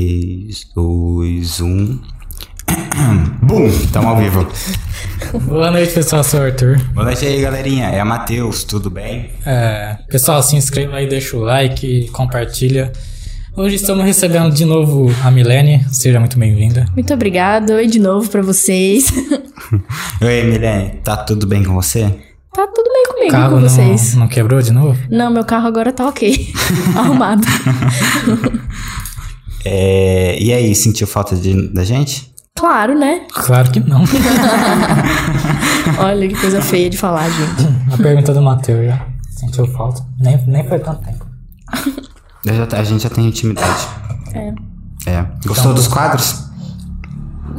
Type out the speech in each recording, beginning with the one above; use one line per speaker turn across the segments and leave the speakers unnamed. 3, 2, 1. Bum! Tamo ao vivo.
Boa noite, pessoal. Sou o Arthur.
Boa noite aí, galerinha. É a Matheus, tudo bem?
É, pessoal, se inscreva aí, deixa o like, compartilha. Hoje estamos recebendo de novo a Milene. Seja muito bem-vinda.
Muito obrigada. Oi de novo pra vocês.
Oi, Milene. Tá tudo bem com você?
Tá tudo bem comigo,
O carro
com
não,
vocês.
não quebrou de novo?
Não, meu carro agora tá ok. Arrumado.
É, e aí, sentiu falta de- da gente?
Claro, né?
Claro que não.
Olha que coisa feia de falar, gente.
a pergunta do Matheus já. Sentiu falta? Nem, nem foi tanto tempo.
Eu já- tá, a gente já tem intimidade.
É.
É. Gostou dos quadros?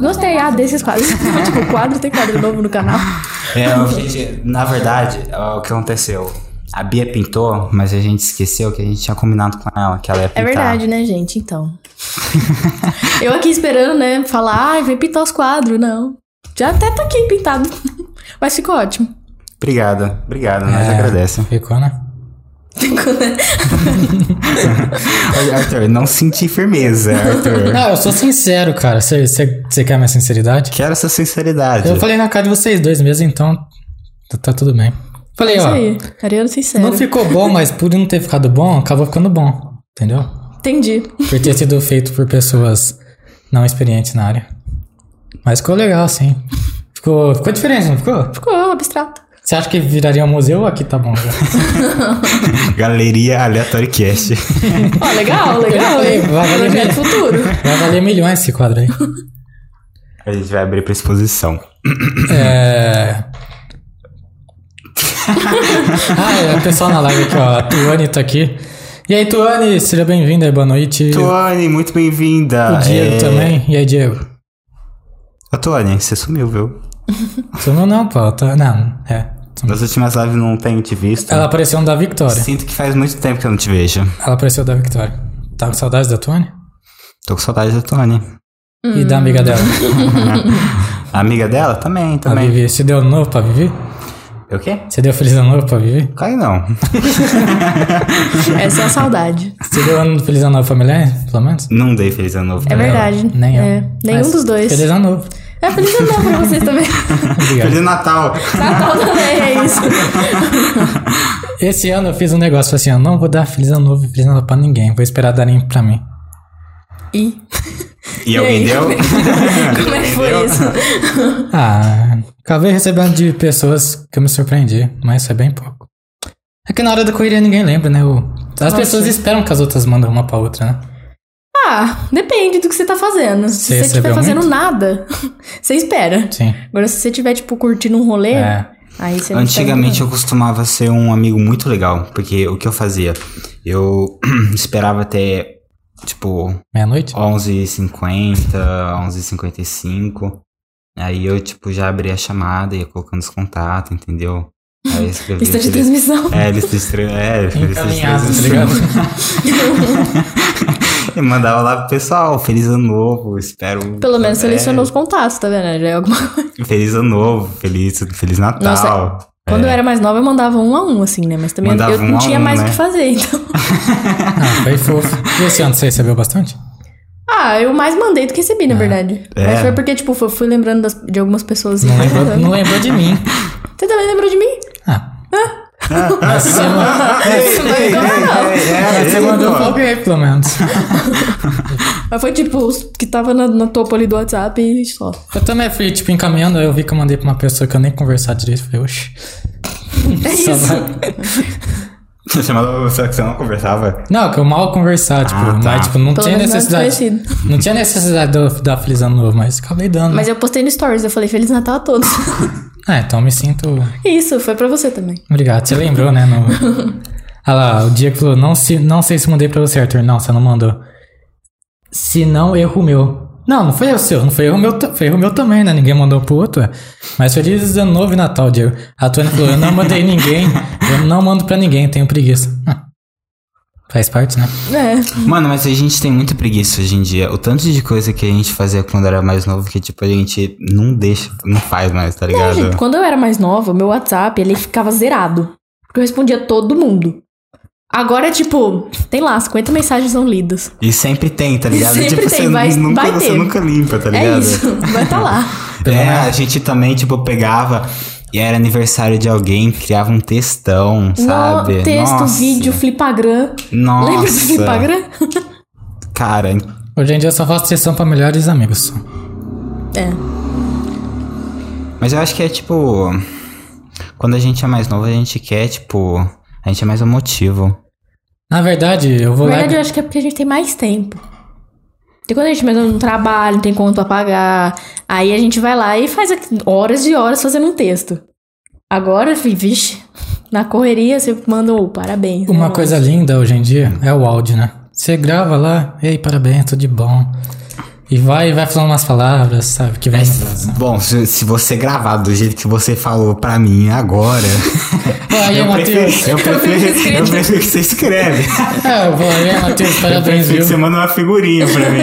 Gostei, ah, desses quadros. tipo, quadro tem quadro novo no canal.
É, a gente, na verdade, ó, o que aconteceu? A Bia pintou, mas a gente esqueceu que a gente tinha combinado com ela que ela ia
É
tá.
pintar.
verdade, né, gente? Então. Eu aqui esperando, né? Falar, ai, vem pintar os quadros. Não. Já até tá aqui pintado. Mas ficou ótimo.
Obrigado, obrigado. Nós
É,
agradecemos.
Ficou, né?
Ficou, né?
Olha, Arthur, não senti firmeza, Arthur.
Não, eu sou sincero, cara. Você quer minha sinceridade?
Quero essa sinceridade.
Eu falei na cara de vocês dois mesmo, então tá, tá tudo bem. Falei,
Isso
ó.
aí. Ariano sincero.
Não ficou bom, mas por não ter ficado bom, acabou ficando bom. Entendeu?
Entendi.
Por ter sido feito por pessoas não experientes na área. Mas ficou legal, sim. Ficou, ficou diferente, não ficou?
Ficou abstrato.
Você acha que viraria um museu? Aqui tá bom. já.
Galeria Aleatório Cast.
Ó, legal, legal.
Vai
hein?
valer
Projeto futuro.
Vai valer milhões esse quadro aí.
A gente vai abrir pra exposição.
É. ah, é, o pessoal na live aqui, ó. A Tuane tá aqui. E aí, Tuane, seja bem-vinda aí, boa noite.
Tuane, muito bem-vinda.
O Diego
É,
também. E aí, Diego?
Ô, Tuane, você sumiu, viu?
Sumiu não, pô. Tá... Não, é.
Nas últimas lives não tenho te visto.
Ela apareceu no da Victoria.
Sinto que faz muito tempo que eu não te vejo.
Ela apareceu da Victoria. Tá com saudades da Tony?
Tô com saudade da Tuane.
E da amiga dela.
A amiga dela? Também,
A
também.
Vivi. Você deu ano novo pra Vivi?
O quê?
Você deu feliz ano novo pra Vivi?
Cai não.
Essa é a saudade.
Você deu ano feliz ano novo pra Milene, pelo menos?
Não dei feliz ano novo.
É verdade.
Nem eu.
É, nenhum
Mas
dos dois.
Feliz ano novo.
É feliz ano novo pra vocês também.
Obrigado.
Feliz Natal.
Natal também, é isso.
Esse ano eu fiz um negócio falei assim, eu não vou dar feliz ano novo e feliz ano novo pra ninguém. Vou esperar darem pra mim.
E
E alguém
aí?
deu?
como é que foi isso?
Ah, acabei recebendo de pessoas que eu me surpreendi, mas foi bem pouco. É que na hora da correria ninguém lembra, né? O- As
Nossa.
pessoas esperam que as outras mandam uma pra outra, né?
Ah, depende do que você tá fazendo. Se
Você
você estiver
recebeu
fazendo nada, você espera.
Sim.
Agora, se você estiver, tipo, curtindo um rolê,
É.
aí você não tá
Antigamente eu costumava ser um amigo muito legal, porque o que eu fazia? Eu esperava até, tipo,
Meia-noite?
11h50, 11h55. Aí eu, tipo, já abria a chamada, ia colocando os contatos, entendeu? Aí eu escrevia...
Lista de
dire-
transmissão.
É, lista de transmissão. É, lista de
Encaminhado, tá
transmissão.
ligado?
E mandava lá pro pessoal, feliz ano novo, espero...
Pelo menos
é,
selecionou os contatos, tá vendo? Já é alguma-
Feliz ano novo, feliz, feliz Natal.
Quando eu era mais nova, eu mandava um a um, assim, né? Mas também
É. Mandava
eu
um
não
a
tinha
um,
mais o
né?
que fazer, então.
Ah, foi fofo. E esse ano você recebeu bastante?
Ah, eu mais mandei do que recebi, na verdade.
É.
Mas foi porque, tipo, eu fui lembrando das- de algumas pessoas. e
Não
fui
lembrou,
mandando.
não lembrou de mim.
Você também lembrou de mim?
Ah. Mas você mandou,
Ei, ei,
é,
mas É, você mandou pra alguém, pelo menos.
Mas foi tipo os que tava na, na topo ali do WhatsApp e só.
Eu também fui, tipo, encaminhando, aí eu vi que eu mandei pra uma pessoa que eu nem conversava direito. Falei, oxi.
É
Só
isso.
vai-
Você chamava a pessoa que você não conversava?
Não, que eu mal conversava, tipo,
Ah, tá.
mas tipo, não
Pelo
tinha
menos não é
necessidade.
desconhecido.
Não tinha necessidade de eu dar feliz ano novo, mas acabei dando.
Mas eu postei no Stories, eu falei Feliz Natal a todos. É
Ah, então eu me sinto.
isso, foi pra você também.
Obrigado. Você lembrou, né? No... Olha lá, o Diego falou, não, se, não sei se mandei pra você, Arthur. Não, você não mandou. Se não, erro meu. Não, não foi erro seu, não foi erro meu, ta- foi erro meu também, né? Ninguém mandou pro outro. é. Mas feliz ano novo e Natal, Diego. A Tony falou, eu não mandei ninguém, eu não mando pra ninguém, tenho preguiça. Ah, faz parte, né?
É.
Mano, mas a gente tem muita preguiça hoje em dia. O tanto de coisa que a gente fazia quando era mais novo que, tipo, a gente não deixa, não faz mais, tá
Não,
ligado?
gente, quando eu era mais nova, meu WhatsApp ele ficava zerado. Porque eu respondia todo mundo. Agora é tipo, tem lá, 50 mensagens não lidas.
E sempre tem, tá ligado?
Sempre
tipo,
tem,
você
vai-
nunca,
vai
você
ter.
nunca limpa, tá ligado?
É isso, vai estar tá lá.
É, a gente também, tipo, pegava e era aniversário de alguém, criava um textão, sabe?
No texto,
Nossa.
vídeo, flipagram.
Nossa.
Lembra do flipagram?
Cara,
Hoje em dia eu só faço sessão pra melhores amigos.
É.
mas eu acho que é tipo. Quando a gente é mais novo, a gente quer, tipo. A gente é mais emotivo.
Na verdade, eu vou
Na
lá.
verdade, eu acho que é porque a gente tem mais tempo. Porque quando a gente mesmo não trabalha, não tem conta pra pagar, aí a gente vai lá e faz aqui- horas e horas fazendo um texto. Agora, fi- vixe, na correria você manda o parabéns.
Uma
É
né?
coisa linda hoje em dia é o áudio, né? Você grava lá, ei, parabéns, tudo de bom. E vai vai falando umas palavras, sabe? Que vai.
Bom, se, se você gravar do jeito que você falou pra mim agora.
Aí,
eu, prefiro,
Matheus.
eu, prefiro,
escrito.
eu prefiro que você escreve.
É, eu vou aí, Matheus,
Eu
parabéns,
prefiro que
viu?
você manda uma figurinha pra mim.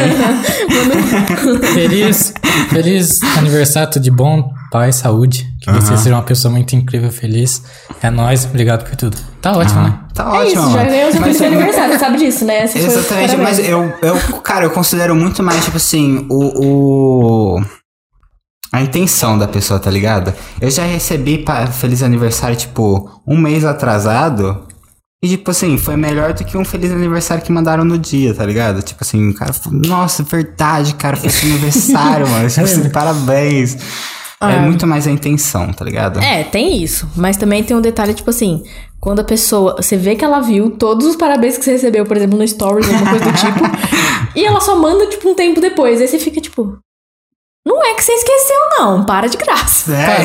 um-
Feliz, feliz aniversário, tudo de bom, paz, saúde. Que você seja uma pessoa muito incrível, feliz. É nóis, obrigado por tudo. Tá ótimo, né?
Tá
É
ótimo.
isso, já
mano.
ganhou o seu primeiro aniversário, você sabe disso, né? Esse foi o
Exatamente,
parabéns.
mas eu, eu, cara, eu considero muito mais, tipo assim, o. o- a intenção da pessoa, tá ligado? Eu já recebi pa- feliz aniversário, tipo, um mês atrasado. E, tipo assim, foi melhor do que um feliz aniversário que mandaram no dia, tá ligado? Tipo assim, o cara falou, nossa, verdade, cara, foi seu aniversário, mano. Tipo assim, parabéns. É muito mais a intenção, tá ligado?
Ah. É, tem isso. Mas também tem um detalhe, tipo assim, quando a pessoa. Você vê que ela viu todos os parabéns que você recebeu, por exemplo, no Stories, alguma coisa do tipo. e ela só manda, tipo, um tempo depois. Aí você fica, tipo. Não é que você esqueceu, não. Para de graça.
É,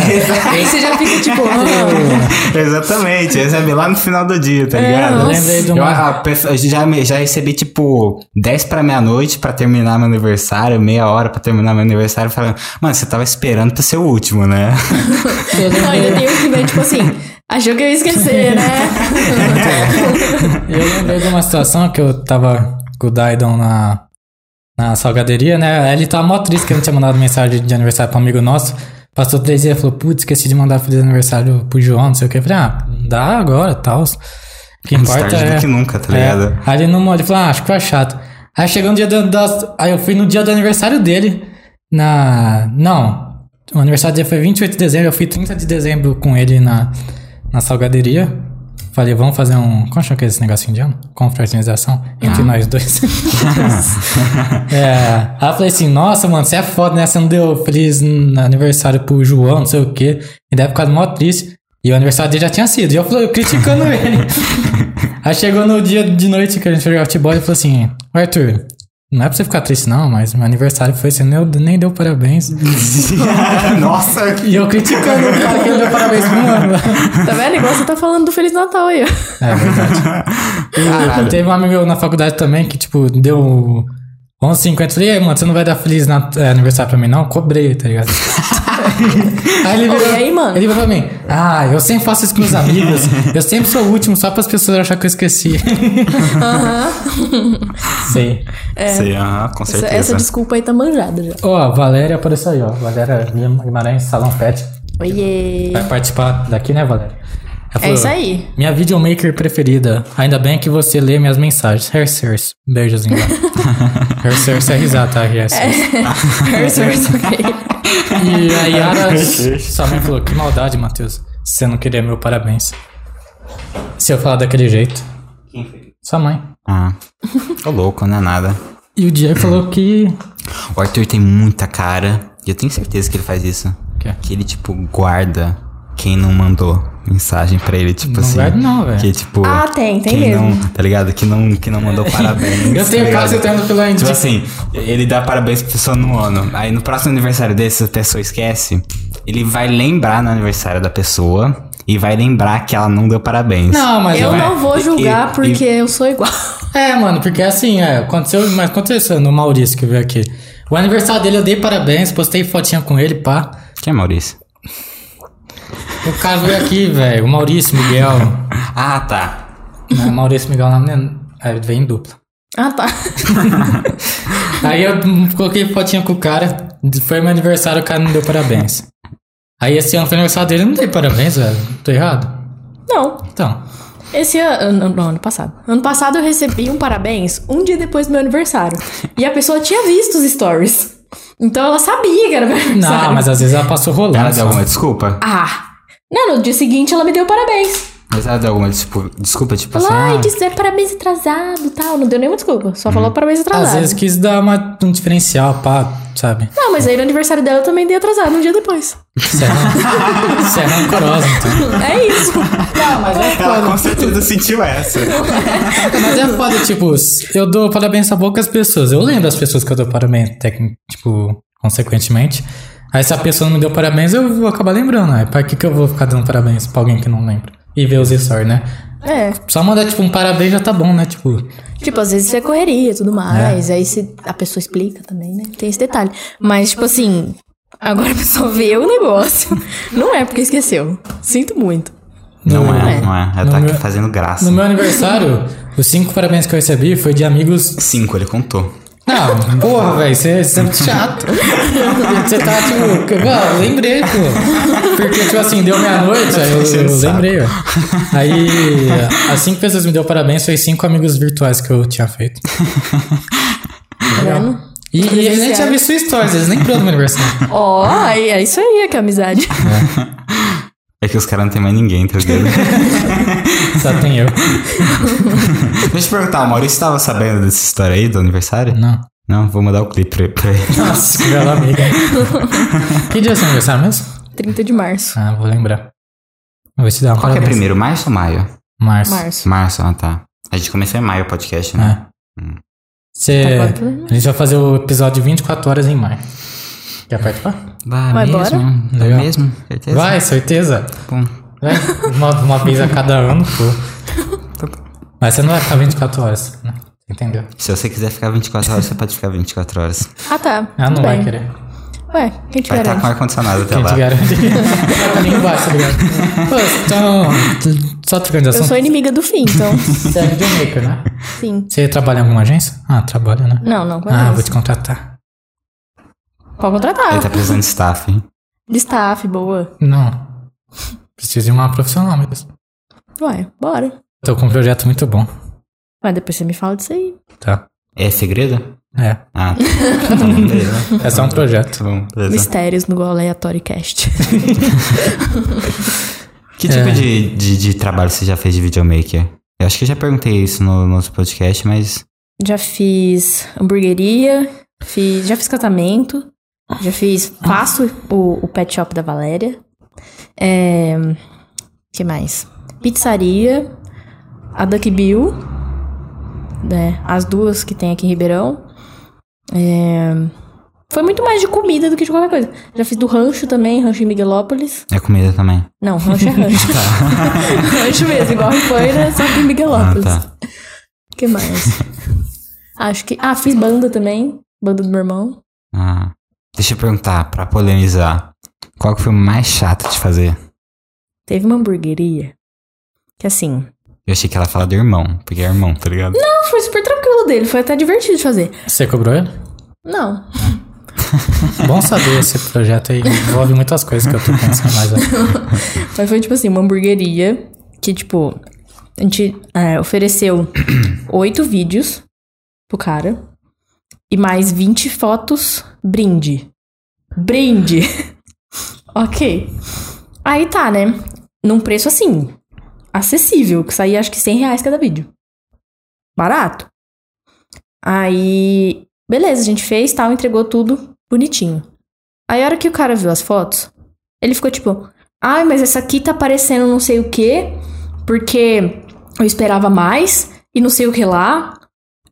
Aí você já fica, tipo. "Ah,
Exatamente, recebe lá no final do dia, tá
É,
ligado?
Eu
Nossa.
lembrei de
Eu,
uma.
a pessoa- já, me- já recebi, tipo, 10 pra meia-noite pra terminar meu aniversário, meia hora pra terminar meu aniversário, falando, mano, você tava esperando pra ser o último, né?
eu lembrei-
Não, ainda tem um que vem, tipo assim. Achou que eu ia esquecer, né?
Eu lembrei de uma situação que eu tava com o Daidon na, na salgaderia, né? Ele tava mó triste que eu não tinha mandado mensagem de aniversário pra um amigo nosso. Passou três dias e falou, putz, esqueci de mandar feliz aniversário pro João, não sei o que. Eu falei, ah, dá agora, tal. O que
Mais
importa
tarde
é...
do que nunca, tá ligado?
É. Aí ele não ele falou, ah, acho que foi chato. Aí chegou no dia do, das- Aí eu fui no dia do aniversário dele. Na. Não. O aniversário dele foi 28 de dezembro, eu fui 30 de dezembro com ele na, na salgaderia. Falei, vamos fazer um. Como chama que é esse negócio indiano? Confraternização
Ah.
entre nós dois. é. Aí eu falei assim, nossa, mano, você é foda, né? Você não deu feliz n- aniversário pro João, não sei o quê. E daí ficar mó triste. E o aniversário dele já tinha sido. E eu falei, eu criticando ele. Aí chegou no dia de noite que a gente foi jogar futebol e falou assim: "Ô, Arthur, não é pra você ficar triste, não, mas meu aniversário foi, você nem, nem deu parabéns. É.
Nossa, que-
E eu criticando o cara que não deu parabéns pro mano.
tá vendo? Igual você tá falando do Feliz Natal aí, ó.
É verdade.
Caralho.
Teve um amigo meu na faculdade também que, tipo, deu 11,50. Eu Falei, "E aí, mano, você não vai dar feliz na- é, aniversário pra mim, não? Eu Cobrei, tá ligado? aí ele
Ô,
virou,
e aí, mano?
Ele virou pra mim: Ah, eu sempre faço isso com meus amigos. Eu sempre sou o último, só pras pessoas acharem que eu esqueci.
Aham.
Sim.
Sei, aham, com
É. Essa,
certeza.
essa desculpa aí tá manjada já.
Ó, a Valéria apareceu aí, ó. Valéria Guimarães, Salão Pet.
Oiê.
Tá.
Vai participar daqui, né, Valéria? Ela
É
falou,
isso aí.
Minha videomaker preferida. Ainda bem que você lê minhas mensagens. Hairsears. Beijos, linda. Hairsears é risada, tá? Hairsears.
Tá.
É
E a Yara, sua mãe falou, que maldade, Matheus. Você não queria meu parabéns. Se eu falar daquele jeito. Sua mãe.
Ah, tô louco, não é nada.
E o Diego falou que...
O Arthur tem muita cara, e eu tenho certeza que ele faz isso.
Quê?
Que ele, tipo, guarda quem não mandou mensagem pra ele, tipo
Não
assim.
guarda não, velho.
Que, tipo...
Ah, tem, tem
quem
mesmo.
Não, tá ligado? Que não, que não mandou parabéns.
Eu tenho
tá
caso
ligado?
tendo pelo
Tipo
Andy.
assim, ele dá parabéns pra pessoa no ano. Aí no próximo aniversário desse, a pessoa esquece. Ele vai lembrar no aniversário da pessoa e vai lembrar que ela não deu parabéns.
Não, é. mas
Eu
vai.
não vou
E-
julgar
e-
porque eu sou igual.
É, mano, porque assim, é, aconteceu, mas aconteceu no Maurício que veio aqui. O aniversário dele eu dei parabéns, postei fotinha com ele, pá.
Quem é Maurício?
O cara veio aqui, velho, o Maurício Miguel.
Ah, tá.
Não, Maurício Miguel não é, é, veio em dupla.
Ah, tá.
Aí eu hum, coloquei fotinha com o cara, foi meu aniversário, o cara não deu parabéns. Aí esse ano foi aniversário dele, eu não dei parabéns, velho, tô errado?
Não.
Então,
Esse ano, não, ano passado. Ano passado eu recebi um parabéns um dia depois do meu aniversário. E a pessoa tinha visto os stories. Então ela sabia que era meu
Não,
aniversário.
mas às vezes ela passou rolando.
Ela deu
só.
alguma desculpa?
Ah! Não, no dia seguinte ela me deu parabéns.
Mas ela deu alguma desculpa, desculpa tipo
Falou,
assim.
ai,
ah,
disse, é parabéns atrasado e tal. Não deu nenhuma desculpa, só falou parabéns atrasado.
Às vezes quis dar uma, um diferencial, pá, sabe?
Não, mas aí no aniversário dela eu também dei atrasado um dia depois.
Você é ran- você é rancorosa, então.
É isso. Não, mas é
Ela com certeza sentiu essa.
Mas é foda, tipo, eu dou parabéns pra poucas pessoas. Eu lembro as pessoas que eu dou parabéns, tec- tipo, consequentemente. Aí se a pessoa não me deu parabéns, eu vou acabar lembrando. Aí pra que, que eu vou ficar dando parabéns pra alguém que não lembra? E ver os stories, né?
É.
Só mandar, tipo, um parabéns já tá bom, né? Tipo,
Tipo, às vezes isso é correria e tudo
É.
mais. Aí se a pessoa explica também, né? Tem esse detalhe. Mas, tipo assim, agora a pessoa vê o negócio. Não é porque esqueceu. Sinto muito.
Não é,
é.
não é. Ela
No
tá
meu-
aqui fazendo graça.
no meu aniversário, os cinco parabéns que eu recebi foi de amigos
Cinco, ele contou.
Não, porra, velho, você você é muito chato. Você tá tipo, mano, lembrei, pô. Porque, tipo assim, deu meia-noite, aí eu,
Você
eu
sabe.
lembrei, velho. Aí, as cinco pessoas me deu parabéns, foi cinco amigos virtuais que eu tinha feito.
Tá vendo?
E, e eles nem
Presenciais.
tinham visto stories, eles nem viram no meu aniversário.
Ó, aí é isso aí que é amizade.
É que os caras não tem mais ninguém, tá ligado?
Só tem eu.
Deixa eu perguntar, o Maurício tava sabendo dessa história aí do aniversário?
Não.
Não, vou mandar o clipe pra, pra ele.
Nossa, que bela amiga. Que dia é seu aniversário mesmo?
30 de março.
Ah, vou lembrar. Eu vou te dar um
Qual que é
parabéns.
primeiro, março ou maio?
Março.
Março.
Março, ah tá. A gente começou em maio o podcast, né?
É. Você...
Tá quatro anos.
A gente vai fazer o episódio 24 horas em maio. Quer participar?
Vai,
Vai
mesmo? Vai
É. Legal.
mesmo? Certeza?
Vai, certeza.
Bom,
Vai. Uma, uma vez a cada ano, pô. Mas você não vai ficar 24 horas, né? Entendeu?
se você quiser ficar 24 horas, você pode ficar 24 horas.
Ah, tá.
Ela não
Tudo
vai
bem.
querer.
Ué, quem te
Vai estar
garante?
com ar-condicionado até
Quem te
Tá lá.
garante? Ela tá nem embaixo, tá ligado? Pô, então, t- só trocando de
Eu
assunto.
sou inimiga do fim, então.
Você é videomaker, né?
Sim.
Você trabalha em alguma agência? Ah, trabalha, né?
Não, não. qual é
Ah,
isso?
vou te contratar.
Pode
Ele
contratar.
tá precisando de staff, hein?
De staff, boa.
Não. Preciso de uma profissional mesmo.
Ué, bora.
Tô com um projeto muito bom,
Mas depois você me fala disso aí.
tá?
É segredo?
É.
Ah, tá. Tá bom, beleza.
É só um projeto.
Tá bom, beleza.
Mistérios no Aleatório Cast.
Que
É.
tipo de, de, de trabalho você já fez de videomaker? Eu acho que eu já perguntei isso no no outro podcast, mas.
Já fiz hamburgueria, fiz, já fiz casamento, já fiz. Faço o, o pet shop da Valéria. É, que mais? Pizzaria, a Duck Bill, né? As duas que tem aqui em Ribeirão. É, foi muito mais de comida do que de qualquer coisa. Já fiz do rancho também, rancho em Miguelópolis.
É comida também.
Não, rancho é rancho. rancho mesmo, igual foi, né? Só que em
Ah,
Miguelópolis.
tá.
que mais? Acho que. Ah, fiz banda também. Banda do meu irmão.
Ah. Deixa eu perguntar, pra polemizar. Qual que foi o mais chato de fazer?
Teve uma hamburgueria. Que assim.
Eu achei que ela fala do irmão, porque é irmão, tá ligado?
Não, foi super tranquilo dele. Foi até divertido de fazer.
Você cobrou ele?
Não.
Bom saber esse projeto aí. Envolve muitas coisas que eu tô pensando, mas é.
Mas foi tipo assim, uma hamburgueria que, tipo, a gente é, ofereceu oito vídeos pro cara e mais 20 fotos brinde. Brinde! ok. Aí tá, né? Num preço assim, acessível, que saía acho que 100 reais cada vídeo. Barato. Aí, beleza, a gente fez tal, entregou tudo bonitinho. Aí a hora que o cara viu as fotos, ele ficou tipo, Ai, mas essa aqui tá parecendo não sei o que, porque eu esperava mais e não sei o que lá.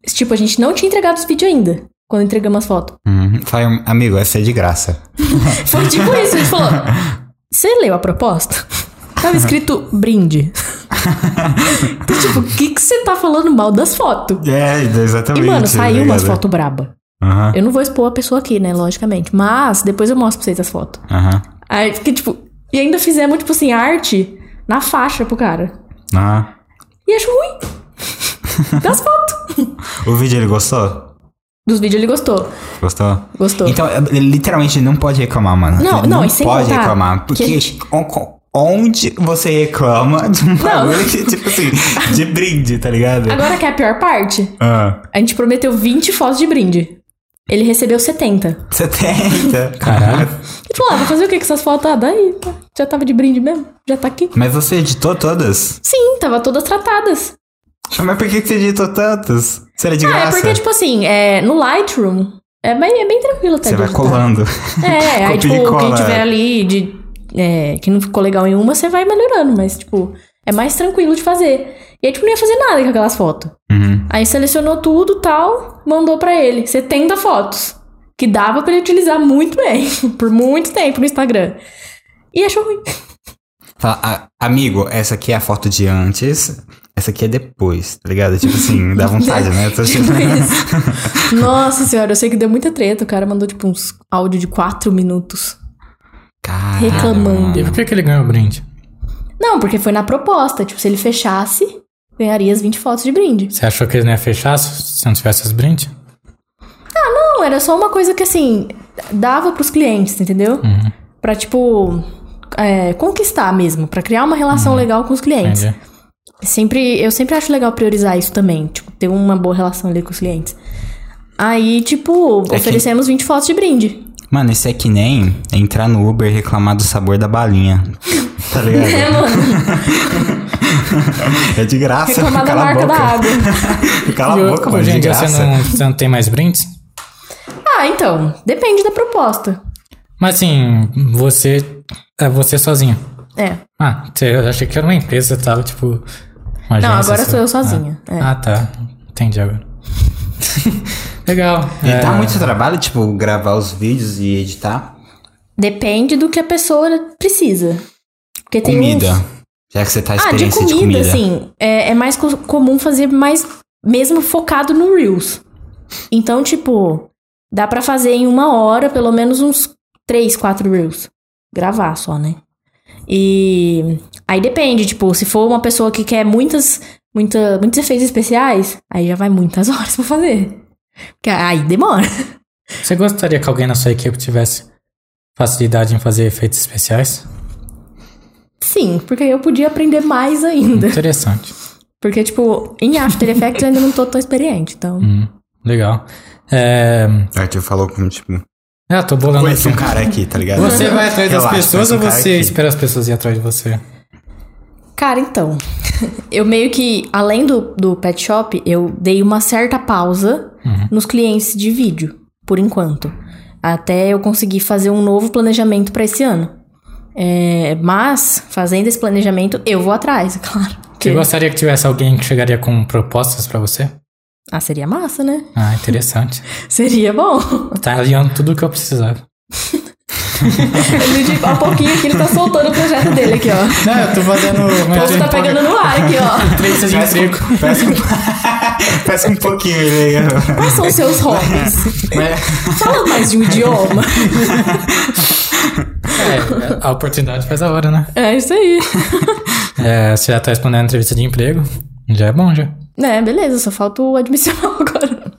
Tipo, a gente não tinha entregado os vídeos ainda, quando entregamos as fotos.
Uhum. Fala, irm- amigo, essa é de graça.
Foi tipo isso, a gente falou: Você leu a proposta? Tava escrito brinde. então, tipo, o que que você tá falando mal das fotos?
É,
E,
exatamente.
mano, saiu umas
ligado?
fotos braba.
Aham,
Eu não vou expor a pessoa aqui, né, logicamente. Mas depois eu mostro pra vocês as fotos.
aham,
Aí, fica, tipo, e ainda fizemos, tipo assim, arte na faixa pro cara.
aham.
E acho ruim. Das fotos.
O vídeo ele gostou?
Dos vídeos ele gostou.
Gostou?
Gostou.
Então, ele literalmente não pode reclamar, mano.
Não,
Ele
não,
não
e sem
pode
contar
reclamar.
que a
Porque
gente-
o- o- onde você reclama de um bagulho que, tipo assim, de brinde, tá ligado?
Agora que é a pior parte,
Ah,
a gente prometeu 20 fotos de brinde. Ele recebeu 70. Ele
70.
Caralho.
falou, ah, vou fazer o que com essas fotos? Ah, daí, tá. já tava de brinde mesmo, já tá aqui.
Mas você editou todas?
Sim, tava todas tratadas.
Mas por que que você editou tantas? Será de
Ah, é
graça?
porque, tipo assim, é, no Lightroom é bem, é bem tranquilo
você
até. de
vai
editar.
colando.
É, aí,
Copia e
tipo, quem
cola.
tiver ali de. é, que não ficou legal em uma, você vai melhorando, mas, tipo, é mais tranquilo de fazer. E aí, tipo, não ia fazer nada com aquelas fotos.
Uhum.
Aí selecionou tudo tal, mandou pra ele 70 fotos. Que dava pra ele utilizar muito bem, por muito tempo no Instagram. E achou ruim.
Fala, "Ah, amigo, essa aqui é a foto de antes, essa aqui é depois, tá ligado? Tipo assim, dá vontade, né? Tô achando-
Tipo isso. Nossa senhora, eu sei que deu muita treta. O cara mandou, tipo, uns áudio de 4 minutos.
Caralho.
Reclamando.
E por que, que ele ganhou o brinde?
Não, porque foi na proposta. Tipo, se ele fechasse, ganharia as 20 fotos de brinde.
Você achou que ele não ia fechar se se não tivesse os brindes?
Não, era só uma coisa que, assim, dava pros clientes, entendeu?
Uhum,
Pra, tipo, é, conquistar mesmo. pra criar uma relação legal com os clientes.
Uhum. entendi.
Sempre, eu sempre acho legal priorizar isso também. Tipo, ter uma boa relação ali com os clientes. Aí, tipo,
É que-
oferecemos 20 fotos de brinde.
Mano, isso é que nem entrar no Uber e reclamar do sabor da balinha. Tá
É,
ligado?
mano.
É de graça.
Reclamar da
cala a
marca
boca.
da água.
Cala
E
a
ho-
boca, mano.
hoje
De
em dia você
graça.
não, você não tem mais brindes?
Ah, então. Depende da proposta.
Mas assim, você. É você sozinho.
É.
Ah, você- eu achei que era uma empresa, tava tipo. uma
Não,
agência,
agora
assim.
sou eu sozinha. É.
Ah, tá. Entendi agora. Legal.
E
É,
dá muito trabalho, tipo, gravar os vídeos e editar.
Depende do que a pessoa precisa. Porque tem
Comida.
uns-
Já que você tá
Ah, de
experiência
comida,
de comida.
assim. É, é mais co- comum fazer mais. Mesmo focado no Reels. Então, tipo, dá pra fazer em uma hora, pelo menos uns 3, 4 Reels. Gravar só, né? E. Aí depende, tipo, se for uma pessoa que quer muitas. Muita, muitos efeitos especiais, aí já vai muitas horas pra fazer. Porque aí demora.
Você gostaria que alguém na sua equipe tivesse facilidade em fazer efeitos especiais?
Sim, porque aí eu podia aprender mais ainda.
Interessante.
Porque, tipo, em After Effects eu ainda não tô tão experiente, então.
Hum, legal. É...
Arthur falou como, tipo,
Ah, tô bolando aqui.
conheço um cara aqui, tá ligado?
Você vai atrás das
Relaxa,
pessoas
conheço um
ou
cara
você
aqui.
espera as pessoas ir atrás de você?
Cara, então. eu meio que, além do, do pet shop, eu dei uma certa pausa nos clientes de vídeo, por enquanto. Até eu conseguir fazer um novo planejamento pra esse ano. É, mas, fazendo esse planejamento, eu vou atrás, é claro.
Você
Porque...
gostaria que tivesse alguém que chegaria com propostas pra você?
Ah, seria massa, né?
Ah, interessante.
Seria bom.
tá aliando tudo o que eu precisava.
Ele, de, a pouquinho aqui, ele tá soltando o projeto dele aqui, ó.
Não, eu tô fazendo... um
O povo tá pegando no ar aqui, ó.
entrevista de
Parece
emprego.
um, parece um- parece um pouquinho, né?
Quais são os seus hobbies?
Mas-
Fala mais de um idioma.
É, a oportunidade faz a hora, né?
É isso aí.
É, você já tá respondendo a entrevista de emprego. Já é bom, já.
É, beleza, só falta o admissional agora.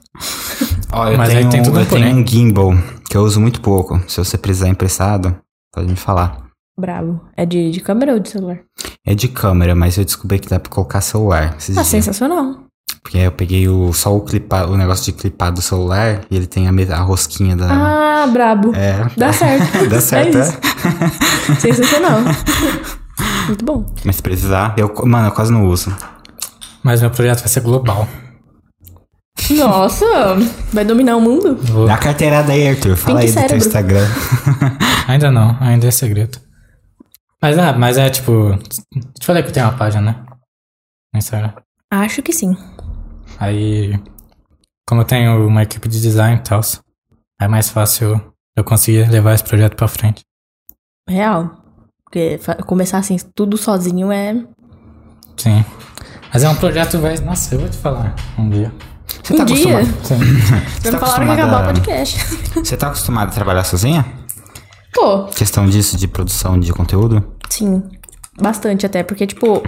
Ó, eu
Mas aí
tenho,
tem tudo um
eu tenho
porém.
um gimbal que eu uso muito pouco. Se você precisar emprestado, pode me falar.
Bravo. É de, de câmera ou de celular?
É de câmera, mas eu descobri que dá pra colocar celular. Esses
Ah,
dias.
sensacional.
Porque aí eu peguei o, só o, clipar, o negócio de clipar do celular e ele tem a, me- a rosquinha da.
Ah, brabo.
Tá. É.
Dá certo.
Dá certo,
É
é?
isso. Sensacional. Muito bom.
Mas se precisar, eu, co- mano, eu quase não uso.
Mas meu projeto vai ser global.
Nossa, vai dominar o mundo?
Vou-
Dá a carteirada aí, Arthur. Fala
Pink
aí do teu
cérebro.
Instagram.
Ainda não, ainda é segredo. Mas, ah, mas é tipo. Te falei que eu tenho uma página, né? No Instagram.
Acho que sim.
Aí. Como eu tenho uma equipe de design e tal, é mais fácil eu conseguir levar esse projeto pra frente.
Real. Porque fa- começar assim, tudo sozinho é.
Sim. Mas é um projeto, vai. Nossa, eu vou te falar um dia.
Você tá
um dia.
acostumado?
Sim.
Você
Vocês
tá
não falaram que ia "Ah, acabar o
acostumada,
podcast.
você tá acostumado a trabalhar sozinha?
Tô.
Questão disso, de produção de conteúdo?
Sim, bastante até, porque, tipo.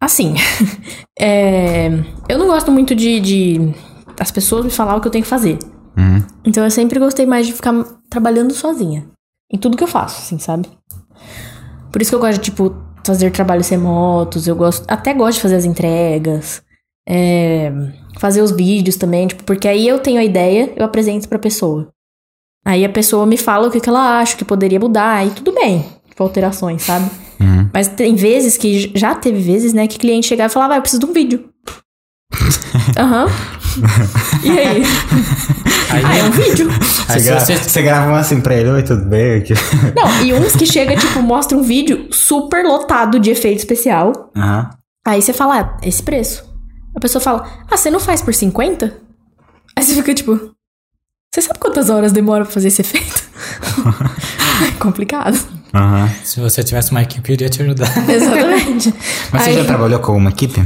Assim. é, eu não gosto muito de, de as pessoas me falar o que eu tenho que fazer.
Uhum.
Então eu sempre gostei mais de ficar trabalhando sozinha. Em tudo que eu faço, assim, sabe? Por isso que eu gosto de, tipo, fazer trabalhos remotos, eu gosto. Até gosto de fazer as entregas. é, fazer os vídeos também, tipo, porque aí eu tenho a ideia, eu apresento pra pessoa. Aí a pessoa me fala o que, que ela acha, o que poderia mudar, aí tudo bem. Tipo, alterações, sabe?
Uhum.
Mas tem vezes que já teve vezes, né, que cliente chegava e falava, ah, eu preciso de um vídeo. Aham. E aí? Ah, é um vídeo.
Você,
Aí se
gra-
você-
você grava um assim pra ele, oi, tudo bem? Aqui.
Não, e uns que chega, tipo, mostra um vídeo super lotado de efeito especial.
Aham.
Aí você fala, ah, esse preço. A pessoa fala, ah, você não faz por 50? Aí você fica tipo, você sabe quantas horas demora pra fazer esse efeito? é complicado.
Aham.
se você tivesse uma equipe, eu iria te ajudar.
Exatamente.
Mas
Aí-
você já trabalhou com uma equipe?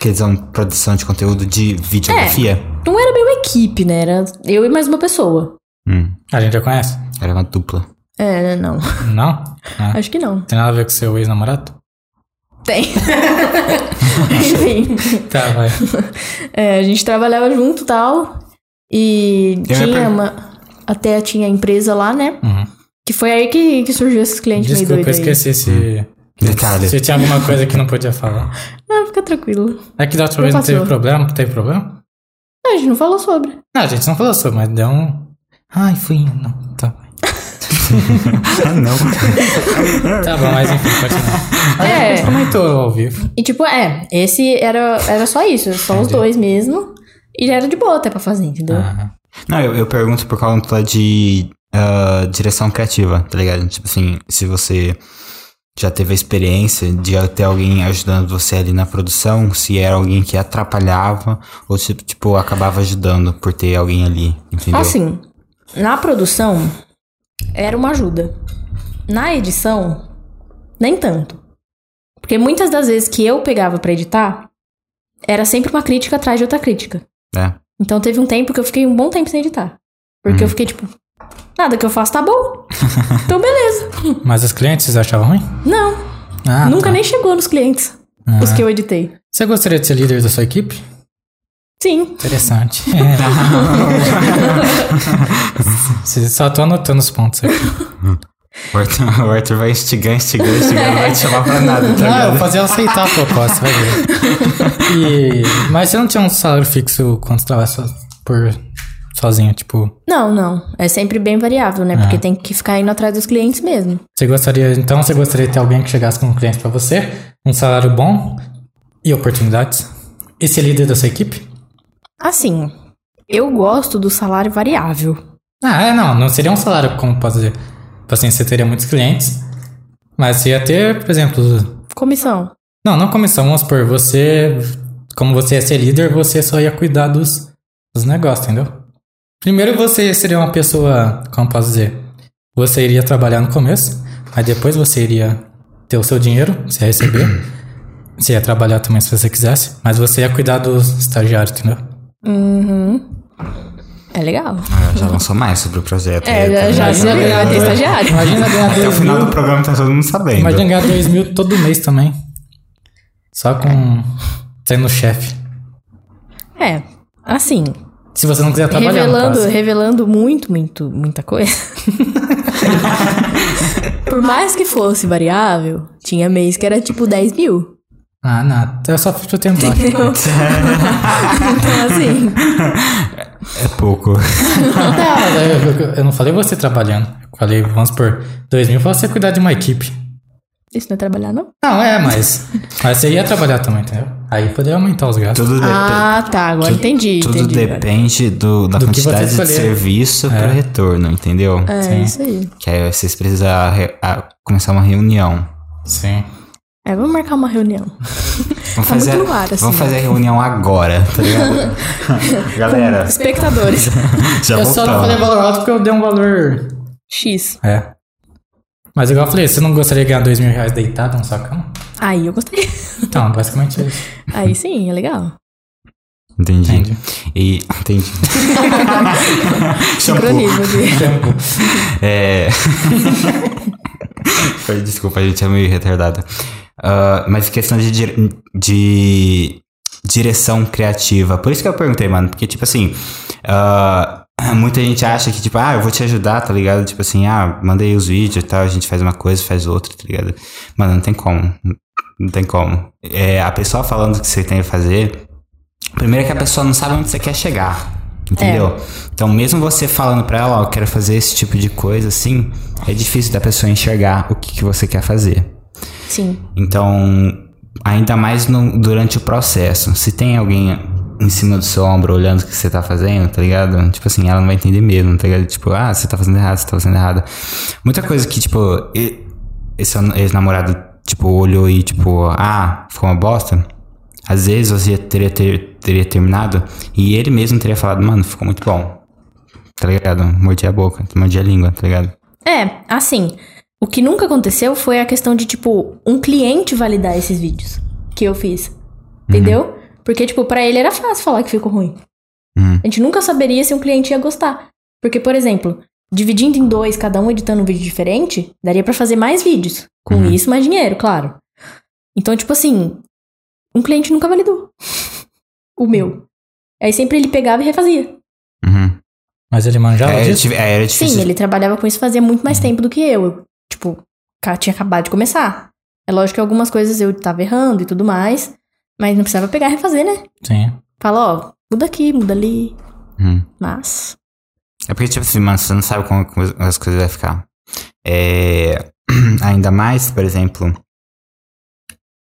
Que eles são produção de conteúdo de videografia?
Não era bem uma equipe, né? Era eu e mais uma pessoa.
Hum,
A gente já conhece?
era uma dupla.
É, não.
Não? Ah,
Acho que não.
Tem nada a ver com seu ex-namorado?
Tem. Enfim.
Tá, vai.
É, a gente trabalhava junto e tal. E
Eu ia
tinha
pergun-
uma. Até tinha a empresa lá, né?
Uhum.
Que foi aí que, que surgiu esses clientes meio
Desculpa, eu
doidos. aí.
esqueci se.
Detalhe.
Se tinha alguma coisa que não podia falar.
Não, Ah, fica tranquilo.
É que da outra
Não
vez não
passou.
teve problema? Teve problema?
Não, a gente não falou sobre.
Não, a gente não falou sobre, mas deu um. Ai, fui. Não, tá.
Ah, não.
Tá bom, mas enfim, continua.
É.
A gente comentou ao vivo.
E tipo, é, esse era, era só isso, só os
Entendi.
dois mesmo. E já era de boa até pra fazer, entendeu?
Ah,
Não, eu, eu pergunto por conta de ah, direção criativa, tá ligado? Tipo assim, se você já teve a experiência de ter alguém ajudando você ali na produção, se era alguém que atrapalhava ou se, tipo, acabava ajudando por ter alguém ali, entendeu?
Assim, na produção, era uma ajuda. Na edição, nem tanto. Porque muitas das vezes que eu pegava pra editar, era sempre uma crítica atrás de outra crítica.
né?
Então teve um tempo que eu fiquei um bom tempo sem editar. Porque
Hum.
Uhum.
eu fiquei tipo, nada que eu faço tá bom. Então beleza.
Mas os clientes achavam ruim?
Não,
Ah,
nunca
tá.
nem chegou nos clientes,
Ah.
os que eu editei.
Você gostaria de ser líder da sua equipe?
Sim,
Interessante. É. Você Só tô anotando os pontos aqui.
O Arthur, o Arthur vai instigando, instigando, instigando, não vai te chamar pra nada, tá
Ah, eu vou
ligado?
fazer ela aceitar a proposta, vai ver. E- Mas você não tinha um salário fixo quando você trabalha so- por sozinho, tipo...
não, não. É sempre bem variável, né?
Ah.
Porque tem que ficar indo atrás dos clientes mesmo.
Você gostaria... Então, você gostaria de ter alguém que chegasse com um cliente pra você, um salário bom e oportunidades? E ser líder da sua equipe?
Assim, eu gosto do salário variável.
Ah, é, não. Não seria um salário, como posso dizer. Tipo assim, você teria muitos clientes, mas você ia ter, por exemplo...
Comissão.
Não, não comissão, vamos supor, você. Como você ia ser líder, você só ia cuidar dos, dos negócios, entendeu? Primeiro você seria uma pessoa. Como posso dizer? Você iria trabalhar no começo, aí depois você iria ter o seu dinheiro, você ia receber. Você ia trabalhar também se você quisesse, mas você ia cuidar dos estagiários, entendeu?
Uhum. É legal.
Ah, já lançou mais sobre o projeto. aí,
É,
tá
já, já,
ligado?
já vai ter estagiário.
Imagina ganhar
Até o
2
final
mil,
do programa tá todo mundo sabendo.
imagina ganhar dois mil todo mês também. Só com. sendo chefe.
É, assim,
Se você não quiser trabalhar, no
revelando,
caso.
revelando muito, muito, muita coisa. Por mais que fosse variável, tinha mês que era tipo 10 mil.
Ah, não. Eu só fiz o tempo.
Então, assim,
É pouco.
Não, eu, eu- eu não falei você trabalhando. Eu falei, vamos por dois mil pra você cuidar de uma equipe.
isso não é trabalhar, não?
Não, é, mas. Mas você ia trabalhar também, entendeu? Aí poderia aumentar os gastos.
Tudo depende.
Ah, tá, agora entendi,
Tudo
entendi. agora.
depende do, da
Do que você
quantidade de
escolher. É.
serviço pro retorno, entendeu?
É, isso aí.
Que aí vocês precisam re- a- começar uma reunião.
Então,
Sim.
É, vamos marcar uma reunião.
Vamos
Tá muito
fazer,
no ar, assim,
vamos
né?
fazer a reunião agora, tá ligado? Galera,
Espectadores.
já
eu só não falei
voltamos.
valor alto porque eu dei um valor.
X.
É. Mas igual eu falei, você não gostaria de ganhar dois mil reais deitado na sua cama?
Aí eu gostei.
Então, basicamente é isso.
Aí sim, é legal.
Entendi.
Entendi.
E. Entendi. Shampoo.
Sincronismo aqui.
É. Foi, Desculpa, a gente é meio retardada. Ah, mas questão de, dire- de direção criativa. Por isso que eu perguntei, mano. Porque, tipo assim. ah, muita gente acha que, tipo, ah, eu vou te ajudar, tá ligado? Tipo assim, ah, mandei os vídeos e tal, a gente faz uma coisa, faz outra, tá ligado? Mano, não tem como. Não tem como. É, a pessoa falando o que você tem que fazer, primeiro é que a pessoa não sabe onde você quer chegar. Entendeu? Então, mesmo você falando pra ela, ó, eu quero fazer esse tipo de coisa, assim, é difícil da pessoa enxergar o que, que você quer fazer.
Sim.
Então, ainda mais no- durante o processo. Se tem alguém em cima do seu ombro olhando o que você tá fazendo, tá ligado? Tipo assim, ela não vai entender mesmo, tá ligado? Tipo, ah, você tá fazendo errado, você tá fazendo errado. Muita coisa que, tipo, e- esse an- ex-namorado, tipo, olhou e, tipo, ah, ficou uma bosta. Às vezes você teria, ter- teria terminado e ele mesmo teria falado, mano, ficou muito bom. Tá ligado? Mordi a boca, mordi a língua, tá ligado?
É, assim, o que nunca aconteceu foi a questão de, tipo, um cliente validar esses vídeos que eu fiz. Entendeu? Porque, tipo, pra ele era fácil falar que ficou ruim.
Uhum.
A gente nunca saberia se um cliente ia gostar. Porque, por exemplo, dividindo em dois, cada um editando um vídeo diferente, daria pra fazer mais vídeos. Com
Uhum.
isso, mais dinheiro, claro. Então, tipo assim, um cliente nunca validou. o meu. Aí sempre ele pegava e refazia.
Uhum.
Mas ele manjava
É, era,
disso?
dif- é, era
Sim,
difícil.
ele trabalhava com isso fazia muito mais tempo do que eu. Eu, tipo, ca- tinha acabado de começar. É lógico que algumas coisas eu tava errando e tudo mais, mas não precisava pegar e refazer, né?
Sim.
Fala, ó, muda aqui, muda ali.
Uhum.
Mas.
É porque, tipo assim, mano, você não sabe como como as coisas vão ficar. É... Ainda mais, por exemplo,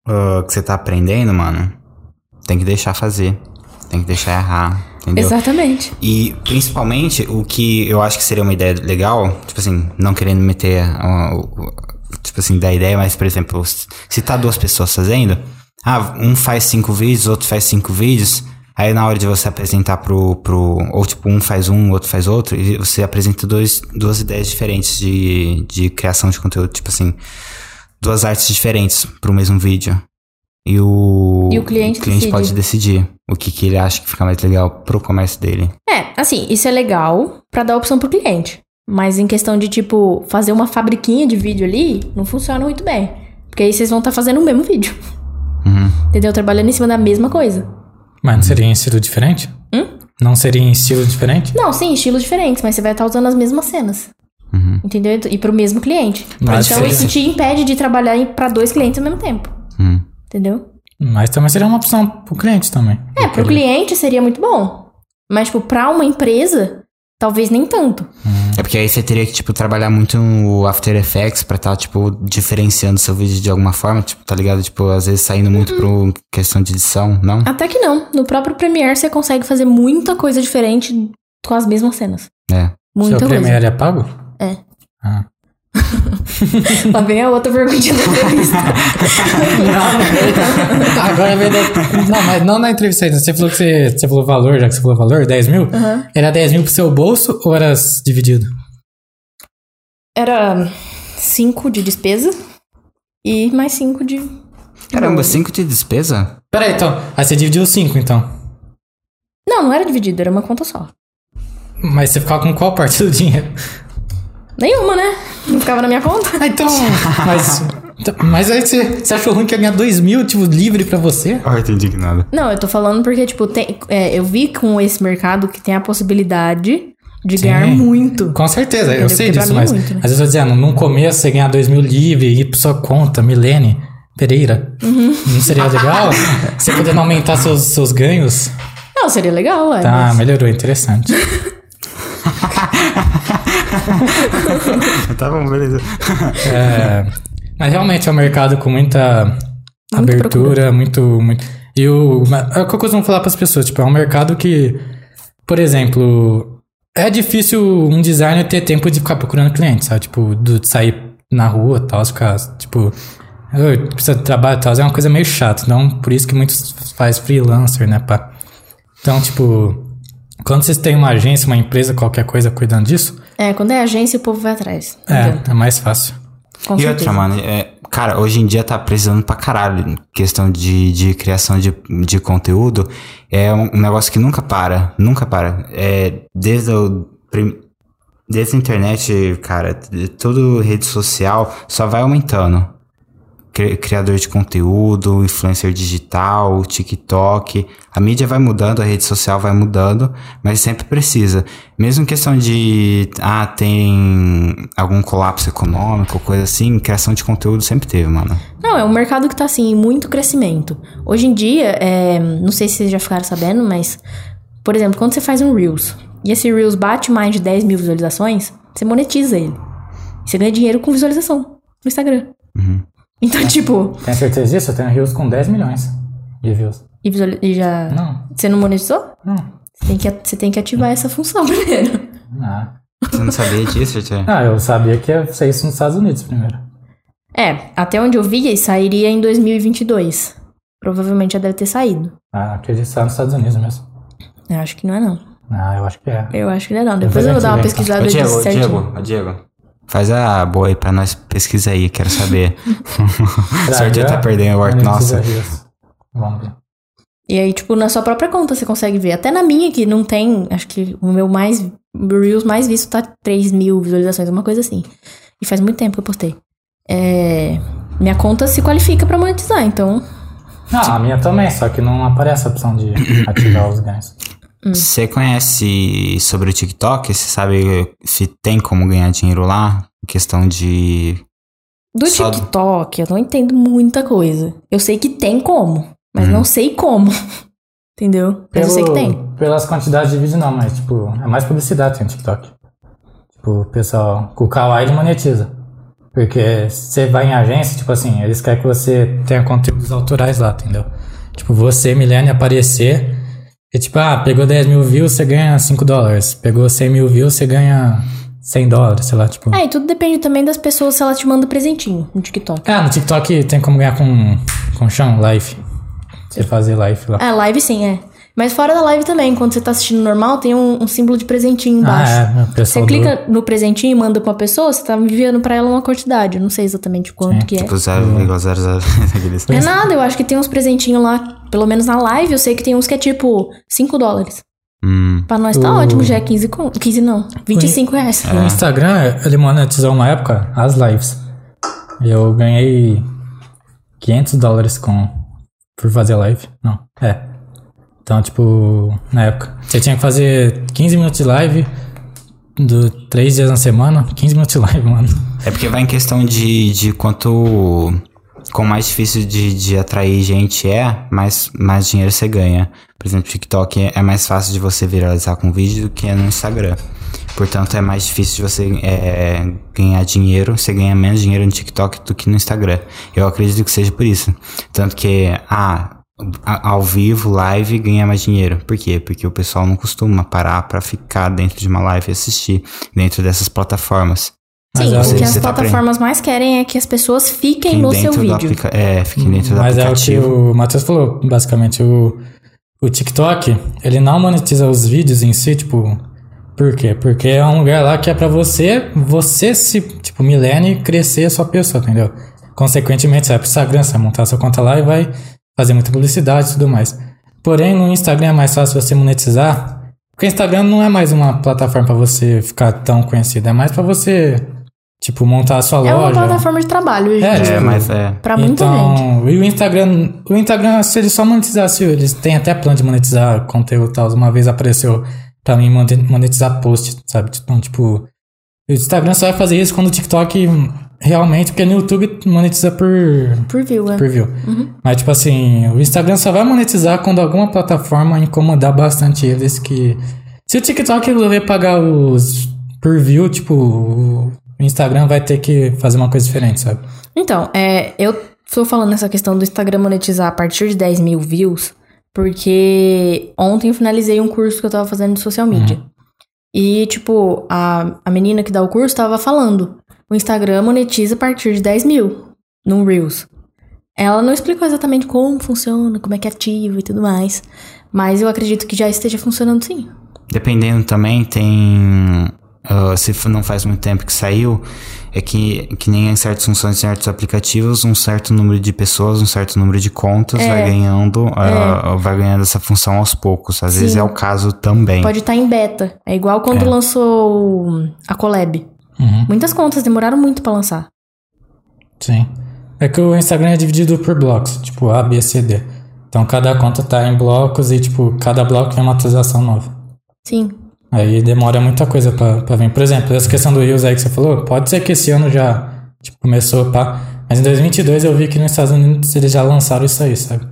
ah, que você tá aprendendo, mano, tem que deixar fazer. Tem que deixar errar, entendeu?
Exatamente.
E, principalmente, o que eu acho que seria uma ideia legal, tipo assim, não querendo meter, ah, o- o- tipo assim, da ideia, mas, por exemplo, se se tá duas pessoas fazendo, ah, um faz cinco vídeos, outro faz cinco vídeos, aí na hora de você apresentar pro, pro ou tipo, um faz um, outro faz outro, e você apresenta dois, duas ideias diferentes de, de criação de conteúdo, tipo assim, duas artes diferentes pro mesmo vídeo. E o,
E o cliente decide.
pode decidir o que, que ele acha que fica mais legal pro comércio dele.
É, assim, isso é legal pra dar opção pro cliente. Mas em questão de, tipo, fazer uma fabriquinha de vídeo ali, não funciona muito bem. Porque aí vocês vão estar fazendo o mesmo vídeo. Entendeu? Trabalhando em cima da mesma coisa.
Mas não seria em estilo diferente?
Hum?
Não seria em estilo diferente?
Não, sim, estilos diferentes, mas você vai estar usando as mesmas cenas.
Uhum. é
Entendeu? E pro mesmo cliente.
Mas
então
seria-
isso te impede de trabalhar em- pra dois clientes ao mesmo tempo.
Hum.
Entendeu?
Mas também seria uma opção pro cliente também.
É, pro cliente seria muito bom. Mas, tipo, pra uma empresa, talvez nem tanto.
É porque aí você teria que, tipo, trabalhar muito o After Effects pra tá, tipo, diferenciando seu vídeo de alguma forma, tipo, tá ligado? Tipo, às vezes saindo muito pro questão de edição, não?
Até que não. No próprio Premiere você consegue fazer muita coisa diferente com as mesmas cenas.
É.
Muita
Seu
coisa.
Premiere é pago?
É.
Ah.
Lá vem a outra perguntinha da entrevista.
Tá, Agora vem da... Não, mas não na entrevista ainda. Você falou que você, você falou valor, já que você falou valor, 10 mil.
Aham.
Era 10 mil pro seu bolso ou era dividido?
Era cinco de despesa e mais cinco de.
Caramba, 5 de despesa?
Peraí, então. Aí você dividiu 5, então.
Não, não era dividido, era uma conta só.
Mas você ficava com qual parte do dinheiro?
Nenhuma, né? Não ficava na minha conta.
Ah, então. Mas, então, mas aí você, você achou ruim que ia ganhar 2 mil, tipo, livre pra você?
Ah, eu tô indignado.
Não, eu tô falando porque, tipo, tem, é, eu vi com esse mercado que tem a possibilidade de ganhar muito.
Com certeza, eu,
Entendeu?
sei
Porque pra
disso,
mim é
mas.
muito, né?
Às vezes eu tô dizendo, num começo você ganhar 2 mil livre, ir pra sua conta, Milene, Pereira.
Uhum.
Não seria legal? você podendo aumentar seus, seus ganhos?
Não, seria legal, ué.
Tá,
mas-
melhorou, interessante.
tá bom, beleza.
É, mas realmente é um mercado com muita abertura,
procura.
muito, muito. E o. mas É o que eu costumo falar para as pessoas, tipo, é um mercado que, por exemplo, é difícil um designer ter tempo de ficar procurando cliente, sabe? Tipo, do, de sair na rua e tal, ficar, tipo. "Oi, Precisa de trabalho e tal, é uma coisa meio chata. Então, por isso que muitos faz freelancer, né, pá? Então, tipo, quando vocês têm uma agência, uma empresa, qualquer coisa cuidando disso,
É, quando é agência, o povo vai atrás. Entendeu?
é, é mais fácil.
Com
E
certeza.
outra, mano, é, cara, hoje em dia tá precisando pra caralho. em Questão de, de criação de, de conteúdo é um, um negócio que nunca para, nunca para. É, desde o. prim- Desde a internet, cara, de- tudo rede social só vai aumentando. cri- criador de conteúdo, influencer digital, TikTok. A mídia vai mudando, a rede social vai mudando, mas sempre precisa. Mesmo questão de, ah, tem algum colapso econômico, coisa assim, criação de conteúdo sempre teve, mano.
Não, é um mercado que tá assim, em muito crescimento. Hoje em dia, é, não sei se vocês já ficaram sabendo, mas, por exemplo, quando você faz um Reels e esse Reels bate mais de 10 mil visualizações, você monetiza ele. E você ganha dinheiro com visualização no Instagram. Então, tipo,
Tem certeza disso? Eu tenho Rios com 10 milhões de views.
e, visuali- e já.
Não,
Você não monetizou?
não.
Você tem, que, você tem que ativar essa função primeiro.
Ah,
Você não sabia disso, Tia?
ah eu sabia que ia ser isso nos Estados Unidos primeiro.
É, até onde eu vi, sairia em 2022. Provavelmente já deve ter saído.
Ah, acredito que está nos Estados Unidos mesmo.
Eu acho que não é, não.
Ah, eu acho que é.
Eu acho que não é, não. Depois eu
Vamos ver
vou dar uma
aqui, né?
pesquisada
Ô, Diego,
disso
ô,
certinho.
Diego, ô, Diego. Faz a boa aí pra nós pesquisar aí, quero saber. o sorteio tá perdendo o
é? Não
Art,
precisa
nossa.
disso. Vamos ver.
E aí, tipo, na sua própria conta você consegue ver. Até na minha, que não tem. Acho que o meu mais. o Reels mais visto tá 3 mil visualizações, uma coisa assim. E faz muito tempo que eu postei. É. Minha conta se qualifica pra monetizar, então.
Não, a minha também, só que não aparece a opção de ativar os ganhos.
Você conhece sobre o TikTok? Você sabe se tem como ganhar dinheiro lá? Em Questão de.
Do
Só-
TikTok, eu não entendo muita coisa. Eu sei que tem como, mas não sei como. Entendeu? Mas eu sei que tem.
Pelas quantidades de vídeo não, mas tipo, é mais publicidade tem no TikTok. Tipo, o pessoal, com o Kawaii ele monetiza. Porque você vai em agência, tipo assim, eles querem que você tenha conteúdos autorais lá, entendeu? Tipo, você, Milene, aparecer e tipo, ah, pegou 10 mil views, você ganha 5 dólares. Pegou 100 mil views, você ganha 100 dólares, sei lá, tipo...
É, e tudo depende também das pessoas se ela te manda presentinho no TikTok.
Ah, no TikTok tem como ganhar com, com chão, live. Você fazer live lá.
É, live sim, é. Mas fora da live também, quando você tá assistindo normal, tem um, um símbolo de presentinho embaixo.
é, o pessoal
Você
do-
clica no presentinho e manda pra uma pessoa, você tá enviando pra ela uma quantidade. Eu não sei exatamente quanto que é.
Tipo, 0,00. aqueles-
É nada, eu acho que tem uns presentinhos lá, pelo menos na live, eu sei que tem uns que é tipo 5 dólares.
Hum.
Pra nós tá
O-
ótimo, já é 15, con- 15 não, 25 reais.
O Instagram, ele monetizou uma época as lives. E eu ganhei 500 dólares com por fazer live. Não, é. Então, tipo, na época. Você tinha que fazer 15 minutos de live, do, 3 dias na semana. 15 minutos de live, mano.
É porque vai em questão de, de quanto. Quão mais difícil de, de atrair gente é, mais, mais dinheiro você ganha. Por exemplo, TikTok é- é mais fácil de você viralizar com vídeo do que no Instagram. Portanto, é mais difícil de você é, ganhar dinheiro. Você ganha menos dinheiro no TikTok do que no Instagram. Eu acredito que seja por isso. Tanto que, ah, a- ao vivo, live, ganha mais dinheiro. Por quê? Porque o pessoal não costuma parar pra ficar dentro de uma live e assistir dentro dessas plataformas.
Mas
Sim,
é
o
o
que
que
as
você tá
plataformas mais querem é que as pessoas fiquem no seu
do
vídeo.
aplica- É, fiquem dentro do
Mas é o que
aplicativo.
o Matheus falou, basicamente. O, o TikTok, ele não monetiza os vídeos em si, tipo. Por quê? Porque é um lugar lá que é pra você, você se, tipo, milene, crescer a sua pessoa, entendeu? Consequentemente, você vai pro Instagram, você vai montar sua conta lá e vai fazer muita publicidade e tudo mais. Porém, no Instagram é mais fácil você monetizar, porque o Instagram não é mais uma plataforma pra você ficar tão conhecido, é mais pra você, tipo, montar a sua
É uma
loja.
plataforma de trabalho hoje em
É,
dia.
É, mas é.
Pra Tá muita
então,
gente.
E o Instagram, o Instagram, se eles só monetizassem, eles têm até plano de monetizar conteúdo e tal. Uma vez apareceu pra mim monte- monetizar post, sabe? Então, tipo, o Instagram só vai fazer isso quando o TikTok realmente, porque no YouTube monetiza por,
Por view, é.
por view. Mas, tipo assim, o Instagram só vai monetizar quando alguma plataforma incomodar bastante eles que. Se o TikTok resolver pagar os por view, tipo, o Instagram vai ter que fazer uma coisa diferente, sabe?
Então, é, eu tô falando essa questão do Instagram monetizar a partir de 10 mil views, porque ontem eu finalizei um curso que eu tava fazendo de social media. E, tipo, a, a menina que dá o curso tava falando: o Instagram monetiza a partir de 10 mil no Reels. Ela não explicou exatamente como funciona, como é que ativa e tudo mais. Mas eu acredito que já esteja funcionando sim.
Dependendo também, tem. ah, se f- não faz muito tempo que saiu, é que, que nem em certas funções, em certos aplicativos, um certo número de pessoas, um certo número de contas
É.
vai ganhando ah, vai ganhando essa função aos poucos. Às vezes
Sim.
é o caso também.
Pode estar em beta. É igual quando lançou o- a Collab.
Uhum.
Muitas contas demoraram muito pra lançar.
Sim. É que o Instagram é dividido por blocos, tipo A, B, C, D. Então cada conta tá em blocos e, tipo, cada bloco é uma atualização nova.
Sim.
Aí demora muita coisa pra, pra vir. Por exemplo, essa questão do Reels aí que você falou, pode ser que esse ano já tipo, começou, pá. Mas em 2022 eu vi que nos Estados Unidos eles já lançaram isso aí, sabe?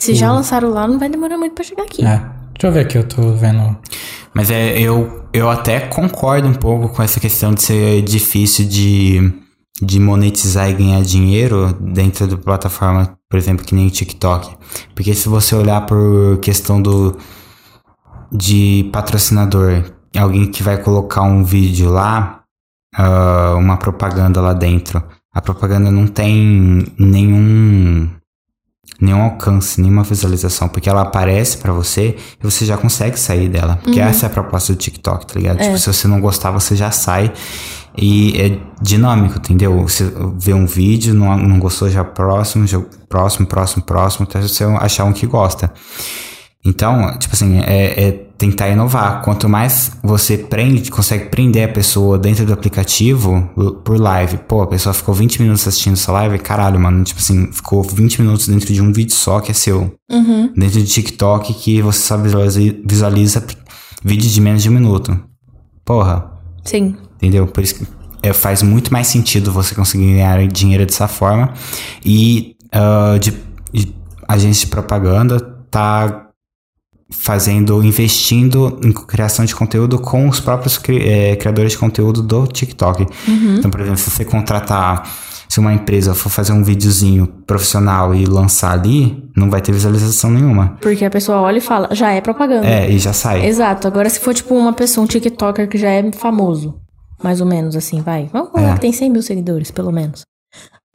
Se já lançaram lá, não vai demorar muito pra chegar aqui.
Tipo, É. Deixa eu ver aqui, eu tô vendo.
Mas é, eu, eu até concordo um pouco com essa questão de ser difícil de, de monetizar e ganhar dinheiro dentro da plataforma, por exemplo, que nem o TikTok. Porque se você olhar por questão do de patrocinador, alguém que vai colocar um vídeo lá, ah, uma propaganda lá dentro. A propaganda não tem nenhum nenhum alcance, nenhuma visualização, porque ela aparece pra você e você já consegue sair dela. Porque essa é a proposta do TikTok, tá ligado? Tipo, se você não gostar, você já sai. E é dinâmico, entendeu? Você vê um vídeo, não, não gostou, já próximo, já próximo, próximo, próximo, até você achar um que gosta. Então, tipo assim, é, é tentar inovar. Quanto mais você prende, consegue prender a pessoa dentro do aplicativo l- por live. Pô, a pessoa ficou 20 minutos assistindo essa live, caralho, mano. Tipo assim, ficou 20 minutos dentro de um vídeo só que é seu.
Uhum.
Dentro de TikTok que você só visualiza, visualiza p- vídeo de menos de um minuto. Porra,
Sim.
entendeu? Por isso que é, faz muito mais sentido você conseguir ganhar dinheiro dessa forma. E ah, de, de agência de propaganda tá fazendo, investindo em criação de conteúdo com os próprios cri- eh, criadores de conteúdo do TikTok. Então, por exemplo, se você contratar, se uma empresa for fazer um videozinho profissional e lançar ali, não vai ter visualização nenhuma.
Porque a pessoa olha e fala, já é propaganda.
É, e já sai.
Exato. Agora, se for tipo uma pessoa, um TikToker que já é famoso, mais ou menos assim, vai. Vamos falar
É.
que tem 100 mil seguidores, pelo menos.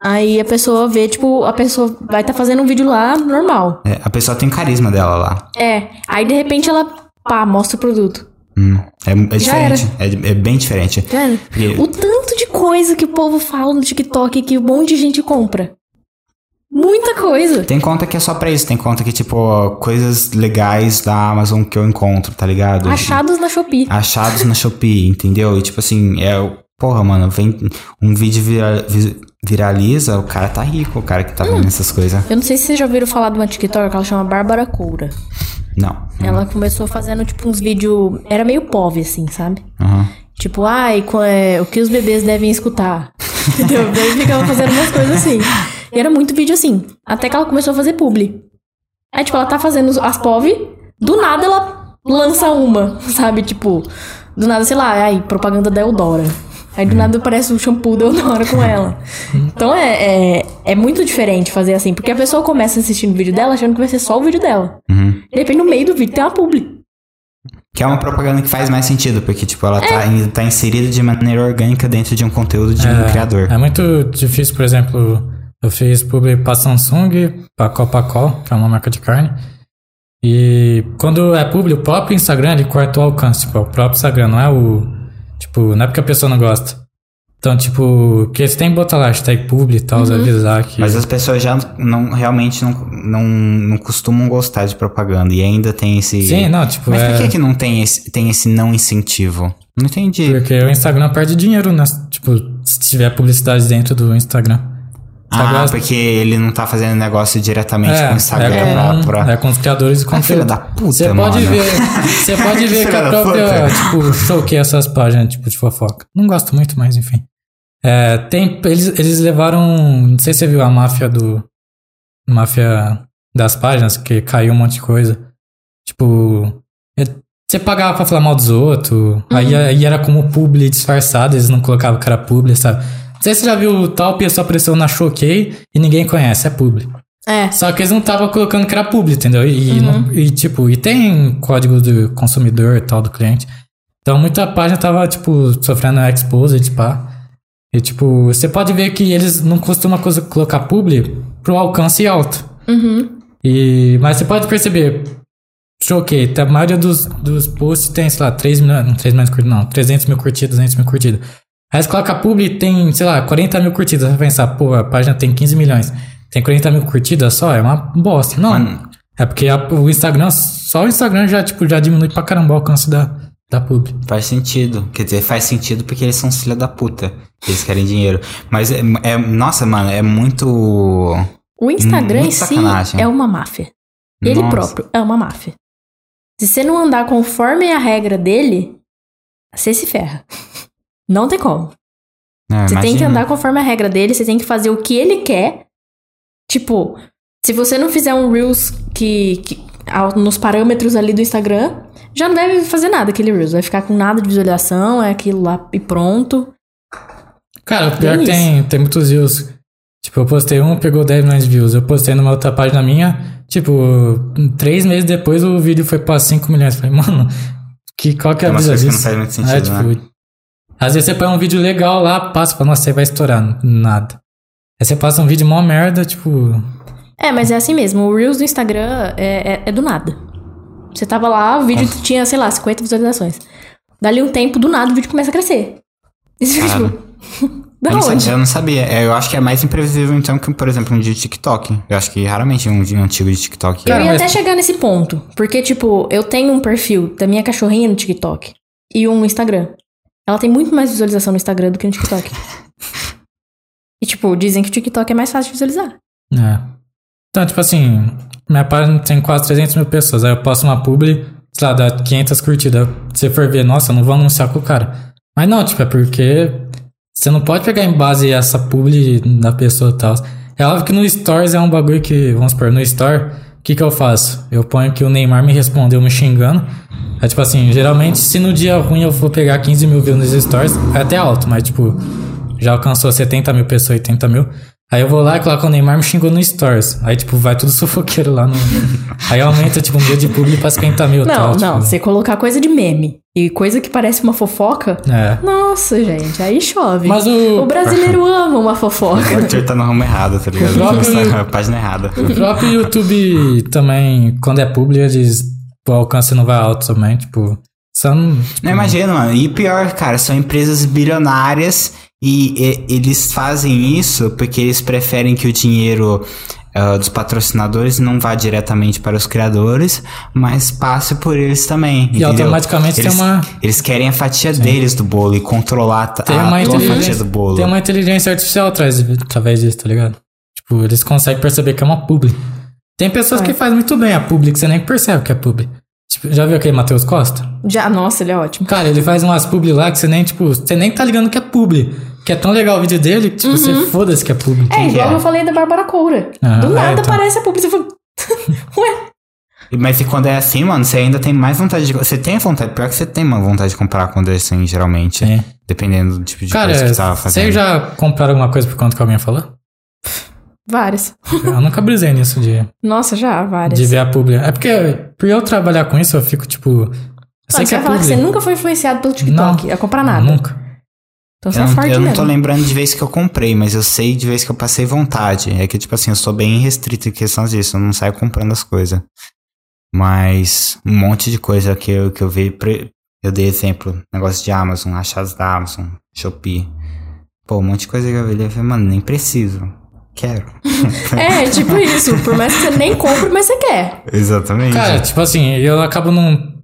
Aí a pessoa vê, tipo, a pessoa vai estar fazendo um vídeo lá normal.
É, a pessoa tem o carisma dela lá.
É. Aí de repente ela, pá, mostra o produto.
Hum, É, é
Já era.
diferente. É, é bem diferente.
Tá vendo?
Porque-
O tanto de coisa que o povo fala no TikTok que um monte de gente compra. Muita coisa.
Tem conta que é só pra isso, tem conta que, tipo, coisas legais da Amazon que eu encontro, tá ligado?
Achados na Shopee.
Achados na Shopee, entendeu? E tipo assim, é. o- Porra, mano, vem um vídeo vira- vi- viraliza, o cara tá rico, o cara que tá vendo
Hum.
essas coisas.
Eu não sei se vocês já ouviram falar de uma TikToker que ela chama Bárbara Coura.
Não.
Ela começou fazendo, tipo, uns vídeos. Era meio pov, assim, sabe?
Aham.
Tipo, ai, qu- é, o que os bebês devem escutar. Entendeu? Daí ficava fazendo umas coisas assim. E era muito vídeo assim. Até que ela começou a fazer publi. Aí, tipo, ela tá fazendo os- as POV, do nada ela lança uma, sabe? Tipo, do nada, sei lá, ai, propaganda da Eudora. Aí do nada aparece um shampoo da Eudora com ela. Então é, é, é muito diferente fazer assim, porque a pessoa começa assistindo o vídeo dela achando que vai ser só o vídeo dela.
Uhum.
De repente, no meio do vídeo tem uma publi.
Que é uma propaganda que faz mais sentido, porque, tipo, ela
É.
tá, in- tá inserida de maneira orgânica dentro de um conteúdo de um criador.
É muito difícil, por exemplo, eu fiz publi pra Samsung, pra Copacol, que é uma marca de carne. E quando é publi, o próprio Instagram ele corta o alcance, tipo, é o próprio Instagram, não é o. Tipo, não é porque a pessoa não gosta. Então, tipo, porque eles têm que botar lá hashtag publi e
Uhum.
tal, avisar que.
Mas as pessoas já não realmente não, não, não costumam gostar de propaganda. E ainda tem esse.
Sim, não, tipo,
Mas por
é.
que, que não tem esse, tem esse não incentivo? Não entendi.
Porque o Instagram perde dinheiro, né? Tipo, se tiver publicidade dentro do Instagram.
Ah, porque ele não tá fazendo negócio diretamente com o Instagram
é com,
pra. pra...
é com os criadores de
Ah, filha
conteúdo.
da puta,
Você
mano.
pode ver, você pode
Que
ver que
filha
a
da
própria,
puta.
tipo, choquei essas páginas, tipo, de fofoca. Não gosto muito, mas enfim. É, tem, eles, eles levaram, não sei se você viu a máfia do, máfia das páginas, que caiu um monte de coisa. Tipo, é, você pagava pra falar mal dos outros, aí, aí era como publi disfarçado, eles não colocavam que era publi, sabe? Não sei se você já viu tal pessoa apareceu na Choquei e ninguém conhece, é publi.
É.
Só que eles não estavam colocando que era público, entendeu? E, não- e, tipo, e tem código do consumidor e tal, do cliente. Então muita página tava, tipo, sofrendo exposed, pá. E tipo, você pode ver que eles não costumam cos- colocar publi pro alcance alto.
Uhum.
E, mas você pode perceber, choquei, tá, a maioria dos, dos posts tem, sei lá, 3 milhões, não, 3 milhões de curtidas, não, 300 mil curtidas, 200 mil curtidas. Aí você coloca publi e tem, sei lá, 40 mil curtidas, você vai pensar, pô, a página tem 15 milhões, tem 40 mil curtidas só, é uma bosta. Não,
Mano.
é porque a- o Instagram, só o Instagram já, tipo, já diminui pra caramba o alcance da, Da pub.
Faz sentido. Quer dizer, faz sentido porque eles são os filha da puta. Eles querem dinheiro. Mas é, é- Nossa, mano, é muito.
O Instagram
Muito
em si
sacanagem.
é uma máfia. Ele
Nossa.
próprio é uma máfia. Se você não andar conforme a regra dele, você se ferra. Não tem como.
É,
Você tem que
imagina.
andar conforme a regra dele, você tem que fazer o que ele quer. Tipo, se você não fizer um Reels que, que- ao- nos parâmetros ali do Instagram, já não deve fazer nada aquele Reels. Vai ficar com nada de visualização, é aquilo lá e pronto.
Cara, o pior
Tem
que tem, tem muitos views. Tipo, eu postei um, pegou 10 milhões de views. Eu postei numa outra página minha, tipo, três meses depois o vídeo foi pra 5 milhões. Falei, mano, que, qual que
Tem
é a
umas coisas
brisa
que
disso?
não faz muito
Ah,
sentido, né?
tipo, Às vezes você põe um vídeo legal lá, passa pra nossa, você vai estourar. Nada. Aí você passa um vídeo mó merda, tipo.
É, mas é assim mesmo. O Reels do Instagram é, é- é do nada. Você tava lá, o vídeo
Ah.
tinha, sei lá, 50 visualizações. Dali um tempo, do nada, o vídeo começa a crescer. E você fica,
Cara.
tipo, da
eu, não
onde?
sabia, eu não sabia. É, Eu acho que é mais imprevisível, então, que, por exemplo, um dia de TikTok. Eu acho que raramente um dia antigo de TikTok. é.
Cara,
eu ia
mas-
até chegar nesse ponto. Porque, tipo, eu tenho um perfil da minha cachorrinha no TikTok e um no Instagram. Ela tem muito mais visualização no Instagram do que no TikTok. e, tipo, dizem que o TikTok é mais fácil de visualizar.
É. Então, tipo assim, minha página tem quase 300 mil pessoas. Aí eu posto uma publi, sei lá, dá 500 curtidas. Se você for ver, nossa, eu não vou anunciar com o cara. Mas não, tipo, é porque você não pode pegar em base essa publi da pessoa e tal. É óbvio que no Stories é um bagulho que, vamos supor, no Store, o que que eu faço? Eu ponho que o Neymar me respondeu me xingando. É tipo assim, geralmente se no dia ruim eu for pegar 15 mil views nos Stories, é até alto, mas tipo, já alcançou 70 mil pessoas, 80 mil. Aí eu vou lá e coloco o Neymar me xingou no Stories. Aí, tipo, vai tudo sufoqueiro lá no. Aí aumenta, tipo, um dia de público pra 50 mil.
não,
tal, tipo.
não. Você colocar coisa de meme e coisa que parece uma fofoca.
É.
Nossa, gente, aí chove.
Mas o,
O brasileiro ama uma
O
fofoca.
Arthur tá no rumo errado, tá ligado?
próprio-
Ele tá na página errada.
o próprio YouTube também, quando é público, eles. O alcance não vai alto também, tipo. Só não.
Não imagina, mano. E pior, cara, são empresas bilionárias e, e- eles fazem isso porque eles preferem que o dinheiro ah, dos patrocinadores não vá diretamente para os criadores, mas passe por eles também.
E
entendeu?
automaticamente
eles,
tem uma.
Eles querem a fatia deles do bolo e controlar a,
Tem
a
uma
tua fatia
inteligência.
do bolo.
Tem uma inteligência artificial atrás, através disso, tá ligado? Tipo, eles conseguem perceber que é uma publi. Tem pessoas
É.
que fazem muito bem a publi, que você nem percebe que é publi. Tipo, já viu aquele Matheus Costa?
Já, nossa, ele é ótimo.
Cara, ele faz umas publi lá que você nem, tipo, você nem tá ligando que é publi. Que é tão legal o vídeo dele que, tipo, você foda-se que é publi.
Uhum. É, igual
é?
eu falei da Bárbara Coura.
Ah,
Do
é,
nada
então.
parece a pública. Você fala,
Mas e quando é assim, mano, você ainda tem mais vontade de. Você tem vontade, pior que você tem uma vontade de comprar quando é assim, geralmente.
Sim.
Dependendo do tipo de
Cara,
coisa que você tava fazendo.
vocês já compraram alguma coisa por conta que alguém falou?
várias.
Ah, Eu nunca brisei nisso de,
Nossa, já, várias.
de ver a publi. É porque, por eu trabalhar com isso, eu fico, tipo... Eu sei
Mano,
que
você
é
vai falar que
publi.
você nunca foi influenciado pelo TikTok a comprar nada.
Nunca.
Então você
Eu
é
não,
forte
eu não tô
mesmo.
lembrando de vez que eu comprei, mas eu sei de vez que eu passei vontade. É que, tipo assim, eu sou bem restrito em questão disso, eu não saio comprando as coisas. Mas um monte de coisa que eu, que eu vi. pre- Eu dei exemplo, negócio de Amazon, achados da Amazon, Shopee. Pô, um monte de coisa que eu vi. Eu falei, mano, nem preciso. Quero.
É, tipo isso. Por mais que você nem compre, mas você quer.
Exatamente.
Cara, tipo assim, eu acabo não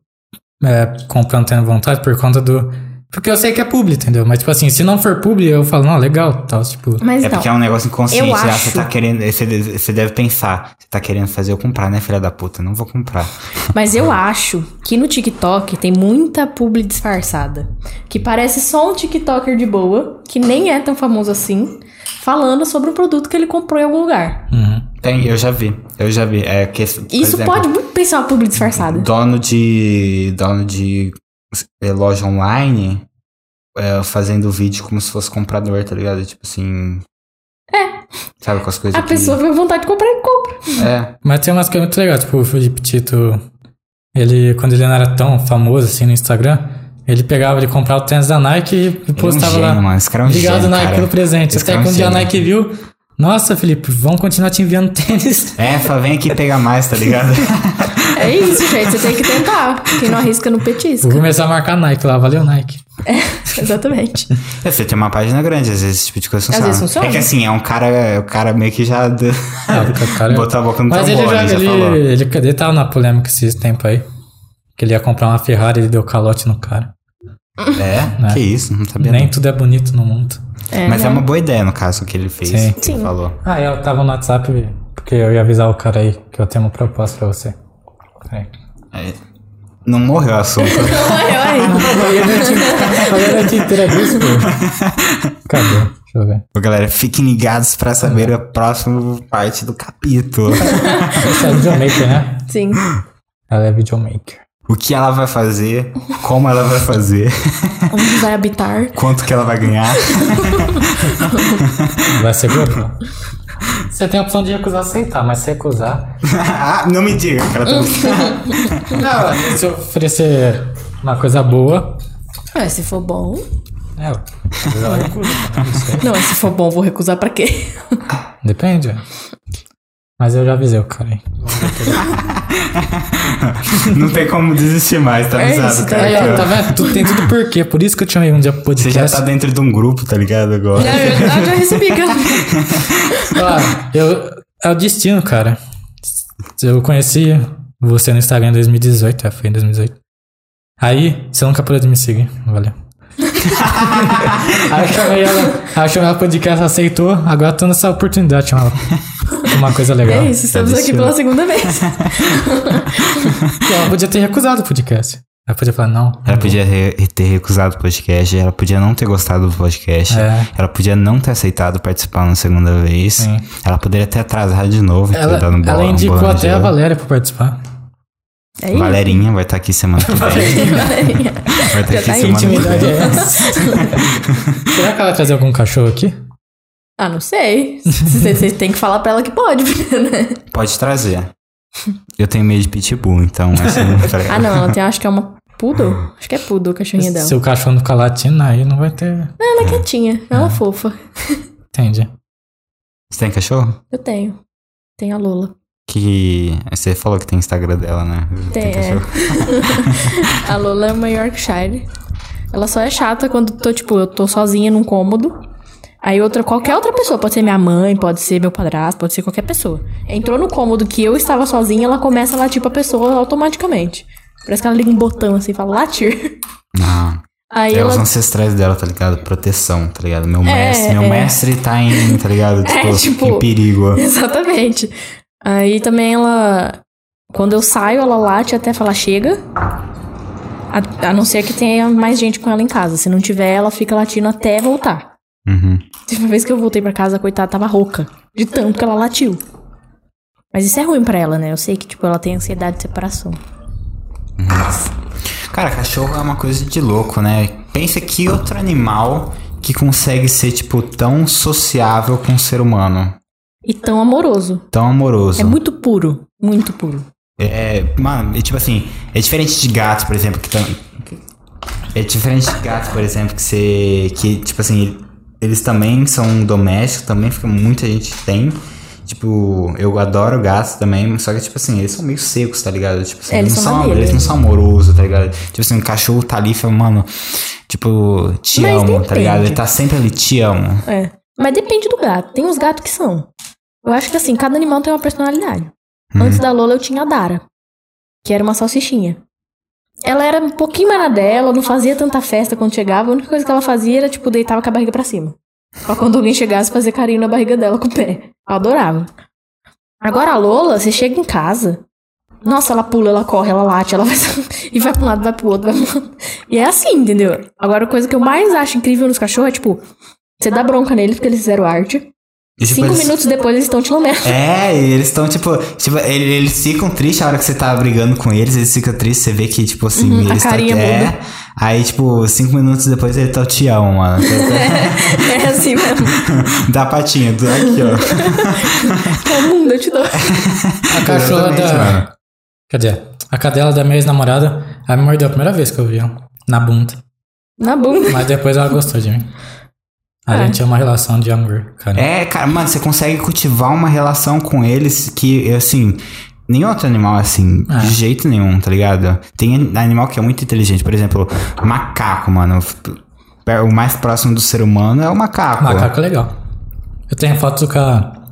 é, comprando tendo vontade por conta do. Porque eu sei que é publi, entendeu? Mas, tipo assim, se não for publi, eu falo, não, legal, tal, tipo.
Mas
é
não.
porque é um negócio inconsciente,
eu
né? Você
acho-
tá querendo. Você deve, você deve pensar. Você tá querendo fazer eu comprar, né, filha da puta? Não vou comprar.
Mas eu acho que no TikTok tem muita publi disfarçada. Que parece só um TikToker de boa, que nem é tão famoso assim, falando sobre um produto que ele comprou em algum lugar.
Uhum.
Tem, eu já vi. Eu já vi. É, que, por
Isso
exemplo,
pode muito pensar uma publi disfarçada.
dono de dono de eh, loja online eh, fazendo vídeo como se fosse comprador, tá ligado? Tipo assim. É. Sabe com as coisas
A
que-
pessoa foi com vontade de comprar e compra.
É.
Mas tem umas coisas muito legais, tipo, o Felipe Tito, ele, quando ele não era tão famoso assim no Instagram, ele pegava, ele comprava o tênis da Nike e
Ele é um
postava
gênio,
lá.
mano. Esse cara é um
Obrigado,
gênio,
Nike,
cara.
pelo presente.
Esse
Até
cara é um
quando a
gênio.
Nike viu, nossa, Felipe, vamos continuar te enviando tênis.
É, fala, vem aqui pegar mais, tá ligado?
É isso, gente. Você tem que tentar. Quem não arrisca não
Vou
Uhum.
petisca.
começar a marcar Nike lá, valeu, Nike.
Exatamente.
É, Você tem uma página grande, às vezes esse tipo de coisa
Às
funciona.
vezes funciona.
É que assim, é um cara. O cara meio que já deu-
Ah, o cara-
botou a boca no
Mas ele
um tambor,
já,
né? já
ele,
falou.
ele, ele tava na polêmica esses tempos aí. Que ele ia comprar uma Ferrari e ele deu calote no cara.
É?
É.
Que isso, não sabia.
Nem
não.
tudo é bonito no mundo.
É,
Mas é
né?
uma boa ideia, no caso, o que ele fez.
Sim.
Que ele
Sim.
falou.
Ah, eu tava no WhatsApp porque eu ia avisar o cara aí que eu tenho uma proposta pra você. Peraí.
É. Não morreu o assunto.
é, Olha, olha.
né?
Ah, Olha a tinteira disso, pô. Cadê? Deixa eu ver.
Ô, Galera, fiquem ligados pra saber a próxima parte do capítulo.
Essa é a videomaker, né?
Sim.
Ela é videomaker.
o que ela vai fazer, como ela vai fazer,
Onde vai habitar?
quanto que ela vai ganhar.
Vai ser grupo? Você tem a opção de recusar aceitar, mas se recusar.
ah, não me diga que ela tá...
Não, se eu oferecer uma coisa boa.
Ué, se for bom.
É, às vezes ela recusa, né? Não sei.
Não, se for bom, vou recusar pra quê?
Depende. é. Mas eu já avisei o cara aí.
Não tem como desistir mais, tá
É
avisado,
isso, tá
cara?
Aí,
que
ó,
eu-
tá vendo? Tu tem tudo por quê? Por isso que eu te chamei um dia pro
Você
podcast.
já tá dentro de um grupo, tá ligado? Agora.
Já, eu, eu já recebi, cara.
Ah, eu, é o destino, cara. Eu conheci você no Instagram em 2018, é, foi em 2018. Aí, você nunca parou de me seguir, valeu. aí eu chamei ela, aí eu chamei ela pro podcast, ela aceitou, agora eu tô nessa oportunidade de chamar ela pra uma coisa legal.
É isso, estamos aqui
destino.
pela segunda vez.
Ela podia ter recusado o podcast. Ela podia falar, não.
Ela podia re- ter recusado o podcast, ela podia não ter gostado do podcast,
É.
ela podia não ter aceitado participar na segunda vez,
Sim.
ela poderia ter atrasado de novo. e ter
Ela,
dado um bo-
ela
um
indicou
bom
até
dia.
a Valéria pra participar.
É isso.
Valerinha vai estar aqui semana que vem.
Valerinha.
Vai estar
Já
aqui
tá
semana que
Intimidade
vem.
é essa. Será que ela vai trazer algum cachorro aqui?
Ah, não sei. Vocês vocês têm que falar pra ela que pode, né?
Pode trazer. Eu tenho medo de pitbull, então essa não trago.
Ah, não, ela tem, acho que é uma poodle. Acho que é poodle o cachorrinho dela.
Se o cachorro não ficar latindo, aí não vai ter.
Ela é quietinha, ela é fofa.
Entendi.
Você tem cachorro?
Eu tenho. Tenho a Lola.
Que. Você falou que tem Instagram dela, né?
Tem, é.
cachorro.
A Lola é uma Yorkshire. Ela só é chata quando tô, tipo, eu tô sozinha num cômodo. Aí outra, qualquer outra pessoa, pode ser minha mãe, pode ser meu padrasto, pode ser qualquer pessoa. Entrou no cômodo que eu estava sozinha, ela começa a latir pra pessoa automaticamente. Parece que ela liga um botão assim e fala, latir.
Não.
Aí
é os
ela.
ancestrais dela, tá ligado? Proteção, tá ligado? Meu mestre, meu
é.
mestre tá em, tá ligado? Tipo,
tipo-
em perigo.
Exatamente. Aí também ela. Quando eu saio, ela late até falar chega. A, a não ser que tenha mais gente com ela em casa. Se não tiver, ela fica latindo até voltar.
Uhum.
Teve uma vez que eu voltei pra casa, a coitada tava rouca. De tanto que ela latiu. Mas isso é ruim pra ela, né? Eu sei que, tipo, ela tem ansiedade de separação.
Cara, cachorro é uma coisa de louco, né? Pensa que outro animal que consegue ser, tipo, tão sociável com o ser humano.
E tão amoroso.
Tão amoroso.
É muito puro. Muito puro.
É, mano, é tipo assim, é diferente de gato, por exemplo, que tam... É diferente de gato, por exemplo, que você. Que, tipo assim, eles também são domésticos, também fica muita gente tem. Tipo, eu adoro gatos também, só que, tipo assim, eles são meio secos, tá ligado? Tipo assim,
É, eles
não
são
são,
maneiros.
eles não são amorosos, tá ligado? Tipo assim, o cachorro tá ali e fala, mano, tipo, te
Mas
amo, tá
depende.
ligado? Ele tá sempre ali, te amo.
É. Mas depende do gato. Tem uns gatos que são. Eu acho que, assim, cada animal tem uma personalidade. Antes da Lola, eu tinha a Dara. Que era uma salsichinha. Ela era um pouquinho mais na dela, não fazia tanta festa quando chegava. A única coisa que ela fazia era, tipo, deitava com a barriga pra cima. Pra quando alguém chegasse, fazer carinho na barriga dela com o pé. Eu adorava. Agora a Lola, você chega em casa. Nossa, ela pula, ela corre, ela late, ela vai. e vai pra um lado, vai pro outro, vai pro outro. E é assim, entendeu? Agora, a coisa que eu mais acho incrível nos cachorros é, tipo, você dá bronca neles porque eles fizeram arte.
E, tipo,
Cinco
eles-
minutos depois eles estão te lambendo.
É, e eles estão, tipo, tipo ele- eles ficam tristes a hora que você tá brigando com eles, eles ficam tristes, você vê que, tipo assim,
Uhum, a
eles tão-
carinha
é,
muda.
Aí, tipo, cinco minutos depois ele tá o tião, mano.
É assim mesmo.
Dá patinha, do- aqui, ó.
Todo Tá mundo, eu te dou.
A cachorra
Exatamente, mano.
da. Quer dizer, a cadela da minha ex-namorada, ela me mordeu a primeira vez que eu vi ela. Na bunda.
Na bunda.
Mas depois ela gostou de mim. A
É.
gente é uma relação de amor, cara.
É, cara, mano, você consegue cultivar uma relação com eles que, assim, nenhum outro animal é assim,
É.
de jeito nenhum, tá ligado? Tem an- animal que é muito inteligente, por exemplo, macaco, mano. O mais próximo do ser humano é o macaco.
Macaco é legal. Eu tenho fotos com a,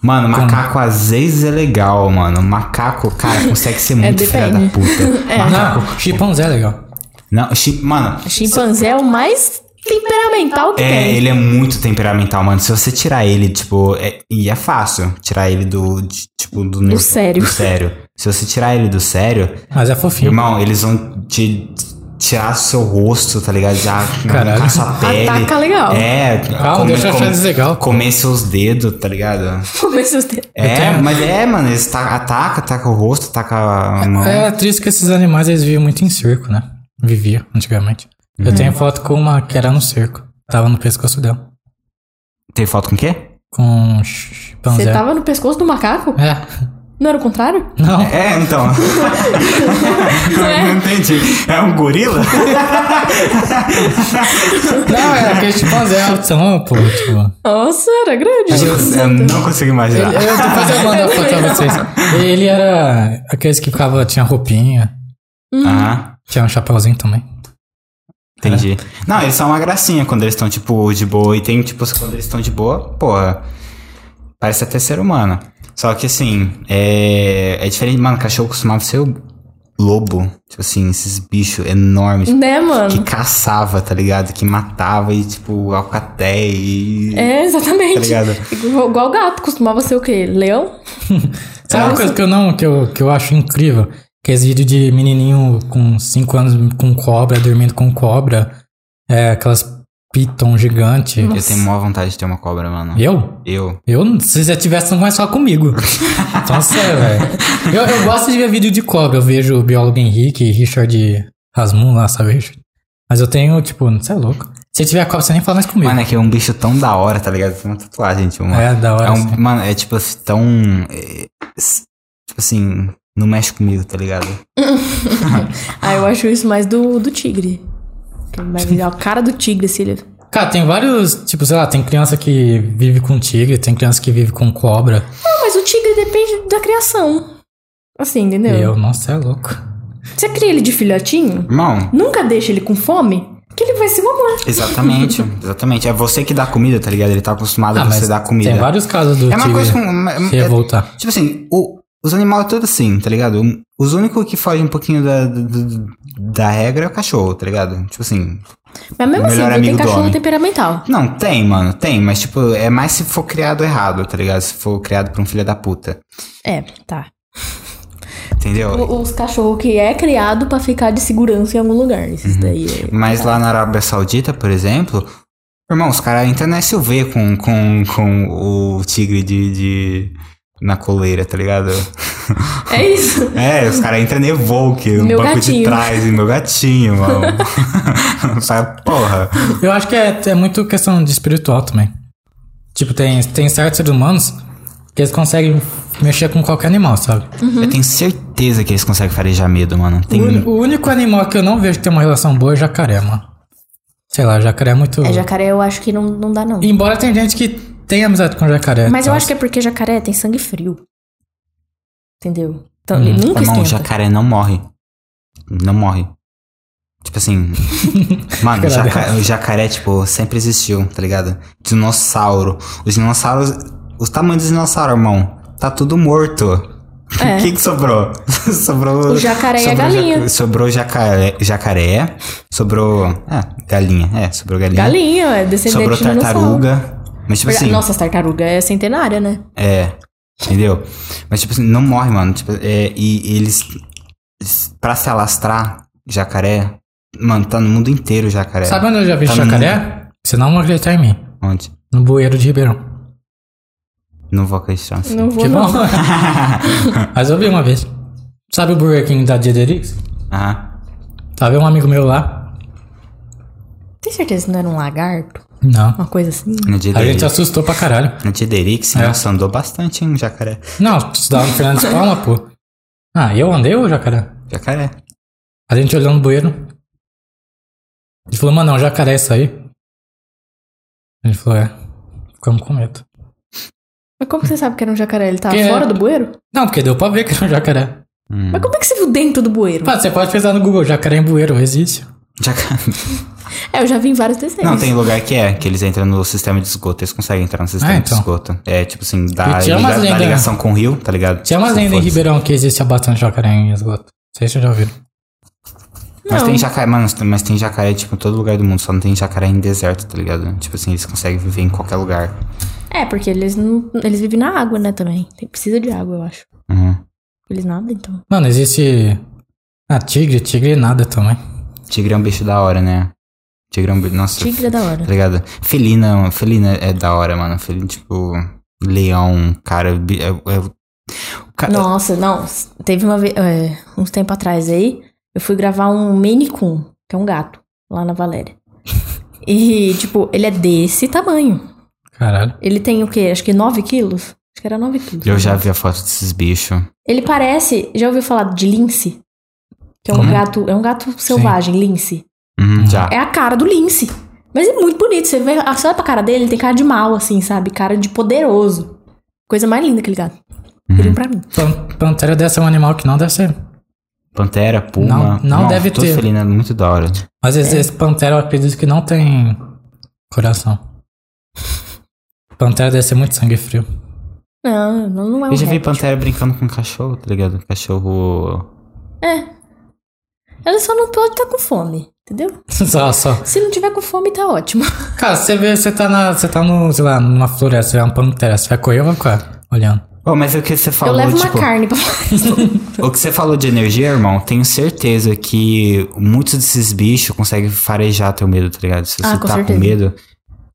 Mano, macaco às vezes é legal, mano. Macaco, cara, consegue
É
ser muito filha da
depende. É.
puta.
Não, chimpanzé é legal.
Não, chi- mano,
Chimpanzé é o mais temperamental que
é,
tem.
ele é muito temperamental, mano. Se você tirar ele, tipo, é, e é fácil tirar ele do, de- tipo, do, nervo-
sério.
do sério. Se você tirar ele do sério,
Mas é fofinho.
irmão, eles vão te tirar seu rosto, tá ligado? Já
Caralho.
arrancar sua pele.
Ataca legal.
É,
Calma, Ah, deixa eu achar legal.
comer seus dedos, tá ligado?
Começa os dedos.
É,
tenho-
mas é, mano, eles ta- ataca, ataca o rosto, ataca a mão.
É triste que esses animais eles vivem muito em circo, né? Vivia antigamente.
Uhum.
Eu tenho foto com uma que era no circo. Tava no pescoço dela.
Tem foto com o quê?
Com um chimpanzé.
Você tava no pescoço do macaco?
É.
Não era o contrário?
Não.
É, então. Não entendi. É um gorila?
Não, é, era aquele chimpanzé altão, pô. Tipo.
Nossa, era grande.
Eu um- não consigo imaginar.
Eu, depois eu mando a foto pra vocês. Ele era aqueles que ficava, tinha roupinha,
Hum.
Ah,
tinha um chapéuzinho também.
entendi. Não, eles são uma gracinha quando eles estão, tipo, de boa. E tem, tipo, quando eles estão de boa, porra. Parece até ser humano. Só que, assim, é, é diferente. Mano, cachorro costumava ser o lobo. Tipo assim, esses bichos enormes. tipo,
Né,
Que
mano?
caçava, tá ligado? Que matava e, tipo, alcaté e...
É,
Tá
exatamente.
ligado?
Igual igual gato, costumava ser o quê? Leão?
Sabe uma coisa que eu não, que eu, que eu acho incrível? Que é esse vídeo de menininho com 5 anos com cobra, dormindo com cobra. É, aquelas piton gigante.
Eu tenho maior vontade de ter uma cobra, mano.
Eu?
Eu?
Eu, não- se já tivesse, não mais só comigo. Então, sério, velho. Eu, eu gosto de ver vídeo de cobra. Eu vejo o biólogo Henrique, Richard Rasmun lá, sabe? Richard? Mas eu tenho, tipo, você é louco. Se tiver cobra, você nem fala mais comigo.
Mano, é que é um bicho tão da hora, tá ligado? Tem uma tatuagem, tipo, mano.
é, da hora.
É um-
assim.
mano, é tipo assim, tão. é, s- tipo assim, não mexe comigo, tá ligado?
Ah, eu acho isso mais do, do tigre. Que é mais legal. A cara do tigre, assim, ele...
Cara, tem vários, tipo, sei lá, tem criança que vive com tigre, tem criança que vive com cobra.
Não, mas o tigre depende da criação. Assim, entendeu?
Eu, nossa, é louco.
Você cria ele de filhotinho,
Irmão,
nunca deixa ele com fome, que ele vai se mamar.
exatamente, exatamente. É você que dá comida, tá ligado? Ele tá acostumado a você dar comida.
Ah, tem vários casos do
é uma
tigre
coisa com. uma-
se
é-
revoltar.
tipo assim, o- os animais todos assim, tá ligado? Um- Os únicos que fogem um pouquinho da, da, da- da regra é o cachorro, tá ligado? Tipo assim.
Mas mesmo assim,
Melhor
ele tem
amigo do
cachorro
homem.
temperamental.
Não, tem, mano, tem, mas tipo, é mais se for criado errado, tá ligado? Se for criado por um filho da puta.
É, tá.
Entendeu?
O- Os cachorros que é criado pra ficar de segurança em algum lugar.
Uhum.
Esses daí é...
Mas lá na Arábia Saudita, por exemplo, irmão, os caras entram na SUV com, com, com o tigre de, de- na coleira, tá ligado?
É isso.
É, os caras entram na Evoque, no
Meu
banco de
gatinho.
trás, e meu gatinho, mano. Fala, porra.
Eu acho que é, é muito questão de espiritual também. Tipo, tem, tem certos seres humanos que eles conseguem mexer com qualquer animal, sabe?
Uhum.
Eu tenho certeza que eles conseguem farejar medo, mano.
O,
Tem,
um-
uni- o único animal que eu não vejo que tem uma relação boa é jacaré, mano. Sei lá, jacaré é muito.
É, jacaré eu acho que não, não dá, não.
Embora tem gente que tem amizade com jacaré.
Mas
tá.
eu
tal.
acho que é porque jacaré tem sangue frio. Entendeu? Então, ele
irmão,
nunca
o
esquenta.
Tá jacaré Hum. Ah, não morre. Não morre. Tipo assim. mano,
Caralho.
jaca- o jacaré, tipo, sempre existiu, tá ligado? Dinossauro. Os dinossauros. Os tamanhos dos dinossauros, irmão. Tá tudo morto. O
É.
que, que sobrou? sobrou.
O jacaré e a
sobrou
galinha.
jaca- sobrou jacaré, jacaré. Sobrou. Ah, galinha. É, sobrou galinha.
Galinha, é descendente
sobrou
de dinossauro.
tartaruga. Mas, tipo assim.
Nossa, as tartaruga é centenária, né?
É, entendeu? Mas, tipo assim, não morre, mano. Tipo, é, e eles. Pra se alastrar, jacaré. Mano, tá no mundo inteiro jacaré.
Sabe onde eu já vi
Tá no
jacaré? Você não vai acreditar em mim.
Onde?
No bueiro de Ribeirão.
Não vou acreditar. assim.
Não vou,
Que
não.
bom. Mas eu vi uma vez. Sabe o Burger King da Diederix?
Aham.
Tava um amigo meu lá.
Tem certeza que não era um lagarto?
Não.
Uma coisa assim?
No dia
A gente
dele.
assustou pra caralho.
No dia dele, que
É.
nossa, andou bastante, hein, jacaré.
Não, estudava no Fernandes Palma, pô. Ah, eu andei ou jacaré?
Jacaré.
A gente olhando o bueiro. Ele falou, mano, é um jacaré isso aí. Ele falou, é. Ficamos com medo.
Mas como que você sabe que era um jacaré? Ele tava
Que é-
fora do bueiro?
Não, porque deu pra ver que era um jacaré.
Hum.
Mas como é que você viu dentro do bueiro?
Mano, você pode pesquisar no Google, jacaré em bueiro, existe.
Jacaré.
É, eu já vi em vários desenhos.
Não, tem lugar que é, que eles entram no sistema de esgoto, eles conseguem entrar no sistema
Ah, então.
de esgoto. É tipo assim, dá,
E tinha
liga-
umas
dá
lendas-
ligação com o rio, tá ligado?
Tinha umas
Tipo,
lendas em
foda-se.
Ribeirão que existia bastante jacaré em esgoto. Não sei se vocês já ouviram.
Mas
Não.
tem jacaré, mano, mas tem jacaré, tipo, em todo lugar do mundo, só não tem jacaré em deserto, tá ligado? Tipo assim, eles conseguem viver em qualquer lugar.
É, porque eles não. Eles vivem na água, né, também. Tem, precisa de água, eu acho.
Uhum.
Eles nadam, então.
Mano, existe. Ah, tigre, tigre nada também.
Tigre é um bicho da hora, né? Tigre é um bicho. Nossa,
Tigre é da hora.
tá ligado? Felina, felina é da hora, mano. Felina, tipo, leão, cara. bi- É, é- o cara-
Nossa, não. s- Teve uma vez. é, uns tempo atrás aí, eu fui gravar um Maine Coon, que é um gato, lá na Valéria. E, tipo, ele é desse tamanho.
Caralho.
Ele tem o quê? Acho que 9 quilos? Acho que era 9 quilos. Uhum.
Eu já vi a foto desses bichos.
Ele parece. Já ouviu falar de lince? Que é um
Como?
gato. É um gato selvagem, lince.
Uhum, já.
É a cara do lince. Mas é muito bonito. Você vê, você olha pra cara dele, ele tem cara de mal, assim, sabe? Cara de poderoso. Coisa mais linda aquele gato. Queriam pra mim.
Pan- Pantera deve ser um animal que não deve ser.
Pantera, puma.
Não- não deve
todo
ter.
felino é muito da hora.
Mas
É.
esse, esse pantera eu acredito que não tem coração. Pantera deve ser muito sangue frio.
Não, não, não é um
Eu já vi
réptil.
pantera brincando com cachorro, tá ligado? Cachorro.
É. Ela só não pode estar com fome, entendeu?
só, só.
Se não tiver com fome, tá ótimo.
Cara, você vê, você tá na. Você tá no, sei lá, numa floresta, você vê uma pantera, você vai correr ou vai ficar olhando?
Oh, mas o que você
eu
falou,
levo
tipo.
uma carne pra
O que você falou de energia, irmão, tenho certeza que muitos desses bichos conseguem farejar teu medo, tá ligado? Se você
Ah, com
tá
certeza.
com medo.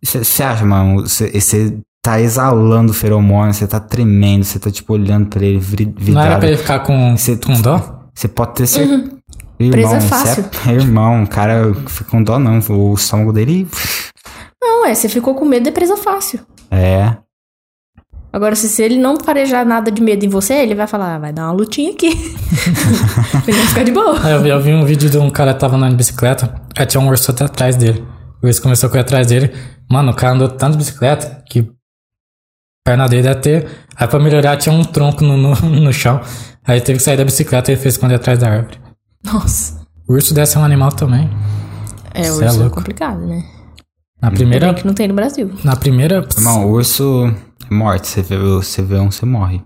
Você acha, mano, você tá exalando feromônio, você tá tremendo, você tá tipo olhando pra ele vri-
Não era pra
vidrado.
ele ficar com,
Você-
com dó?
Você pode ter certeza. Irmão,
Presa
cê
Uhum. fácil.
É... Irmão, o cara fica com dó, não. O estômago dele.
Não, é, você ficou com medo, é presa fácil.
É.
Agora, se, se ele não farejar nada de medo em você, ele vai falar, ah, vai dar uma lutinha aqui. ele vai ficar de boa.
Ah, Eu vi, eu vi um vídeo de um cara que tava andando de bicicleta, aí tinha um urso até atrás dele. O urso começou a correr atrás dele. Mano, o cara andou tanto de bicicleta que a perna dele ia ter. Aí pra melhorar tinha um tronco no, no, no chão. Aí teve que sair da bicicleta e ele fez esconder atrás da árvore.
Nossa.
O urso deve ser um animal também.
É,
Cê é
hoje é,
louco.
complicado, né?
Na
Ainda
primeira.
bem que não tem no Brasil.
Na primeira.
Irmão, urso é morte. Você vê, você vê um, você morre.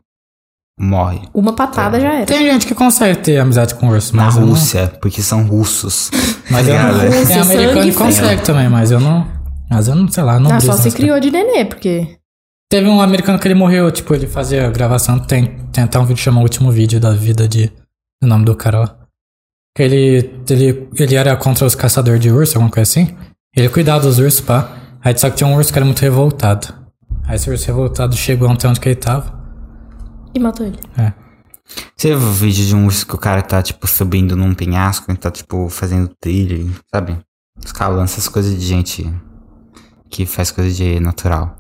Morre.
Uma patada já era.
Tem gente que consegue ter amizade com urso,
Na
mas né? eu não.
Rússia, porque são russos.
Mas eu
Cara,
não.
Urso,
Tem americano
É sangue
que consegue também, mas eu não. Mas eu não, sei lá, não.
Ah, só
briso
se
nessa-
criou de nenê, porque...
Teve um americano que ele morreu, tipo, ele fazia gravação, tem, tem até um vídeo que chama O Último Vídeo da Vida de... O nome do cara lá. Que ele, ele, ele era contra os caçadores de urso, alguma coisa assim. Ele cuidava dos ursos, pá. Aí só que tinha um urso que era muito revoltado. Aí esse urso revoltado chegou até onde que ele tava.
E matou ele.
É.
Você viu o vídeo de um urso que o cara tá, tipo, subindo num penhasco e tá, tipo, fazendo trilha, sabe? Escalando essas coisas de gente que faz coisa de natural.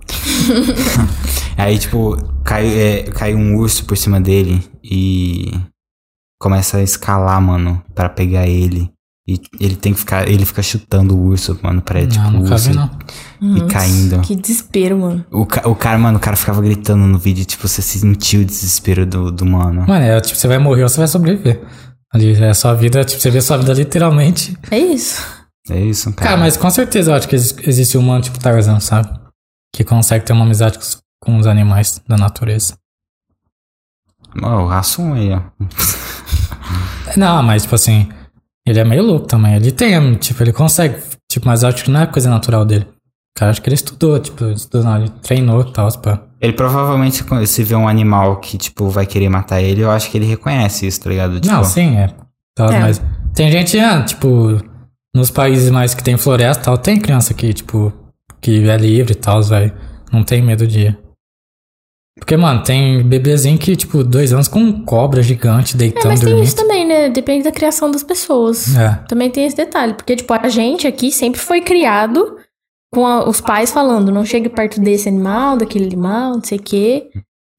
Aí, tipo, cai, é, cai um urso por cima dele e começa a escalar, mano, pra pegar ele. E ele tem que ficar, ele fica chutando o urso, mano, pra, tipo,
não,
o
nunca
urso
vi, não.
e caindo.
Que desespero, mano.
O, ca- o cara, mano, o cara ficava gritando no vídeo, tipo, você sentiu o desespero do, do mano.
Mano, é tipo, você vai morrer ou você vai sobreviver. Ali, é a sua vida, tipo, você vê a sua vida literalmente.
É isso.
É isso, cara.
Cara, mas com certeza eu acho que ex- existe um humano tipo Tarzan, sabe? Que consegue ter uma amizade com os, com os animais da natureza.
Ó, o assumo aí, ó.
Não, mas tipo assim, ele é meio louco também. Ele tem, tipo, ele consegue. Tipo, mas eu acho que não é coisa natural dele. Cara, acho que ele estudou, tipo, estudou não, ele treinou e tal, tipo.
Ele provavelmente, quando- se vê um animal que, tipo, vai querer matar ele, eu acho que ele reconhece isso, tá ligado? Tipo,
Não, sim, é. Tal,
É.
Mas tem gente, ah, tipo, nos países mais que tem floresta e tal, tem criança que, tipo, que é livre e tal, vai. Não tem medo de. Porque, mano, tem bebezinho que, tipo, dois anos com um cobra gigante
É,
deitando,
mas tem
dormindo.
isso também, né? Depende da criação das pessoas.
É.
Também tem esse detalhe, porque, tipo, a gente aqui sempre foi criado com a- os pais falando, não chegue perto desse animal, daquele animal, não sei o quê.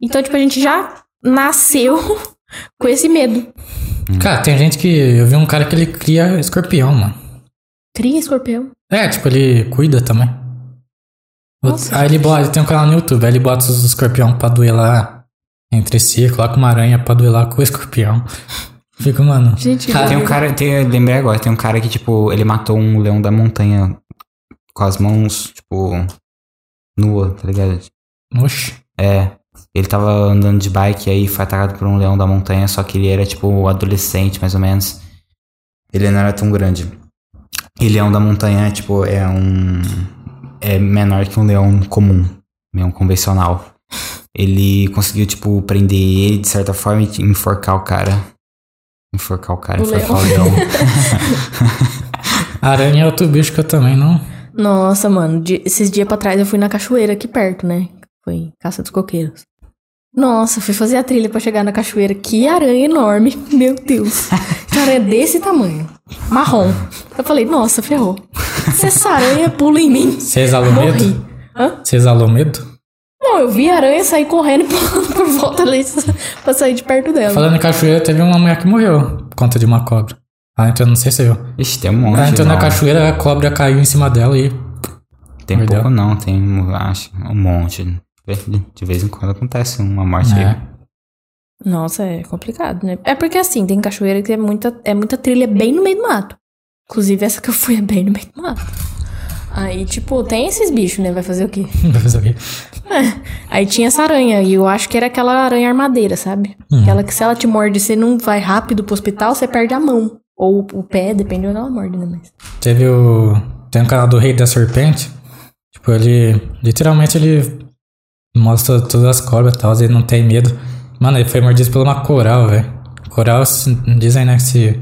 Então, tipo, a gente já nasceu com esse medo.
Cara, tem gente que. Eu vi um cara que ele cria escorpião, mano.
Cria escorpião.
É, tipo, ele cuida também. O-
Nossa.
aí ele bota, ele tem um canal no YouTube, aí ele bota os escorpião pra duelar entre si, coloca uma aranha pra duelar com o escorpião. Fico, mano.
Gente, é
Cara,
Tem um cara, tem, eu lembrei agora, tem um cara que, tipo, ele matou um leão da montanha com as mãos, tipo, nua, tá ligado?
Oxi.
É. Ele tava andando de bike e aí foi atacado por um leão da montanha, só que ele era, tipo, adolescente, mais ou menos. Ele não era tão grande. E leão da montanha, tipo, é um. É menor que um leão comum, um leão convencional. Ele conseguiu, tipo, prender ele de certa forma e enforcar o cara. Enforcar o cara,
O
enforcar o leão.
Aranha é outro bicho que eu também não.
Nossa, mano, di- esses dias pra trás eu fui na cachoeira aqui perto, né? Foi em Caça dos Coqueiros. Nossa, fui fazer a trilha pra chegar na cachoeira. Que aranha enorme. Meu Deus. Que aranha desse tamanho. Marrom. Eu falei, nossa, ferrou. Se essa aranha pula em mim,
Você exalou
morri.
medo?
Hã?
Você exalou medo?
Não, eu vi a aranha sair correndo por, por volta ali pra sair de perto dela.
Falando em cachoeira, teve uma mulher que morreu por conta de uma cobra. Ah, então não sei se eu.
Ixi, tem um monte.
Ela entrou Ah, então na
não.
cachoeira, a cobra caiu em cima dela e.
Tem
Perdeu.
pouco não, tem, acho, um monte. De vez em quando acontece uma morte aí.
É.
Nossa, é complicado, né? É porque assim, tem cachoeira que é muita, é muita trilha bem no meio do mato. Inclusive, essa que eu fui é bem no meio do mato. Aí, tipo, tem esses bichos, né? Vai fazer o quê?
Vai fazer o quê?
Aí tinha essa aranha, e eu acho que era aquela aranha armadeira, sabe?
Hum.
Aquela que se ela te morde, você não vai rápido pro hospital, você perde a mão. Ou o pé, depende de onde ela morde, né? Mas...
Teve o. Tem um canal do Rei da Serpente. Tipo, ele. Literalmente ele mostra todas as cobras e tal, ele não tem medo. Mano, ele foi mordido por uma coral, velho. Coral, se- dizem, né, que se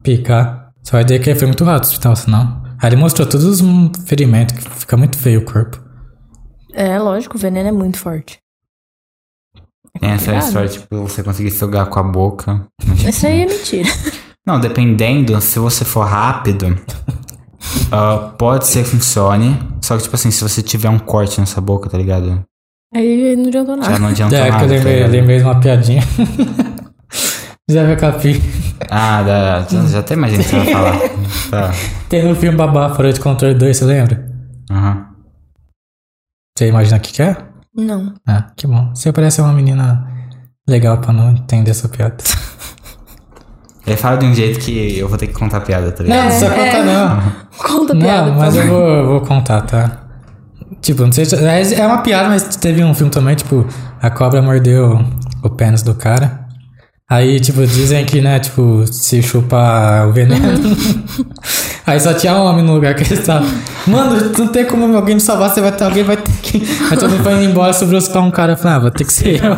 picar. Só vai dizer que ele foi muito rápido pro hospital, senão. Aí ele mostrou todos os hum, ferimentos, que fica muito feio o corpo.
É, lógico, o veneno é muito forte. É
Tem essa
é
complicado.
história, tipo, você conseguir sugar com a boca.
Isso aí é mentira.
Não, dependendo, se você for rápido, ah, pode ser que funcione. Só que, tipo assim, se você tiver um corte nessa boca, tá ligado?
Aí não adiantou
Já
nada.
não adianta
é, que eu
nada, tá
lembrei,
ligado?
lembrei de uma piadinha. Já viu capi?
Ah, dá, já, já até imagino o que você vai falar. Tá.
Teve o filme Babá Fora de Controle 2, você lembra?
Aham.
Você imagina o que que é?
Não.
Ah, que bom. Você parece uma menina legal pra não entender essa piada.
Ele fala de um jeito que eu vou ter que contar a piada, tá ligado?
Não, é não só conta não.
Conta a É. piada.
Não,
por
mas
favor.
eu vou, eu vou contar, tá? Tipo, não sei se... É é uma piada, mas teve um filme também, tipo... A cobra mordeu o pênis do cara. Aí, tipo, dizem que, né, tipo... Se chupar o
Uhum.
veneno... Aí só tinha homem no lugar que ele tava. Mano, não tem como alguém me salvar, você vai ter alguém, vai ter que. Aí todo mundo foi indo embora, sobrou só um cara. Eu falei, ah, vou ter que ser eu.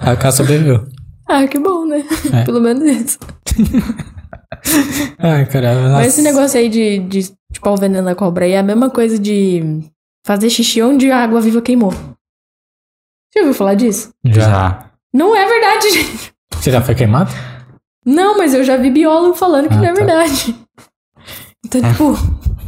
Aí o cara sobreviveu.
Ah, que bom, né?
É.
Pelo menos isso.
Ai, caramba.
Mas
nossa.
esse negócio aí de, de tipo, o veneno da cobra aí é a mesma coisa de fazer xixi onde a água viva queimou. Você ouviu falar disso?
Já.
Já.
Não é verdade, gente.
Você já foi queimado?
Não, mas eu já vi biólogo falando que
Ah,
não é
tá.
verdade. Então, tipo,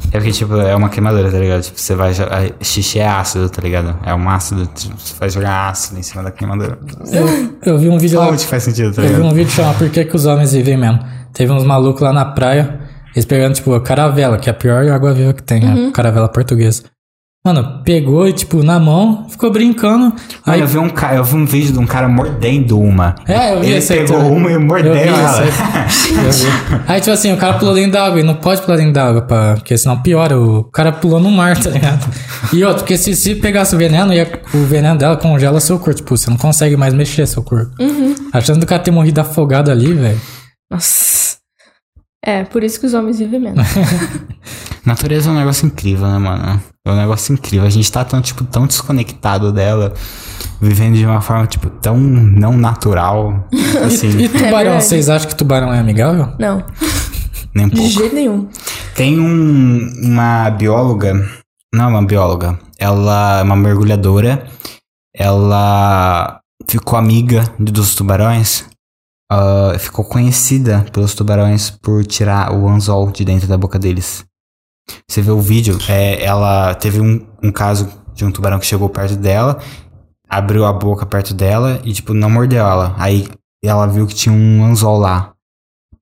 É porque, tipo, é uma queimadura, tá ligado? Tipo, você vai. jo- a- Xixi é ácido, tá ligado? É um ácido, tipo, você vai jogar ácido em cima da queimadura.
Eu, eu vi um vídeo lá.
Onde faz sentido, tá
Eu vi
ligado?
um vídeo chamado Por que, que os homens vivem mesmo? Teve uns malucos lá na praia, eles pegando, tipo, a caravela, que é a pior água viva que tem,
Uhum.
a caravela portuguesa. Mano, pegou e, tipo, na mão, ficou brincando.
Mano,
Aí
eu vi, um ca- eu vi um vídeo de um cara mordendo uma.
É, eu vi
Ele
esse aí
pegou
também.
uma e mordeu
Eu vi
ela.
esse aí. Eu vi. Aí, tipo assim, o cara pulou dentro da água e não pode pular dentro da água, pá, porque senão piora. O cara pulou no mar, tá ligado? E outro, porque se, se pegasse o veneno, ia- o veneno dela congela seu corpo. Tipo, você não consegue mais mexer seu corpo. A chance do cara ter morrido afogado ali, velho.
nossa. É, por isso que os homens vivem menos.
Natureza é um negócio incrível, né, mano? É um negócio incrível. A gente tá tão, tipo, tão desconectado dela, vivendo de uma forma, tipo, tão não natural.
E
Assim,
tubarão,
verdade.
vocês acham que tubarão é amigável?
Não,
nem um
de
pouco. Tá
jeito nenhum.
Tem um, uma bióloga. Não, é uma bióloga. Ela é uma mergulhadora. Ela ficou amiga de- dos tubarões. ah, ficou conhecida pelos tubarões por tirar o anzol de dentro da boca deles. Você vê o vídeo, é, ela teve um, um caso de um tubarão que chegou perto dela, abriu a boca perto dela e, tipo, não mordeu ela. Aí ela viu que tinha um anzol lá.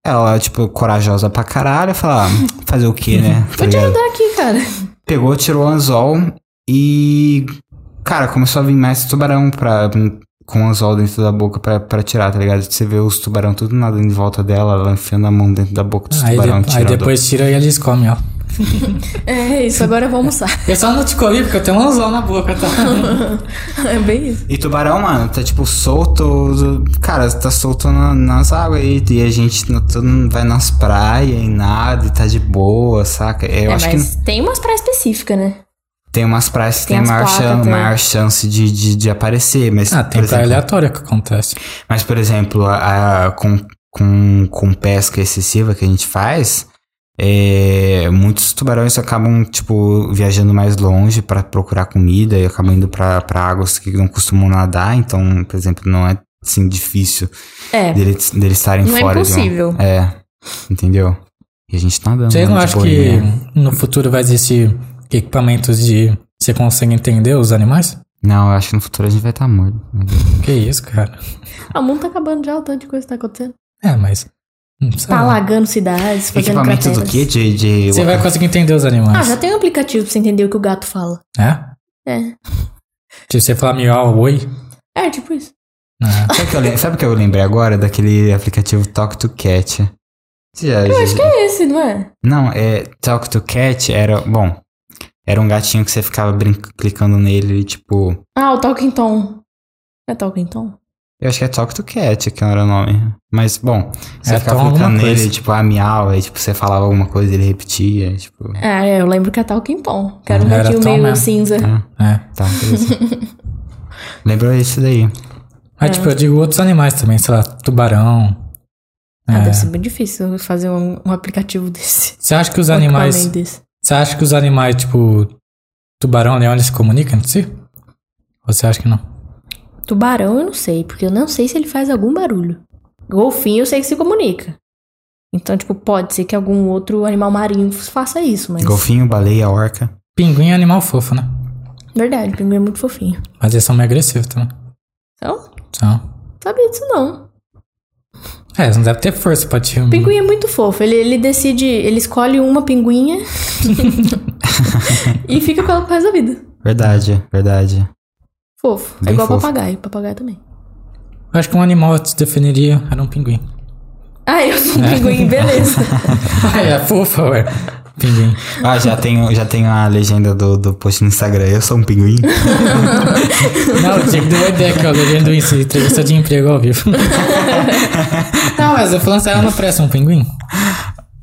Ela, tipo, corajosa pra caralho, fala, "Ah, fazer o quê, né? Tá
Vou te
ligado?
ajudar aqui, cara.
Pegou, tirou o anzol e. Cara, começou a vir mais tubarão pra. com o anzol dentro da boca pra, pra tirar, tá ligado? Você vê os tubarão tudo nadando em volta dela, ela enfiando a mão dentro da boca dos
Ah, Aí, de-
tubarão.
aí
tirando.
depois tira e eles comem, ó.
É isso, agora eu vou almoçar.
Eu só não te comi porque eu tenho um anzol na boca, tá?
É bem isso.
E tubarão, mano, tá tipo solto. Cara, tá solto na- nas águas aí. E a gente não- todo mundo vai nas praias e nada, e tá de boa, saca? Eu
é,
acho que
mas tem umas praias específicas, né?
tem umas praias que
tem
tem,
as né?
maior,
placas,
chan-
tem.
maior chance de, de, de aparecer. Mas,
Ah, tem
por
praia
exemplo,
aleatória que acontece.
mas, por exemplo, a, a- com, com, com pesca excessiva que a gente faz. é, muitos tubarões acabam, tipo, viajando mais longe pra procurar comida e acabam indo pra, pra águas que não costumam nadar. Então, por exemplo, não é, assim, difícil
É.
deles, deles estarem
Não é
fora de um-
impossível.
É, entendeu? E a gente tá dando.
Vocês não acham que no futuro vai existir equipamentos de. Você consegue entender os animais?
Não, eu acho que no futuro a gente vai estar morto.
Que isso, cara.
Ah, O mundo tá acabando já, o tanto de coisa que tá acontecendo.
É, mas. Não sei
Tá
lá.
alagando cidades, fazendo
Equipamento do
crateras.
quê? De. de...
Você vai conseguir entender os
Ah,
animais.
já tem um aplicativo pra você entender o que o gato fala.
É?
É.
Se você falar miau, oi.
É, tipo isso.
Ah,
Sabe o que eu lem- Sabe o que eu lembrei agora? Daquele aplicativo Talk to Cat. Você já- já-
É esse, não é?
Não, é. Talk to Cat era. Bom. Era um gatinho que você ficava brin- clicando nele e tipo.
Ah, o Talking Tom. É Talking Tom?
Eu acho que é Talk to Cat que era o nome. Mas, bom, você
É, então
ficava
alguma
clicando nele,
coisa.
e, tipo, ah, miau, aí tipo, você falava alguma coisa e ele repetia, tipo.
É, eu lembro que é Talking Tom. Que era um
Era
gatinho
Tom
meio
mesmo.
cinza.
Ah.
é.
Tá, beleza. Lembrou isso daí.
Mas, tipo, eu digo outros animais também, sei lá, tubarão.
Ah,
É.
deve ser muito difícil fazer um, um aplicativo desse.
Você acha que os
Um
animais.
equipamento desse.
Você acha que os animais, tipo. Tubarão, leão, eles se comunicam entre si? Ou você acha que não?
Tubarão eu não sei, porque eu não sei se ele faz algum barulho. Golfinho eu sei que se comunica. Então, tipo, pode ser que algum outro animal marinho faça isso, mas...
Golfinho, baleia, orca.
Pinguim é animal fofo, né?
Verdade, o pinguim é muito fofinho.
Mas eles são meio agressivos também.
Então,
São.
sabia disso não.
É, eles não devem ter força pra te.
O Pinguim é muito fofo. Ele, ele decide, ele escolhe uma pinguinha e fica com ela pro resto da vida.
Verdade, verdade.
Fofo.
Bem
é igual
fofo.
papagaio. Papagaio também.
Eu acho que um animal se definiria era um pinguim.
Ah, eu sou um pinguim, beleza.
Ah, é fofa, ué. Pinguim.
Ah, já tenho, já tenho a legenda do, do post no Instagram. Eu sou um pinguim.
Não, eu tinha que dar uma ideia que eu legendo isso, entrevista de emprego ao vivo. Não, mas eu falando sério, ela não parece um pinguim?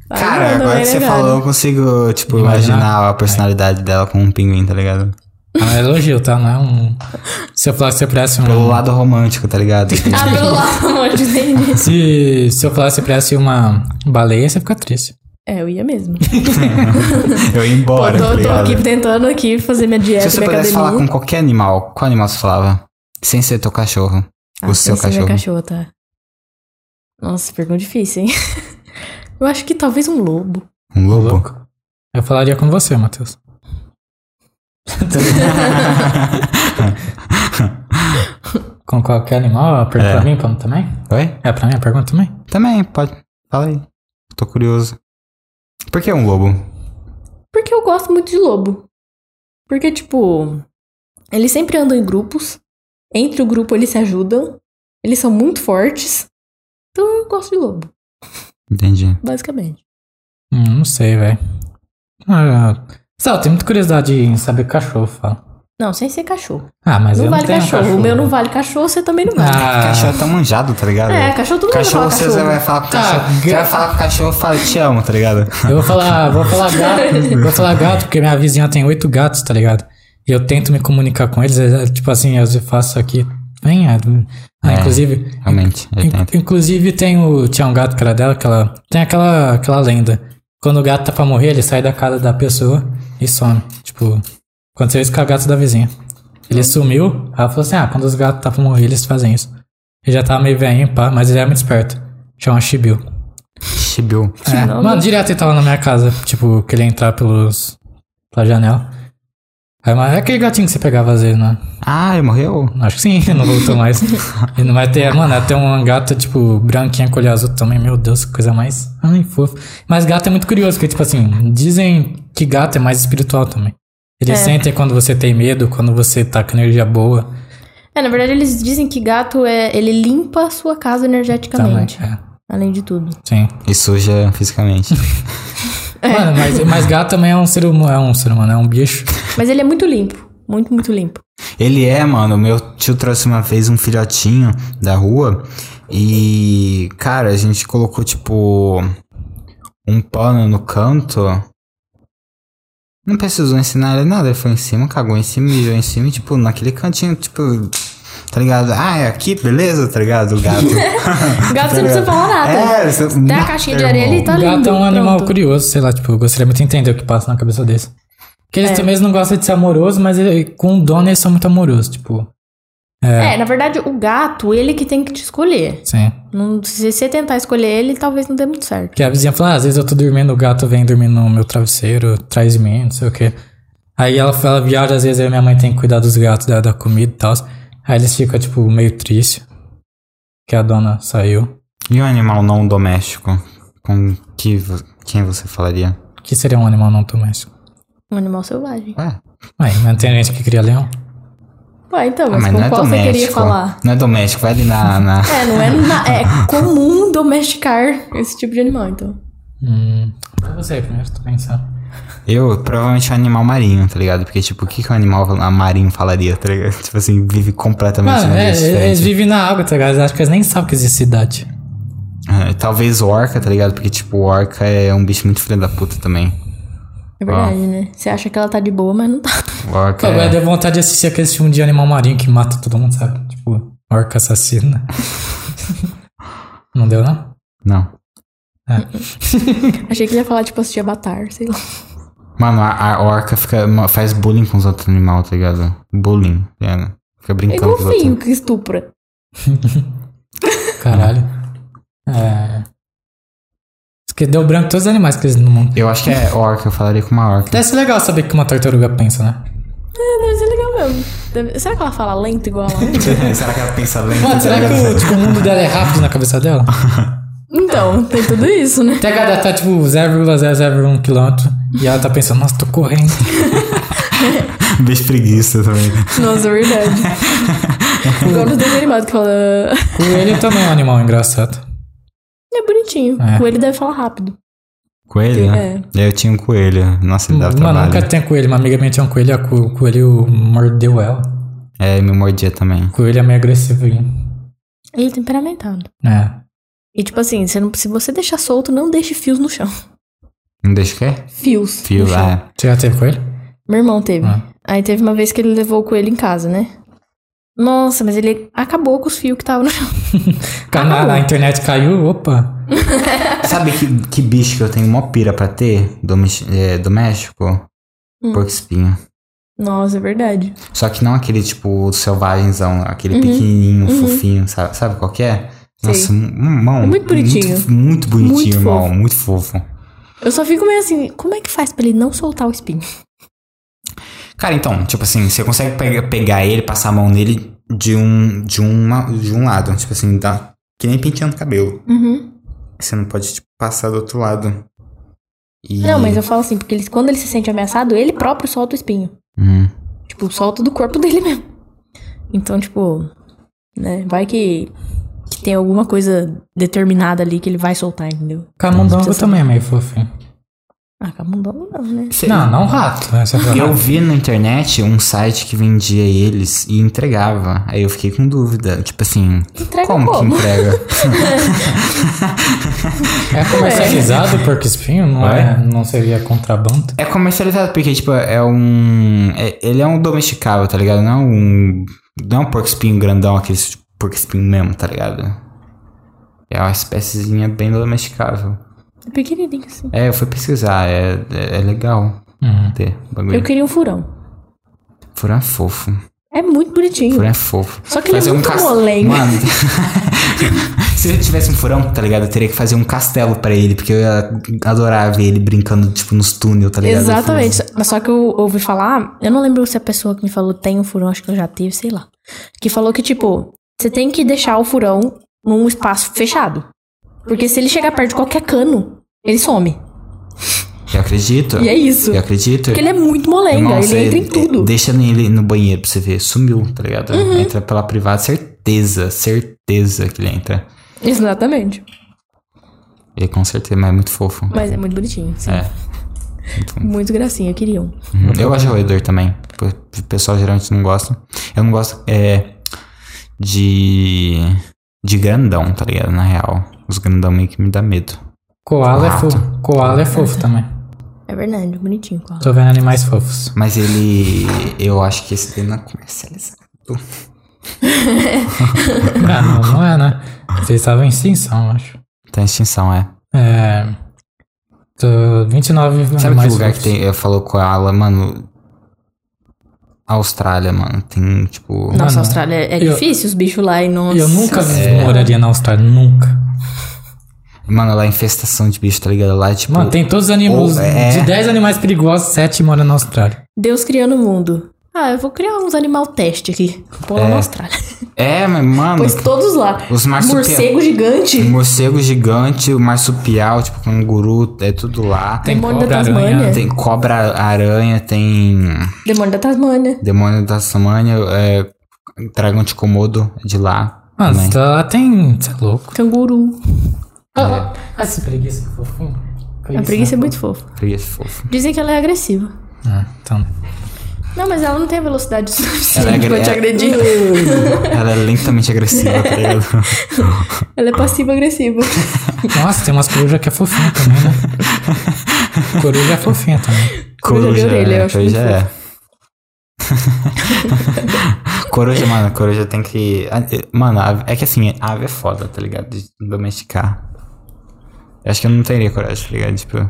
Aí
Cara,
não, não
agora
é
que você
legal.
falou, eu consigo, tipo,
Imaginar? É.
imaginar, a personalidade dela com um pinguim, tá ligado?
Ela é um elogio, tá? Não é um... Se eu falasse que você parece
Pelo
um...
lado romântico, tá ligado?
Ah, pelo lado, amor de Deus.
Se, se eu falasse que você parece uma baleia, você fica triste.
É, eu ia mesmo.
Eu ia embora,
Pô,
tá
tô, tô
ligado?
aqui tentando aqui fazer minha dieta,
Se você
minha
pudesse
academia.
falar com qualquer animal, qual animal você falava? Sem ser teu cachorro.
Ah,
o seu
esse é
cachorro.
Meu cachorro, tá. Nossa, pergunta difícil, hein? Eu acho que talvez um lobo.
Um lobo?
Louco. Eu falaria com você, Matheus. Com qualquer animal, a pergunta
É.
pra mim pra- também?
Oi?
É pra mim a pergunta também?
Também, pode. Fala aí. Tô curioso. Por que um lobo?
Porque eu gosto muito de lobo. Porque, tipo, eles sempre andam em grupos. Entre o grupo eles se ajudam. Eles são muito fortes. Então eu gosto de lobo,
Entendi.
basicamente.
Hum, não sei, velho. Ah, sei lá, eu tenho muita curiosidade em saber o que cachorro fala.
Não, sem ser cachorro.
Ah, mas
não
eu
vale
não tenho
cachorro.
cachorro. né?
O meu não vale cachorro, você também não vale.
Ah,
Cachorro tá manjado, tá ligado?
é, cachorro todo mundo
Cachorro,
fala
você
cachorro.
vai falar com o
Tá,
cachorro. Você
ga-
vai falar com o cachorro e fala, te amo, tá ligado?
Eu vou falar, vou falar gato, vou falar gato, porque minha vizinha tem oito gatos, tá ligado? E eu tento me comunicar com eles, é, é, tipo assim, eu faço aqui, vem, é, ah,
É,
inclusive,
Realmente, eu
in-
tento.
inclusive tem o, tinha um gato que era dela, que ela, tem aquela, aquela lenda, quando o gato tá pra morrer, ele sai da casa da pessoa e some, tipo, aconteceu isso com a gata da vizinha. Ele sumiu, ela falou assim, ah, quando os gatos tá pra morrer, eles fazem isso. Ele já tava meio velhinho, pá, mas ele era muito esperto, chama Shibiu.
Chibiu.
É,
Tipo, Não,
mano,
não.
direto ele tava na minha casa, tipo, queria entrar pelos. pela janela. Aí, mas é aquele gatinho que você pegava às vezes, né?
Ah, ele morreu?
Acho que sim, não voltou mais. e não vai ter, mano, até um gato, tipo, branquinho com olho azul também, meu Deus, que coisa mais. Ai, fofo. Mas gato é muito curioso, porque, tipo assim, dizem que gato é mais espiritual também. Eles
É.
sentem quando você tem medo, quando você tá com energia boa.
É, na verdade, eles dizem que gato é. Ele limpa a sua casa energeticamente.
Também, é.
Além de tudo.
Sim.
E suja fisicamente.
É.
Mano, mas, mas gato também é um ser humano, é um ser humano, é um bicho.
Mas ele é muito limpo. Muito, muito limpo.
Ele é, mano. Meu tio trouxe uma vez um filhotinho da rua. E, cara, a gente colocou, tipo, um pano no canto. Não precisou ensinar ele nada. Ele foi em cima, cagou em cima, mijou em cima. E, tipo, naquele cantinho, tipo, tá ligado? Ah, é aqui, beleza, tá ligado? O gato.
Gato, você não precisa falar nada.
É, você-
Tem Tá a
Nossa,
caixinha de areia, ele tá
O
lindo.
gato é um
pronto.
animal curioso, sei lá, tipo, eu gostaria muito de entender o que passa na cabeça deles. Porque
É.
eles também não gostam de ser amorosos, mas ele- com o dono eles são muito amorosos, tipo.
É, na verdade, o gato, ele que tem que te escolher.
Sim.
Não, se você tentar escolher ele, talvez não dê muito certo.
Que a vizinha fala, ah, às vezes eu tô dormindo, o gato vem dormir no meu travesseiro, atrás de mim, não sei o quê. Aí ela, ela viaja, às vezes eu e minha mãe tem que cuidar dos gatos, dar, dar comida e tal. Aí eles ficam, tipo, meio triste. Que a dona saiu.
E um animal não doméstico? Com que vo- quem você falaria?
Que seria um animal não doméstico.
Um animal selvagem.
Ué,
Ué, mas não tem gente que cria leão?
Ué, então,
ah,
mas,
mas
com
não é
qual você queria
doméstico.
falar?
Não é doméstico, vai ali na. na...
É, não é, na- é comum domesticar esse tipo de animal, então.
Hum. Pra você primeiro, tô pensando.
Eu, provavelmente, um animal marinho, tá ligado? Porque, tipo, o que, que um animal a- marinho falaria, tá ligado? Tipo assim, vive completamente
Mano,
na
é,
vida
eles
diferente.
vivem na água, tá ligado? Eles acham que eles nem sabem que existe cidade.
Ah, Talvez orca, tá ligado? Porque, tipo, orca é um bicho muito filho da puta também.
É verdade,
Ah.
né? Você acha que ela tá de boa, mas não tá.
Orca.
Pô, Agora
É...
deu vontade de assistir aquele filme de animal marinho que mata todo mundo, sabe? Tipo, orca assassina. não deu, não?
Não.
Achei que ele ia falar, tipo, assistir Avatar, sei lá.
Mano, a, a orca fica, ma- faz bullying com os outros animais, tá ligado? Bullying, tá ligado? Fica
É
brincando com
igual
os outros.
golfinho que estupra.
Caralho. É. Diz Que deu branco todos os animais que existem no mundo.
Eu acho que é orca, eu falaria com uma orca.
Deve ser legal saber o que uma tortuga pensa, né?
É, deve ser legal mesmo. Deve- Será que ela fala lento igual a ela?
será que ela pensa
Mano,
lento? tá
será que o, tipo, o mundo dela é rápido na cabeça dela?
então, tem tudo isso, né?
Até que ela tá tipo 0,001 quilômetro e ela tá pensando, nossa, tô correndo.
Bicho preguiça também.
Nossa, é verdade. Igual no desenho animado que fala. "Ah".
Coelho também é um animal engraçado.
É bonitinho.
É.
O coelho deve falar rápido.
Coelho, né?
é.
Eu tinha um coelho. Nossa, ele dava
Mano,
trabalho.
nunca tem coelho. Uma amiga minha tinha um coelho, a co- o coelho mordeu ela.
É, me mordia também.
O coelho é meio agressivinho.
E temperamentado.
É.
E tipo assim, você não- se você deixar solto, não deixe fios no chão.
Não deixa o quê?
Fios. no
Fio,
chão.
é.
Você já teve coelho?
Meu irmão teve.
Ah.
Aí teve uma vez que ele levou o coelho em casa, né? Nossa, mas ele acabou com os fios que estavam no chão.
Canal na internet caiu, opa.
é. Sabe que, que bicho que eu tenho mó pira pra ter? Domes- é, doméstico?
Hum.
Porco espinho.
Nossa, é verdade.
Só que não aquele, tipo, selvagenzão.
Uhum.
Aquele pequenininho, fofinho. Sabe, sabe qual que é? Nossa, um, um, mano,
É muito bonitinho.
Muito, muito bonitinho,
Muito
irmão.
fofo.
Muito fofo.
Eu só fico meio assim, como é que faz pra ele não soltar o espinho?
Cara, então, tipo assim, você consegue pega- pegar ele, passar a mão nele de um, de uma, de um lado. Tipo assim, dá, que nem penteando cabelo.
Uhum.
Você não pode, tipo, passar do outro lado. E-
Não, mas eu falo assim, porque ele- quando ele se sente ameaçado, ele próprio solta o espinho.
Hum.
Tipo, solta do corpo dele mesmo. Então, tipo, né? Vai que, que tem alguma coisa determinada ali que ele vai soltar, entendeu?
Camundongo também é meio fofinho.
Ah, camundongo não, né?
Não, não rato. né? Você fala,
Eu vi na internet um site que vendia eles e entregava. Aí eu fiquei com dúvida. Tipo assim,
Entrega
como, que
como?
entrega?
É comercializado o porco espinho? Não, é,
É.
não seria contrabando?
é comercializado porque, tipo, é um. é- ele é um domesticável, tá ligado? Não é um. Não é um porco espinho grandão, aquele tipo porco espinho mesmo, tá ligado? É uma espéciezinha bem domesticável.
É Pequenininho assim.
É, eu fui pesquisar, é, é, é legal
Uhum.
ter o bagulho.
Eu queria um furão.
Furão é fofo.
É muito bonitinho.
Furão é fofo.
Só que ele é muito
cas-
molengo.
Mano. Se eu tivesse um furão, tá ligado? Eu teria que fazer um castelo pra ele, porque eu ia adorar ver ele brincando, tipo, nos túneis, tá ligado?
Exatamente. Mas só que eu ouvi falar, eu não lembro se a pessoa que me falou tem um furão, acho que eu já tive, sei lá. Que falou que, tipo, você tem que deixar o furão num espaço fechado. Porque se ele chegar perto de qualquer cano, ele some.
Eu fui- Eu
Tá.
acredito.
E é isso.
Eu acredito.
Porque ele é muito molenga,
Irmão,
ele
você
entra
é,
em
de-
tudo. Uhum.
Deixa ele no banheiro pra você ver. Sumiu, tá ligado? Entra pela privada, certeza, certeza que ele entra.
Exatamente.
Ele com certeza, mas é muito fofo.
Mas é muito bonitinho, sim.
É.
É.
Muito gracinha, eu queria um.
Uhum. Eu gosto de roedor também. O pessoal geralmente não gosta. Eu não gosto é, de. de grandão, tá ligado? Na real. Os grandão meio que me dá medo.
Koala é
Rato.
fofo. Koala é fofo também.
É verdade, bonitinho, claro.
Tô vendo animais fofos.
Mas ele. Eu acho que esse dele não é comercializado.
Ah, não, não é, né? Vocês estavam em extinção, eu acho.
Tá em extinção, é.
É. Tô 29
Sabe que
animais
lugar que
fofos.
tem. Eu falou com a Ala, mano. Austrália, mano. Tem, tipo.
Nossa,
Mano,
a Austrália é é
eu-
difícil, os bichos lá e nossa.
Eu nunca moraria na Austrália, nunca.
Mano, lá é infestação de bicho, tá ligado? Lá é tipo.
Mano, tem todos os animais.
Ou- é.
De 10 animais perigosos, 7 moram na Austrália.
Deus criando o mundo. Ah, eu vou criar uns animal teste aqui. Vou lá na Austrália.
É, mas, mano.
Pois todos lá.
Os marsupial-
Morcego gigante.
Morcego gigante, o marsupial, tipo, canguru, é tudo lá.
Tem
Demônio
cobra,
da Tasmânia.
aranha.
Tem cobra-aranha, tem
Demônio da Tasmânia.
demônio da Tasmânia, é, dragão de Komodo é de lá.
Mano,
também.
tá- lá tem. Você é louco.
Canguru.
Ah, ah, essa preguiça que fofinho.
A preguiça é muito fofa.
Preguiça fofa.
Dizem que ela é agressiva.
Ah, então.
Não, mas ela não tem velocidade
Ela é
suficiente
agre-
pra te
é-
agredir.
Ela é lentamente agressiva, tá ligado?
Ela é passiva-agressiva.
Nossa, tem umas corujas que é fofinha também, né? Coruja é fofinha também.
Coruja de orelha, eu acho
coruja
muito
é. coruja, mano, coruja tem que. Mano, ave- é que assim, ave é foda, tá ligado? De domesticar. Eu acho que eu não teria coragem, tá ligado? Tipo.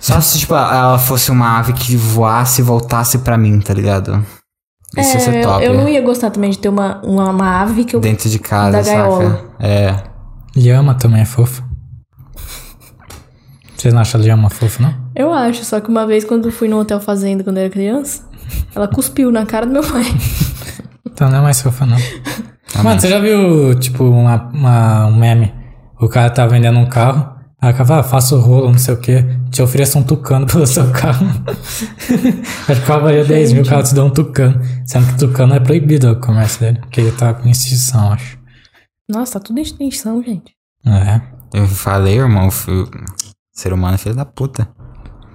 Só se, tipo, ela fosse uma ave que voasse e voltasse pra mim, tá ligado? Isso ia
É,
ser
eu-
top.
eu, não ia gostar também de ter uma, uma, uma ave que eu.
Dentro de casa,
Da
saca?
gaiola.
É.
Lhama também é fofa. Vocês não acham a lhama fofa, não?
Eu acho, só que uma vez quando eu fui no hotel fazenda quando eu era criança, ela cuspiu na cara do meu pai.
Então não é mais fofa, não. Mano, você já viu, tipo, uma, uma- um meme? O cara tá vendendo um carro. Aí o cara fala, ah, faço rolo, não sei o quê. Te ofereço um tucano pelo seu carro. Acho que o carro valia 10 mil, o cara te dá um tucano. Sendo que tucano é proibido o comércio dele. Porque ele tá com extinção, acho.
Nossa, tá tudo em extinção, gente.
É.
Eu falei, irmão, fui- um ser humano é filho da puta.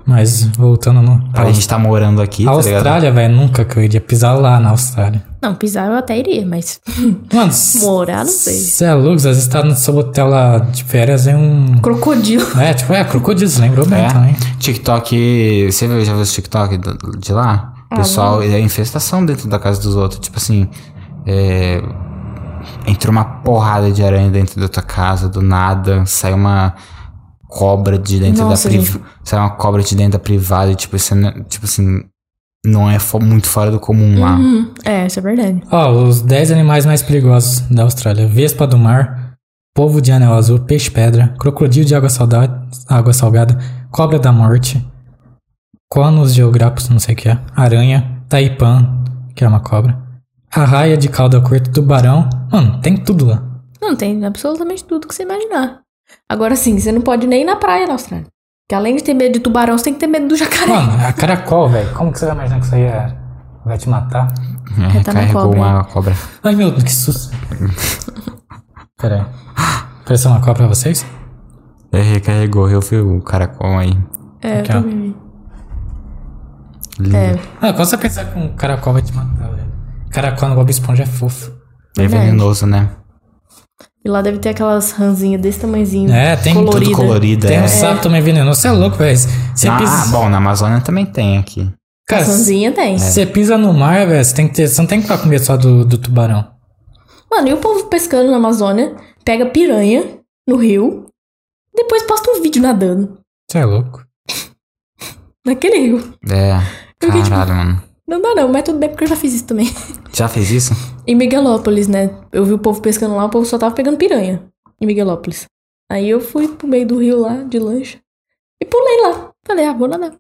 Mas voltando no.
Pra gente tá morando aqui,
A
tá ligado?
Austrália, velho, nunca que eu iria pisar lá na Austrália.
Não, pisar eu até iria, mas
Mano, c-
morar, não sei.
cê é louco, às vezes tá no seu hotel lá de férias em um.
Crocodilo.
É, tipo, é, crocodilos, lembrou bem
É.
também.
TikTok, você viu- já viu os TikTok do- de lá?
Ah,
O pessoal, é infestação dentro da casa dos outros. Tipo assim, é, entrou uma porrada de aranha dentro da tua casa, do nada, saiu uma cobra de dentro
Nossa,
da
gente.
privada. Saiu uma cobra de dentro da privada, e, tipo, você, não- tipo assim, não é fo- muito fora do comum
Ah.
lá.
Hum, é, isso é verdade.
Ó, os 10 animais mais perigosos da Austrália: Vespa do mar, polvo de anel azul, peixe-pedra, crocodilo de água, salda- água salgada, cobra da morte, conos geográficos, não sei o que é, aranha, taipan, que é uma cobra, arraia de cauda curta, tubarão. Mano, tem tudo lá.
Não, tem absolutamente tudo que você imaginar. Agora sim, você não pode nem ir na praia na Austrália. Porque além de ter medo de tubarão, você tem que ter medo do jacaré.
Mano, a caracol, velho. Como que você vai imaginar que isso aí é... vai te matar?
É,
tá na
carregou
cobra,
uma cobra.
Ai, meu Deus, que susto. Pera aí. Apareceu uma cobra pra vocês?
É, recarregou, eu vi o caracol aí.
é, eu
aqui, ó.
também vi.
Lindo.
É,
É
Ah, como você pensar que um caracol vai te matar, velho? Caracol no Bob Esponja é fofo.
É
Verdade.
venenoso, né?
E lá deve ter aquelas ranzinhas desse tamanhozinho.
É, tem tudo
colorida.
Tudo colorido,
Tem
é.
um sapo também venenoso. Você é louco, velho. Você
Na-
pisa...
Ah, bom, na Amazônia também tem aqui.
Cara, é.
As ranzinhas tem.
você pisa no mar, velho. Você tem que ter... Você não tem que ficar com medo só do, do tubarão.
Mano, e o povo pescando na Amazônia pega piranha no rio, depois posta um vídeo nadando
Você é louco.
naquele rio.
É.
Eu fiquei, tipo,
Caralho, mano.
Não dá não, mas tudo bem porque eu já fiz isso também.
Já fez isso?
Em Miguelópolis, né? Eu vi o povo pescando lá, o povo só tava pegando piranha em Miguelópolis. Aí eu fui pro meio do rio lá, de lancha, e pulei lá. Falei, ah, vou nadar.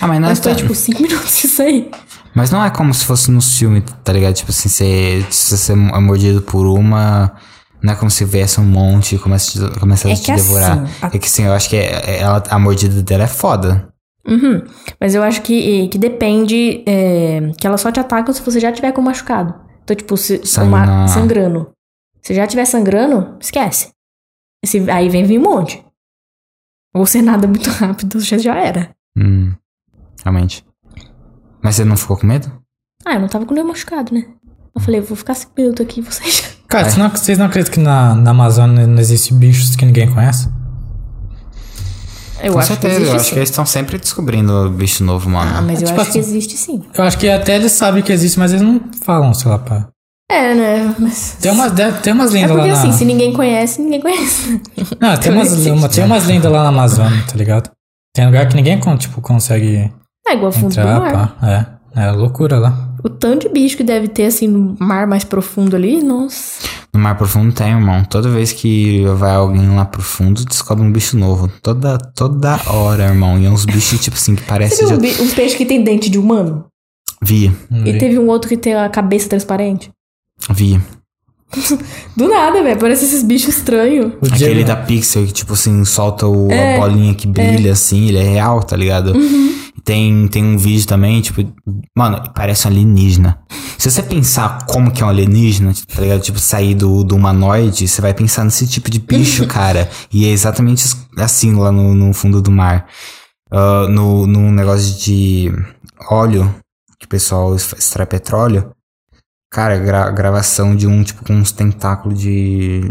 Ah, mas não, é,
Mas foi
tá-
tipo 5 minutos isso aí.
mas não é como se fosse no filme, tá ligado? Tipo assim, você, se você é mordido por uma, Não é como se viesse um monte e começasse a te, começasse
É
a te
que
devorar.
assim, a-
Então, É que sim, eu acho que é- é- ela, a mordida dela é foda.
Uhum. Mas eu acho que, que depende. é, que ela só te ataca se você já tiver com machucado. Então, tipo, se
Sangrar.
uma- sangrando. Se já tiver sangrando, esquece. Se- aí vem vir um monte. Ou ser nada muito rápido, já, já era.
Hum, realmente. Mas você não ficou com medo?
Ah, eu não tava com nenhum machucado, né? Eu falei, eu vou ficar cinco minutos aqui e vocês.
Cara,
É.
vocês não, vocês não acreditam que na, na Amazônia não existe bichos que ninguém conhece?
Eu
com
acho
certeza,
que
eu
existe
acho
sim.
que é eles estão sempre descobrindo bicho novo, mano.
Ah, mas eu
Tipo
acho que
assim.
existe sim.
Eu acho que até eles sabem que existe, mas eles não falam, sei lá, pá.
É, né? Mas.
Tem umas, deve- tem umas
É
lendas
porque
lá
assim,
na...
se ninguém conhece, ninguém conhece.
Não, tem
Não
umas,
existe.
uma- tem umas lendas lá na Amazônia, tá ligado? Tem lugar que ninguém, con- tipo, consegue
É igual fundo do
entrar,
mar.
pá. É, é loucura lá.
O tanto de bicho que deve ter, assim, no mar mais profundo ali, nossa.
No mar profundo tem, irmão. Toda vez que vai alguém lá pro fundo, descobre um bicho novo. Toda, toda hora, irmão. E é uns bichos, tipo assim, que
Você
parece
viu
já...
um, bi- um peixe que tem dente de humano?
Vi,
Não
E
vi.
teve um outro que tem a cabeça transparente?
vi.
Do nada, velho. Parece esses bichos estranhos.
O
Aquele
Diego-
da Pixel que, tipo assim, solta o- a bolinha que brilha, assim, ele é real, tá ligado? Tem, tem um vídeo também, tipo, mano, parece um alienígena. Se você pensar como que é um alienígena, tá ligado? Tipo, sair do, do humanoide, você vai pensar nesse tipo de bicho, cara. E é exatamente assim lá no, no fundo do mar. Ah, no, num negócio de óleo, que o pessoal es- extrai petróleo. Cara, gra- gravação de um, tipo, com uns tentáculos de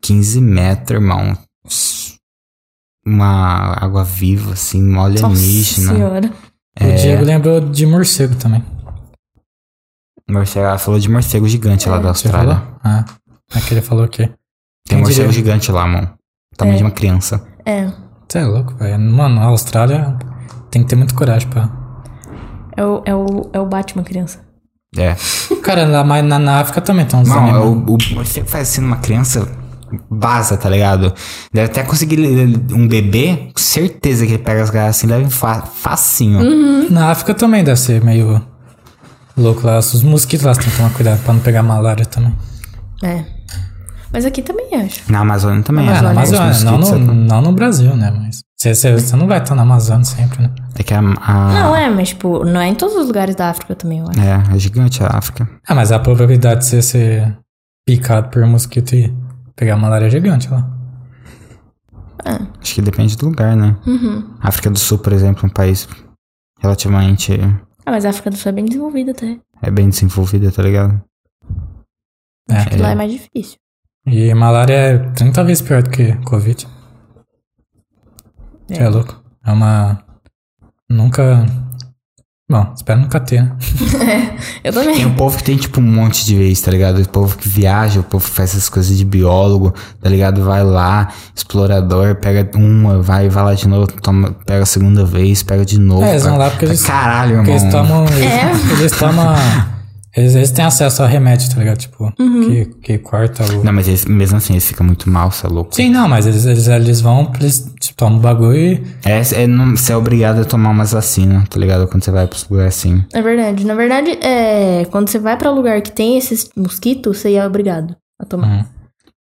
15 metros, irmão. Uma água viva, assim, uma
Nossa
alienígena.
senhora.
O
É.
Diego lembrou de morcego também.
Morcego, ela falou de morcego gigante lá da
Você
Austrália.
falou? Ah, é que ele falou o quê?
Tem
Quem
morcego
diria?
gigante lá, mano. Tamanho de uma criança.
É.
Você é louco, velho. Mano, a Austrália tem que ter muito coragem pra...
É o, é o, é o Batman, criança.
É.
Cara, lá, mas na, na África também tem uns
Não, é
animais.
o, o morcego faz assim numa criança, vaza, tá ligado? Deve até conseguir le- um bebê, com certeza que ele pega as garras assim, leva em fa facinho.
Na África também deve ser meio louco lá. Os mosquitos lá você tem que tomar cuidado pra não pegar malária também.
É. Mas aqui também acho.
Na Amazônia também.
É, na
né? Os
Amazônia, não
mosquitos,
no,
sabe?
não no Brasil, né? Mas você, você- você não vai estar na Amazônia sempre, né?
É que a, a-
Não, é, mas tipo, não é em todos os lugares da África também, eu acho.
é, é gigante a África.
Ah, mas a probabilidade de você ser picado por mosquito e pegar malária é gigante lá.
Acho que depende do lugar, né?
Uhum.
África do Sul, por exemplo, é um país relativamente
Ah, mas a África do Sul é bem desenvolvida até.
é bem desenvolvida, tá ligado?
É.
Lá é mais difícil.
E malária é 30 vezes pior do que Covid.
É.
É, é louco. É uma. Nunca. Bom, espero nunca ter, né?
Eu também.
Tem um povo que tem, tipo, um monte de vez, tá ligado? O povo que viaja, o povo que faz essas coisas de biólogo, tá ligado? Vai lá, explorador, pega uma, vai, vai lá de novo, toma, pega a segunda vez, pega de novo.
É, eles vão
cara.
lá porque eles-
Caralho,
Porque
irmão.
eles tomam.
É.
Eles, eles tomam. Eles, eles têm acesso a remédio, tá ligado? Tipo,
Uhum.
que, que corta o.
Não, mas eles- mesmo assim, eles ficam muito mal, cê é louco.
Sim, não, mas eles, eles, eles vão, eles tipo, tomam o bagulho e.
É, é, não, você é obrigado a tomar umas vacinas, tá ligado? Quando você vai pros lugares assim.
É verdade. Na verdade, é, quando você vai pra lugar que tem esses mosquitos, você é obrigado a tomar.
Hum,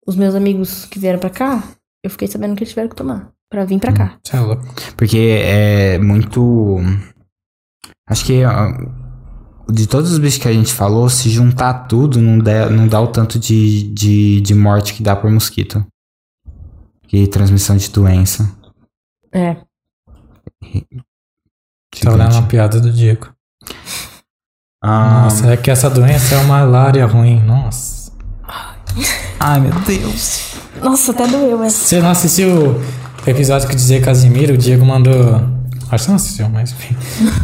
Os meus amigos que vieram pra cá, eu fiquei sabendo que eles tiveram que tomar. Pra vir pra cá.
Você é louco.
Porque é muito. Acho que ah, de todos os bichos que a gente falou, se juntar tudo, não dá, não dá o tanto de, de, de morte que dá por mosquito. E transmissão de doença.
É.
Tá olhando
Gigante.
uma piada do Diego.
Ah,
Nossa, é que essa doença é uma malária ruim, nossa.
ai, meu Deus.
Nossa, até doeu, mas.
Você não assistiu o episódio que dizia Casimiro? O Diego mandou. Acho que você não assistiu, mas enfim.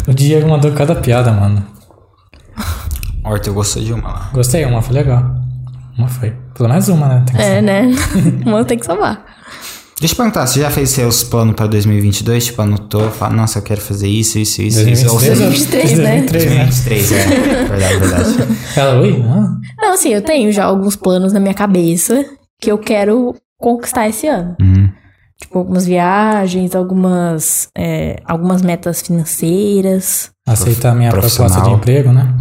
O Diego mandou cada piada, mano.
Horta, eu gostei de uma lá.
Gostei, uma foi legal. Uma foi. Pelo menos uma, né? Tem que
É, né? Uma tem que salvar.
Deixa eu perguntar, você já fez seus planos pra 2022? Tipo, anotou, fala, nossa, eu quero fazer isso, isso, isso, isso. Ou
2023,
você-
né?
2023, né?
2023,
2023,
né?
é. Verdade, verdade.
Ela, ui, hã?
Não, assim, eu tenho já alguns planos na minha cabeça que eu quero conquistar esse ano.
Uhum.
Tipo, algumas viagens, algumas, é, algumas metas financeiras.
aceitar a minha proposta de
Profissional.
emprego, né?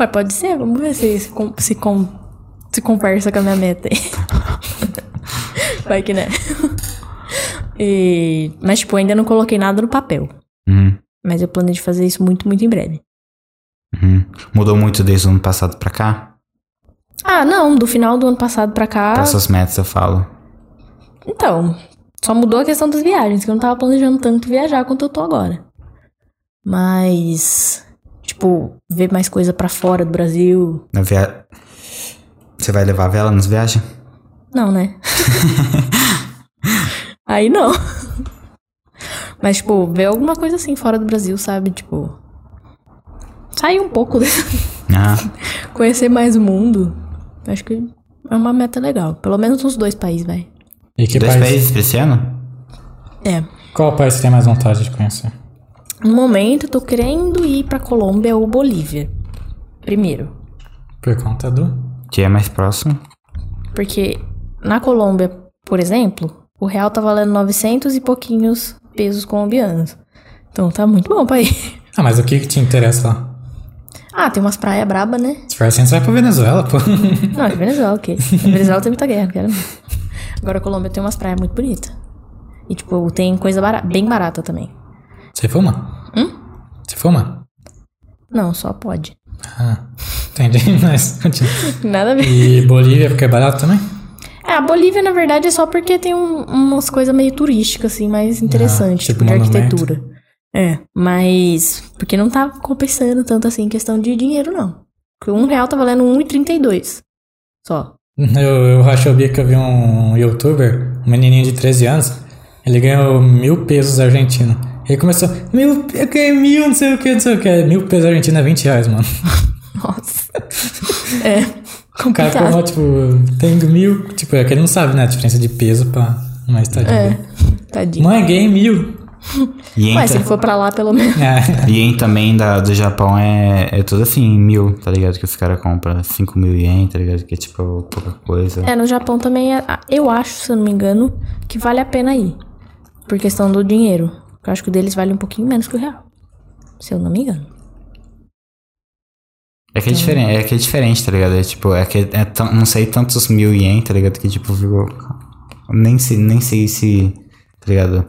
Ué, pode ser, vamos ver se, se, com- se, com- se conversa com a minha meta aí. Vai que né. E- Mas, tipo, ainda não coloquei nada no papel.
Uhum,
Mas eu planejo fazer isso muito, muito em breve.
uhum. Mudou muito desde o ano passado pra cá?
Ah, não, do final do ano passado pra cá.
Ah.
Pra suas metas, eu falo.
Então, só mudou a questão das viagens, que eu não tava planejando tanto viajar quanto eu tô agora. Mas, tipo, ver mais coisa pra fora do Brasil.
Na via... Você vai levar a vela nas viagens?
Não, né? Aí não. Mas, tipo, ver alguma coisa assim fora do Brasil, sabe? Tipo. Sair um pouco, né?
Ah,
conhecer mais o mundo. Acho que é uma meta legal. Pelo menos uns dois países, vai.
E que
dois
país?
países pra esse ano?
É.
Qual país você tem mais vontade de conhecer?
No momento, eu tô querendo ir pra Colômbia ou Bolívia. Primeiro.
Por conta do.
Que é mais próximo?
Porque na Colômbia, por exemplo, o real tá valendo 900 e pouquinhos pesos colombianos. Então tá muito bom pra ir.
Ah, mas o que, que te interessa lá?
Ah, tem umas praias braba, né?
Se for assim, você vai pra Venezuela, pô.
Não, é Venezuela, ok. A Venezuela tem muita guerra, não quero não. Agora a Colômbia tem umas praias muito bonitas. E, tipo, tem coisa bara- bem barata também.
Você fuma? Hum? Você fuma?
Não, só pode.
Ah, entendi. Mas continua.
Nada a ver.
E Bolívia, porque é barato também?
É, a Bolívia, na verdade, é só porque tem um- umas coisas meio turísticas, assim, mais interessantes,
tipo
tipo, de
monumento.
arquitetura. É, mas. Porque não tá compensando tanto assim em questão de dinheiro, não. Porque um real tá valendo 1,32. Só.
Eu, eu rachei o bico que eu vi um youtuber, um menininho de 13 anos, ele ganhou mil pesos argentinos. Ele começou, mil, eu ganhei mil, não sei o que, não sei o que. Mil pesos argentinos é 20 reais, mano.
Nossa. é.
O cara ficou
Complicado.
mal, tipo, tenho mil. Tipo, é que ele não sabe, né, a diferença de peso pra uma estadia.
Tadinho.
Mãe, ganhei mil.
E
Mas
entra-
se ele for pra lá, pelo menos.
É,
Ien também da, do Japão é, é tudo assim, mil, tá ligado? Que os caras compram 5 mil ien, tá ligado? Que é tipo pouca coisa.
É, no Japão também, é- eu acho, se eu não me engano, que vale a pena ir. Por questão do dinheiro. Eu acho que o deles vale um pouquinho menos que o real. Se eu não me engano.
É
Então,
que é diferente,
né?
é que é diferente, tá ligado? É tipo, é que é tão- não sei tantos mil ien, tá ligado? Que tipo, ficou. Nem sei, nem sei se. Tá ligado?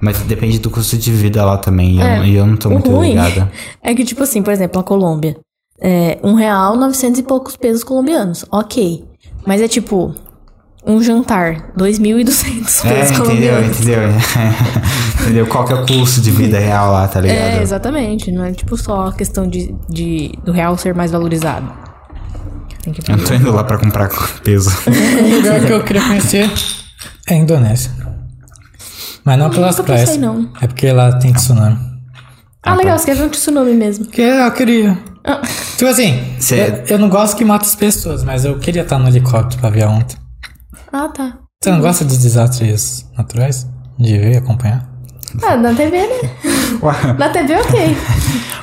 Mas depende do custo de vida lá também. E, eu,
É.
e eu não tô
O
muito
ruim
ligada.
É que, tipo assim, por exemplo, a Colômbia. É, um real, novecentos e poucos pesos colombianos. Ok. Mas é tipo, um jantar, dois mil e duzentos
É,
pesos
entendeu,
colombianos.
entendeu? entendeu? Qual que é o custo de vida real lá, tá ligado?
É, exatamente. Não é tipo só a questão de, de- do real ser mais valorizado. Tem que
eu tô indo lá pra comprar peso.
é.
um lugar que eu queria conhecer é a Indonésia. Mas Hum, não pelas
nunca
praias.
pensei, não.
É porque lá tem tsunami.
Ah, legal, você quer ver um tsunami mesmo.
Porque eu queria.
Ah.
Tipo assim,
Cê- é-
eu, eu não gosto que mata as pessoas, mas eu queria estar no helicóptero pra ver a onda.
Ah, tá.
Você não gosta de desastres naturais? De ver e acompanhar?
Ah, na TV, né?
Ué,
Na TV, ok.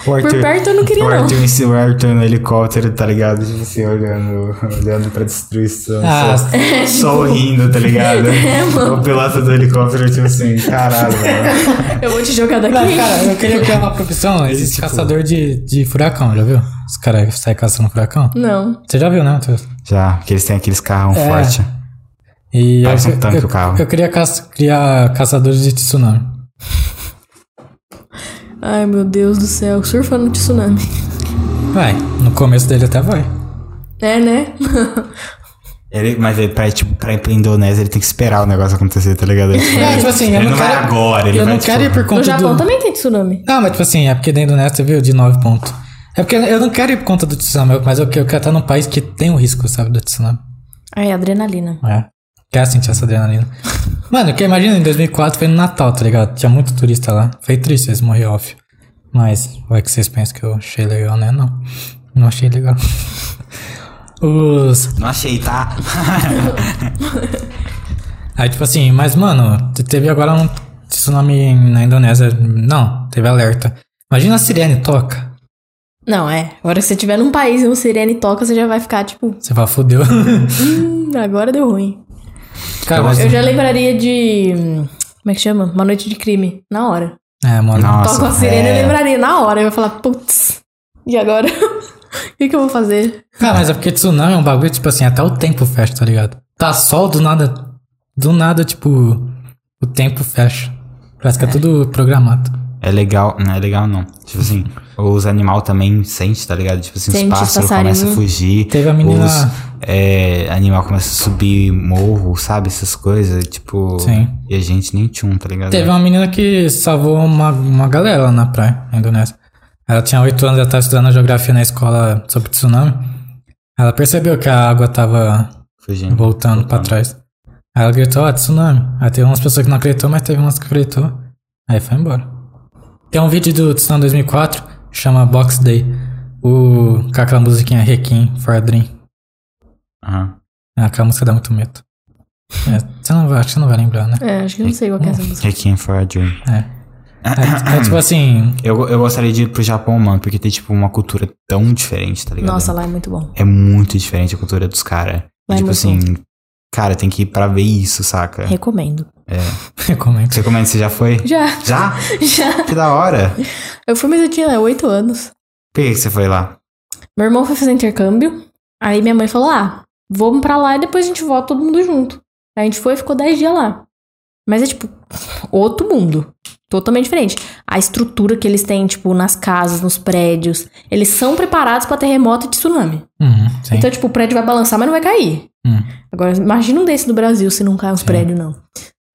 O
Por perto eu não queria,
o
não.
Arthur, em- o Arthur no helicóptero, tá ligado? Tipo assim, olhando, olhando pra destruição.
Ah,
só, só rindo, tá ligado?
É,
o piloto do helicóptero, tipo assim, caralho, mano.
Eu vou te jogar daqui.
Mas, cara, eu queria criar uma profissão. Existe
tipo?
caçador de, de furacão, já viu? Os caras saem caçando furacão.
Não.
Você já viu, né, Matheus?
Já, que eles têm aqueles carrão
É.
forte.
E
Parece
eu,
um tanque
eu,
o carro.
Eu queria caça- criar caçadores de tsunami.
Ai, meu Deus do céu, surfando no tsunami.
Vai, no começo dele até vai.
É, né?
Ele, mas ele, pra, tipo, pra ir pra Indonésia, ele tem que esperar o negócio acontecer, tá ligado? Ele, tipo,
É, tipo assim, eu
ele
não
vai
quero-
agora, ele
eu
vai,
não
tipo,
quero ir por conta
No Japão
do...
também tem tsunami.
Não, mas tipo assim, é porque da Indonésia viu de 9 pontos. É porque eu não quero ir por conta do tsunami, mas eu, que- eu quero estar num país que tem o risco, sabe, do tsunami.
Ai, adrenalina.
É. Quero sentir essa adrenalina. Mano, que imagina, em 2004 foi no Natal, tá ligado? Tinha muito turista lá. Foi triste, eles morreram, óbvio. Mas, vai que vocês pensam que eu achei legal, né? Não. Não achei legal. Os...
Não achei, tá?
Aí, tipo assim, mas, mano, te- teve agora um tsunami na Indonésia. Não, teve alerta. Imagina a sirene toca.
Não, é. Agora que você estiver num país e um sirene toca, você já vai ficar tipo,
Você fala, fudeu.
hum, agora deu ruim.
Cara, mas...
Eu já lembraria de. hum, Como é que chama? Uma noite de crime. Na hora.
É, mano.
Nossa,
Toca uma sirene,
é.
eu lembraria na hora. Eu ia falar, putz, e agora? O que, que eu vou fazer?
Cara, mas é porque tsunami é um bagulho, tipo assim, até o tempo fecha, tá ligado? Tá sol, do nada. Do nada, tipo, o tempo fecha. Parece que é tudo programado.
É legal, não é legal não. Tipo assim, os animal também sente, tá ligado? Tipo assim,
Sente,
os
os
pássaros
passarinho.
começam a fugir.
Teve a menina-
Os é, animal começa a subir morro, sabe? Essas coisas, tipo...
Sim.
E a gente nem tchum, tá ligado?
Teve um uma menina que salvou uma, uma galera lá na praia, na Indonésia. Ela tinha 8 anos, ela estava estudando geografia na escola sobre tsunami. Ela percebeu que a água tava
Fugindo.
voltando pra trás. Aí ela gritou, ah, tsunami. Aí teve umas pessoas que não acreditou, mas teve umas que acreditou. Aí foi embora. Tem um vídeo do Tsunami 2004, chama Box Day. O, com aquela musiquinha Requiem for a Dream.
Aham.
Ah, Aquela música dá muito medo. É, você não vai, acho que você não vai lembrar, né?
É, acho que eu não sei qual que é essa música.
Requiem for a Dream.
É, é tipo assim,
Eu, eu gostaria de ir pro Japão, mano, porque tem, tipo, uma cultura tão diferente, tá ligado?
Nossa, lá é muito bom.
É muito diferente a cultura dos caras.
Lá é
Tipo
muito
assim, cara, tem que ir pra ver isso, saca?
Recomendo.
recomendo.
Você comenta, você já foi?
Já,
Já?
já.
Que da hora! Por
Eu fui, mas eu tinha 8 anos.
que, que você foi lá?
Meu irmão foi fazer intercâmbio. Aí minha mãe falou: ah, vamos pra lá e depois a gente volta todo mundo junto. Aí a gente foi e ficou 10 dias lá. Mas é tipo, outro mundo. Totalmente diferente. A estrutura que eles têm, tipo, nas casas, nos prédios. Eles são preparados pra terremoto e tsunami.
Uhum, sim.
Então, tipo, o prédio vai balançar, mas não vai cair.
Hum.
Agora, imagina um desse do Brasil se não cai uns prédios, não.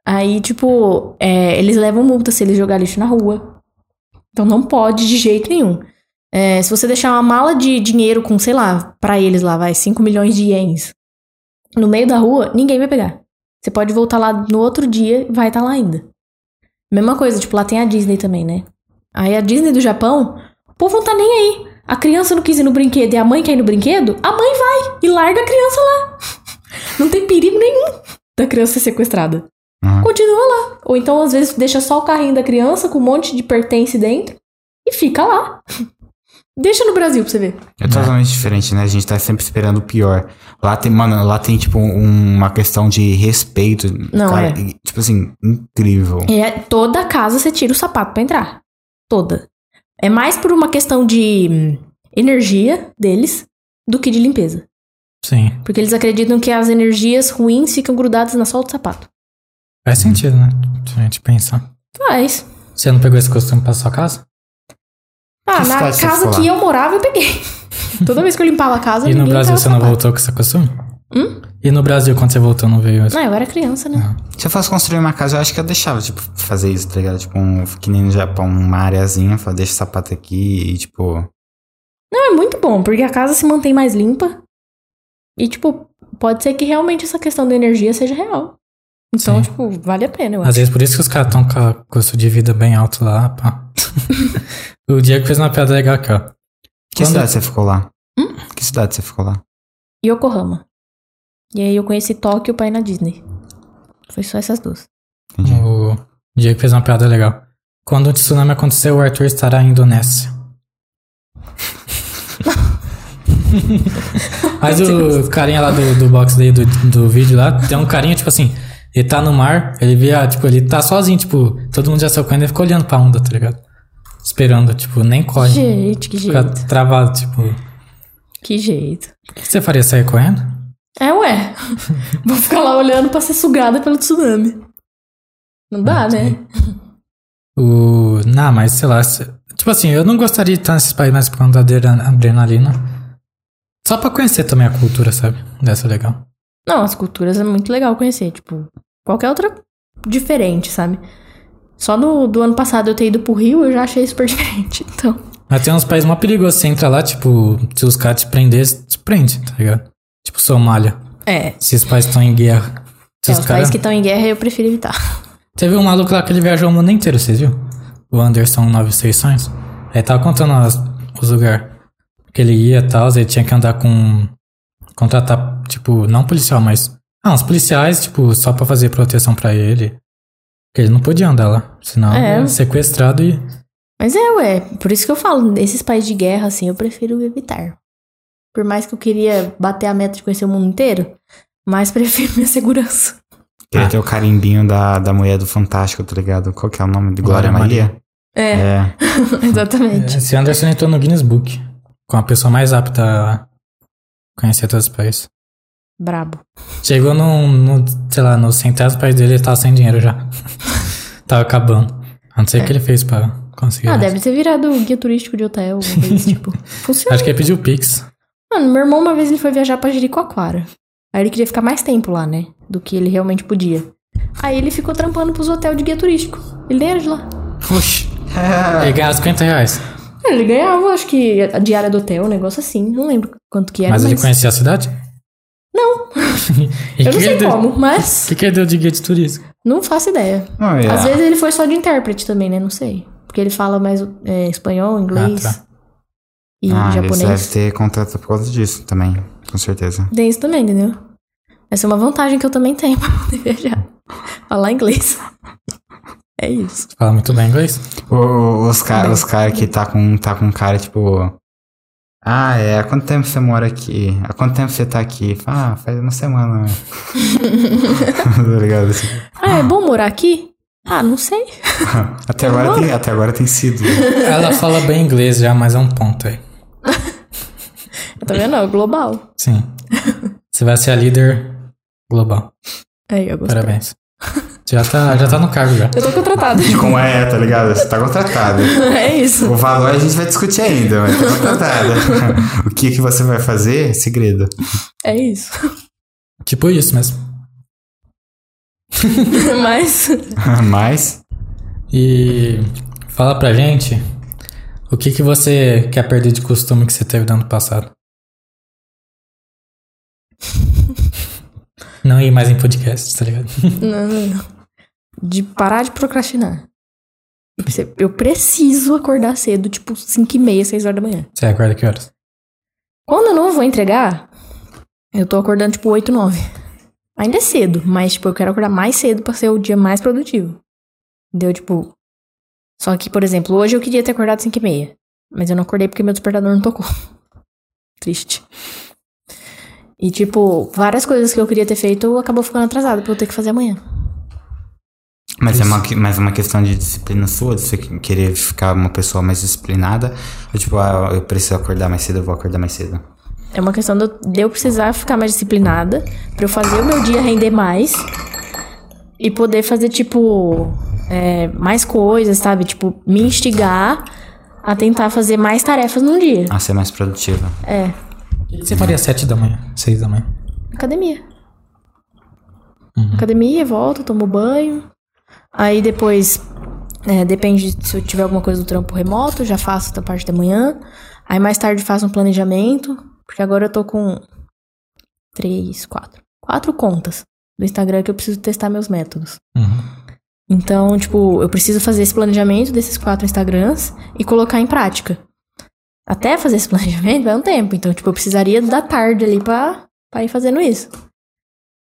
Aí, tipo, é, eles levam multa se eles jogarem lixo na rua. Então não pode de jeito nenhum. É, se você deixar uma mala de dinheiro com, sei lá, pra eles lá, vai, 5 milhões de ienes no meio da rua, ninguém vai pegar. Você pode voltar lá no outro dia e vai estar lá ainda. Mesma coisa, tipo, lá tem a Disney também, né? Aí a Disney do Japão, o povo não tá nem aí. A criança não quis ir no brinquedo e a mãe quer ir no brinquedo, a mãe vai e larga a criança lá. Não tem perigo nenhum da criança ser sequestrada.
Aham.
Continua lá. Ou então, às vezes, deixa só o carrinho da criança com um monte de pertence dentro e fica lá. Deixa no Brasil pra você ver.
É totalmente diferente, né? A gente tá sempre esperando o pior. Lá tem, mano, lá tem, tipo, um- uma questão de respeito.
Não,
cara,
é.
e, Tipo assim, incrível.
E é- toda casa você tira o sapato pra entrar. Toda. É mais por uma questão de hum, energia deles do que de limpeza.
Sim.
Porque eles acreditam que as energias ruins ficam grudadas na sola do sapato.
Faz sentido, né? Se a gente pensar.
Faz.
Você não pegou esse costume pra sua casa?
Ah,
Que
na
cidade você
casa
ficou lá?
que eu morava, eu peguei. Toda vez que eu limpava a casa,
E no
ninguém
Brasil
tava Hum?
você não
sapato.
voltou com esse costume? E no Brasil, quando você voltou, não veio isso?
Não, eu era criança, né?
Se eu fosse construir uma casa, eu acho que eu deixava, tipo, fazer isso, tá ligado? Tipo, um, que nem no Japão, uma areazinha, fala, deixa o sapato aqui e, tipo...
Não, é muito bom, porque a casa se mantém mais limpa. E, tipo, pode ser que realmente essa questão da energia seja real. Então,
Sim.
tipo, vale a pena, eu acho.
Às vezes por isso que os caras estão com o custo de vida bem alto lá, pá. o Diego fez uma piada legal aqui, ó.
Que
Quando-
cidade você ficou lá?
Hum?
Que cidade você ficou lá?
Yokohama. E aí eu conheci Tóquio pra ir na Disney. Foi só essas duas.
Entendi.
O Diego fez uma piada legal. Quando o tsunami acontecer, o Arthur estará na Indonésia. Mas o carinha lá do, do box daí do, do vídeo lá, tem um carinha, tipo assim, ele tá no mar, ele via, tipo, ele tá sozinho, tipo, todo mundo já saiu com ele, ele ficou olhando pra onda, tá ligado? Esperando, tipo, nem corre.
Gente, que
Fica
jeito.
travado, tipo. O
Que jeito.
que você faria? Sair correndo?
É, ué. Vou ficar lá olhando pra ser sugada pelo tsunami. Não dá, né?
O. Não, mas sei lá. se- Tipo assim, eu não gostaria de estar nesses países mais por conta da adre- adrenalina. Só pra conhecer também a cultura, sabe? Dessa é legal.
Não, as culturas é muito legal conhecer. Tipo, qualquer outra diferente, sabe? Só no, do ano passado eu ter ido pro Rio, eu já achei super diferente. Então,
Mas tem uns países mó perigosos. Você entra lá, tipo, se os caras te prender, te prende, tá ligado? Tipo, Somália.
é.
Se os países estão em guerra. Se
é,
os
os
cara-
países que estão em guerra eu prefiro evitar.
Teve um maluco lá que ele viajou o mundo inteiro, vocês viram? O Anderson 9600. Ele tava contando as- os lugares que ele ia e tal, ele tinha que andar com. contratar, tipo, não policial, mas. Ah, uns policiais, tipo, só pra fazer proteção pra ele. Porque ele não podia andar lá, senão
É.
ele ia sequestrado e.
Mas é, ué. Por isso que eu falo, esses países de guerra, assim, eu prefiro evitar. Por mais que eu queria bater a meta de conhecer o mundo inteiro, mas prefiro minha segurança.
Queria
Ah.
ter o carimbinho da, da mulher do Fantástico, tá ligado? Qual que é o nome? Glória,
Glória
Maria?
Maria.
É,
É.
exatamente.
Esse Anderson entrou no Guinness Book com a pessoa mais apta a conhecer todos os países.
Brabo.
Chegou no, no sei lá, no centésimo país dele, ele tava sem dinheiro já. tava acabando. A não ser o que ele fez pra conseguir.
Ah,
isso.
É. deve ter virado guia turístico de hotel, alguma coisa desse tipo. Funciona.
Acho que ele pediu Pix.
Mano, meu irmão uma vez ele foi viajar pra Jericoacoara. Aí ele queria ficar mais tempo lá, né? Do que ele realmente podia. Aí ele ficou trampando pros hotéis de guia turístico. Ele nem era de lá.
Oxi. Ele ganhava 50 reais.
Ah, Ele ganhava, acho que, a diária do hotel, um negócio assim. Não lembro quanto que era,
Mas
mas...
ele conhecia a cidade?
Não,
E
eu
que
não sei
ele deu-
como,
O
mas
que, É. que ele deu de guia de turismo?
não faço ideia.
Olha.
Às vezes ele foi só de intérprete também, né? Não sei. Porque ele fala mais é, espanhol, inglês
Ah, tá.
e
Ah, eles
japonês.
devem ter contrato por causa disso também, com certeza.
Tem isso também, entendeu? Essa é uma vantagem que eu também tenho pra poder viajar. Falar inglês. É isso.
Você fala muito bem inglês?
O- o- os caras os cara que tá com, tá com um cara, tipo... Ah, é, há quanto tempo você mora aqui? Há quanto tempo você tá aqui? Fala, Ah, faz uma semana. tá ligado? Assim,
Ah, é bom morar aqui? Ah, não sei.
Até agora, tem, até agora tem sido.
Ela fala bem inglês já, mas é um ponto aí.
Eu também não, é global.
Sim. Você vai ser a líder global.
Aí, eu gostei.
Parabéns. Você já tá, já tá no cargo já.
Eu tô contratada.
Como é, tá ligado? Você tá contratado.
é isso.
O valor a gente vai discutir ainda, mas tá contratado. o que, que você vai fazer? Segredo.
É isso.
Tipo isso mesmo.
Mas.
Mas,
E fala pra gente o que, que você quer perder de costume que você teve no ano passado. Não ir mais em podcast, tá ligado?
Não, não, não. De parar de procrastinar. Eu prece- Eu preciso acordar cedo, tipo 5 e meia, 6 horas da manhã.
Você acorda que horas?
Quando eu não vou entregar, eu tô acordando tipo 8, 9. Ainda é cedo, mas tipo, eu quero acordar mais cedo pra ser o dia mais produtivo. Entendeu? Tipo. Só que, por exemplo, hoje eu queria ter acordado 5 e meia. Mas eu não acordei porque meu despertador não tocou. Triste. E, tipo, várias coisas que eu queria ter feito acabou ficando atrasado pra eu ter que fazer amanhã.
mas é uma, que- mas é uma questão de disciplina sua, de você que- querer ficar uma pessoa mais disciplinada. Ou tipo, ah, eu preciso acordar mais cedo, eu vou acordar mais cedo.
É uma questão de eu- de eu precisar ficar mais disciplinada pra eu fazer o meu dia render mais e poder fazer, tipo, é, mais coisas, sabe? Tipo, me instigar a tentar fazer mais tarefas num dia.
A ser mais produtiva.
É,
O que que você faria às 7 da manhã, 6 da manhã?
academia. Academia, volto, tomo banho. Aí depois, é, depende se eu tiver alguma coisa do trampo remoto, já faço da parte da manhã. Aí mais tarde faço um planejamento, porque agora eu tô com três, quatro, quatro contas do Instagram que eu preciso testar meus métodos.
Uhum.
Então, tipo, eu preciso fazer esse planejamento desses quatro Instagrams e colocar em prática. Até fazer esse planejamento vai um tempo. Então, tipo, eu precisaria da tarde ali pra, pra ir fazendo isso.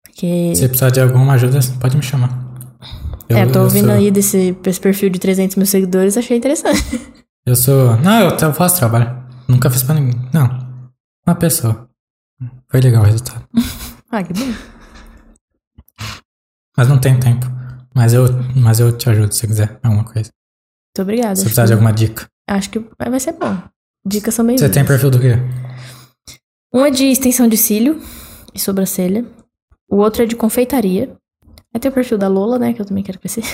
Porque.
Se você precisar de alguma ajuda, pode me chamar. Eu,
é, tô
eu
ouvindo
sou-
aí desse, desse perfil de 300 mil seguidores, achei interessante.
Eu sou. Não, eu tra- faço trabalho. Nunca fiz pra ninguém. Não. Uma pessoa. Foi legal o resultado.
Ah, que bom.
Mas não tem tempo. Mas eu, mas eu te ajudo se quiser alguma coisa.
Muito obrigada.
Se
Acho
precisar de
que,
alguma dica.
acho que vai vai ser bom. Dicas são bem
Você tem perfil do quê?
Um é de extensão de cílio e sobrancelha. O outro é de confeitaria. Aí tem o perfil da Lola, né? Que eu também quero crescer.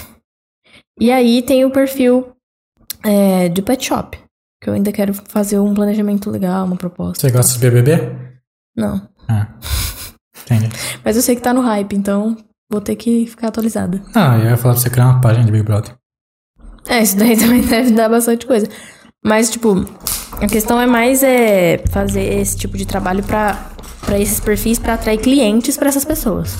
E aí tem o perfil é, de pet shop. Que eu ainda quero fazer um planejamento legal, uma proposta.
Você gosta de BBB?
Não.
Ah. Entendi.
Mas eu sei que tá no hype, então vou ter que ficar atualizada.
Não, Ah, eu ia falar pra você criar uma página de Big Brother.
É, isso daí também deve dar bastante coisa. Mas, tipo, a questão é mais é, fazer esse tipo de trabalho pra pra esses perfis, pra atrair clientes pra essas pessoas.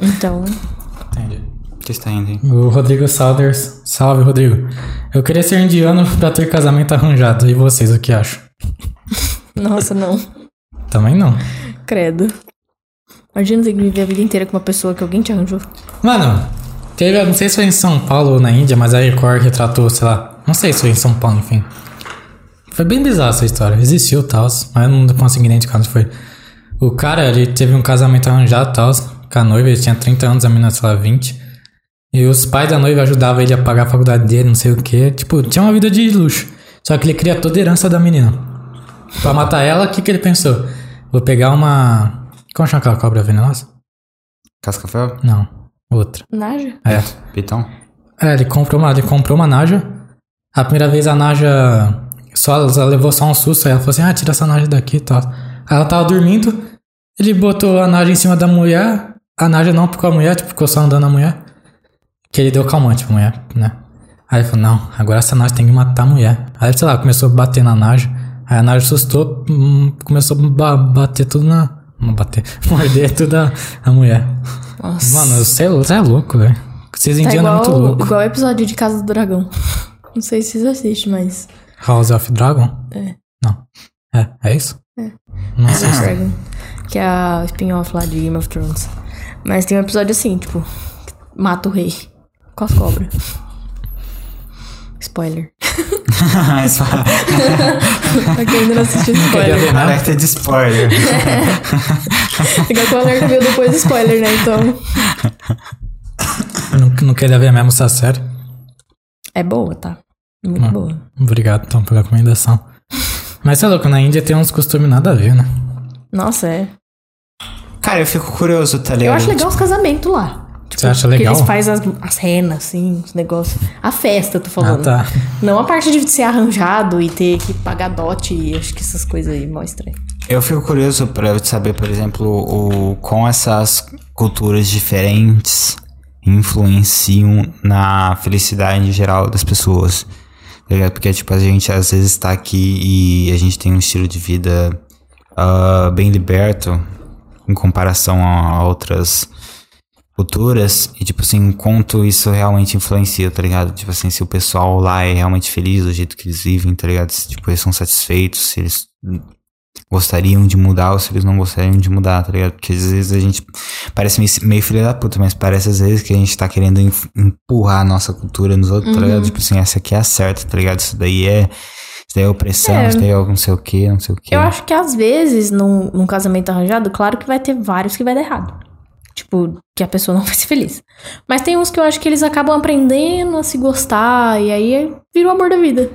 Então,
Entendi.
Que está indo, hein?
O Rodrigo Saunders. Salve, Rodrigo. Eu queria ser indiano pra ter casamento arranjado. E vocês, o que acham?
Nossa, não.
Também não.
Credo. Imagina ter que viver a vida inteira com uma pessoa que alguém te arranjou.
Mano, teve, eu não sei se foi em São Paulo ou na Índia, mas a Record retratou, sei lá, não sei se foi em São Paulo, enfim. Foi bem bizarra essa história. Existiu tal, mas eu não consegui identificar onde foi. O cara, ele teve um casamento arranjado tal, com a noiva, ele tinha 30 anos, a menina, sei lá, 20. E os pais da noiva ajudavam ele a pagar a faculdade dele, não sei o que. Tipo, tinha uma vida de luxo. Só que ele cria toda a herança da menina. Pra matar ela, o que, que ele pensou? Vou pegar uma. Como chama aquela cobra venenosa?
Cascavel?
Não, outra.
Naja?
É.
Pitão?
É, ele comprou uma, ele comprou uma Naja. A primeira vez a Naja só ela levou só um susto, aí ela falou assim: "Ah, tira essa Naja daqui", e tal. Aí ela tava dormindo, ele botou a Naja em cima da mulher. A Naja não ficou a mulher, tipo, ficou só andando a mulher. Que ele deu calmante pra mulher, né? Aí ele falou: "Não, agora essa Naja tem que matar a mulher". Aí sei lá, começou a bater na Naja. Aí a Naja assustou, hum, começou a ba- bater tudo na não bater, morder tudo a, a mulher.
Nossa.
Mano, você é, lou- você é louco, velho. Vocês
tá
indianos
igual,
é muito louco.
igual o episódio de Casa do Dragão. Não sei se vocês assistem, mas.
House of Dragon?
É.
Não. É, é isso? É. Não sei.
House of Dragon. Que é a spin-off lá de Game of Thrones. Mas tem um episódio assim, tipo. Mata o rei. Com as cobras. Spoiler. pra quem ainda não assistiu, spoiler.
Alerta de spoiler.
Fica com o alerta veio depois do spoiler, né? Então.
Eu Não, não queria ver mesmo tá essa série.
É boa, tá? Muito boa.
Obrigado, então, pela recomendação. Mas você é louco, na Índia tem uns costumes nada a ver, né?
Nossa, é. um-
Cara, eu fico curioso, tá ligado?
Eu acho legal os casamentos lá.
Você acha
Tipo, Que
legal?
eles fazem as, as renas, assim, os negócios. A festa, tô
Ah,
falando.
tá.
Não a parte de ser arranjado e ter que pagar dote e acho que essas coisas aí mostram.
Eu fico curioso pra saber, por exemplo, o, como essas culturas diferentes influenciam na felicidade em geral das pessoas. tá ligado? Porque, tipo, a gente às vezes tá aqui e a gente tem um estilo de vida ah, bem liberto em comparação a outras culturas. E, tipo assim, quanto isso realmente influencia, tá ligado? Tipo assim, se o pessoal lá é realmente feliz do jeito que eles vivem, tá ligado? Se, tipo, eles são satisfeitos, se eles gostariam de mudar ou se eles não gostariam de mudar, tá ligado? Porque às vezes a gente parece meio, meio filho da puta, mas parece às vezes que a gente tá querendo em- empurrar a nossa cultura nos outros,
Uhum.
tá ligado? Tipo assim, essa aqui é a certa, tá ligado? Isso daí é. Isso daí é opressão,
É.
isso daí é não sei o que, não sei o que.
Eu acho que às vezes, num, num casamento arranjado, claro que vai ter vários que vai dar errado. Tipo, que a pessoa não vai ser feliz. Mas tem uns que eu acho que eles acabam aprendendo a se gostar e aí vira o amor da vida.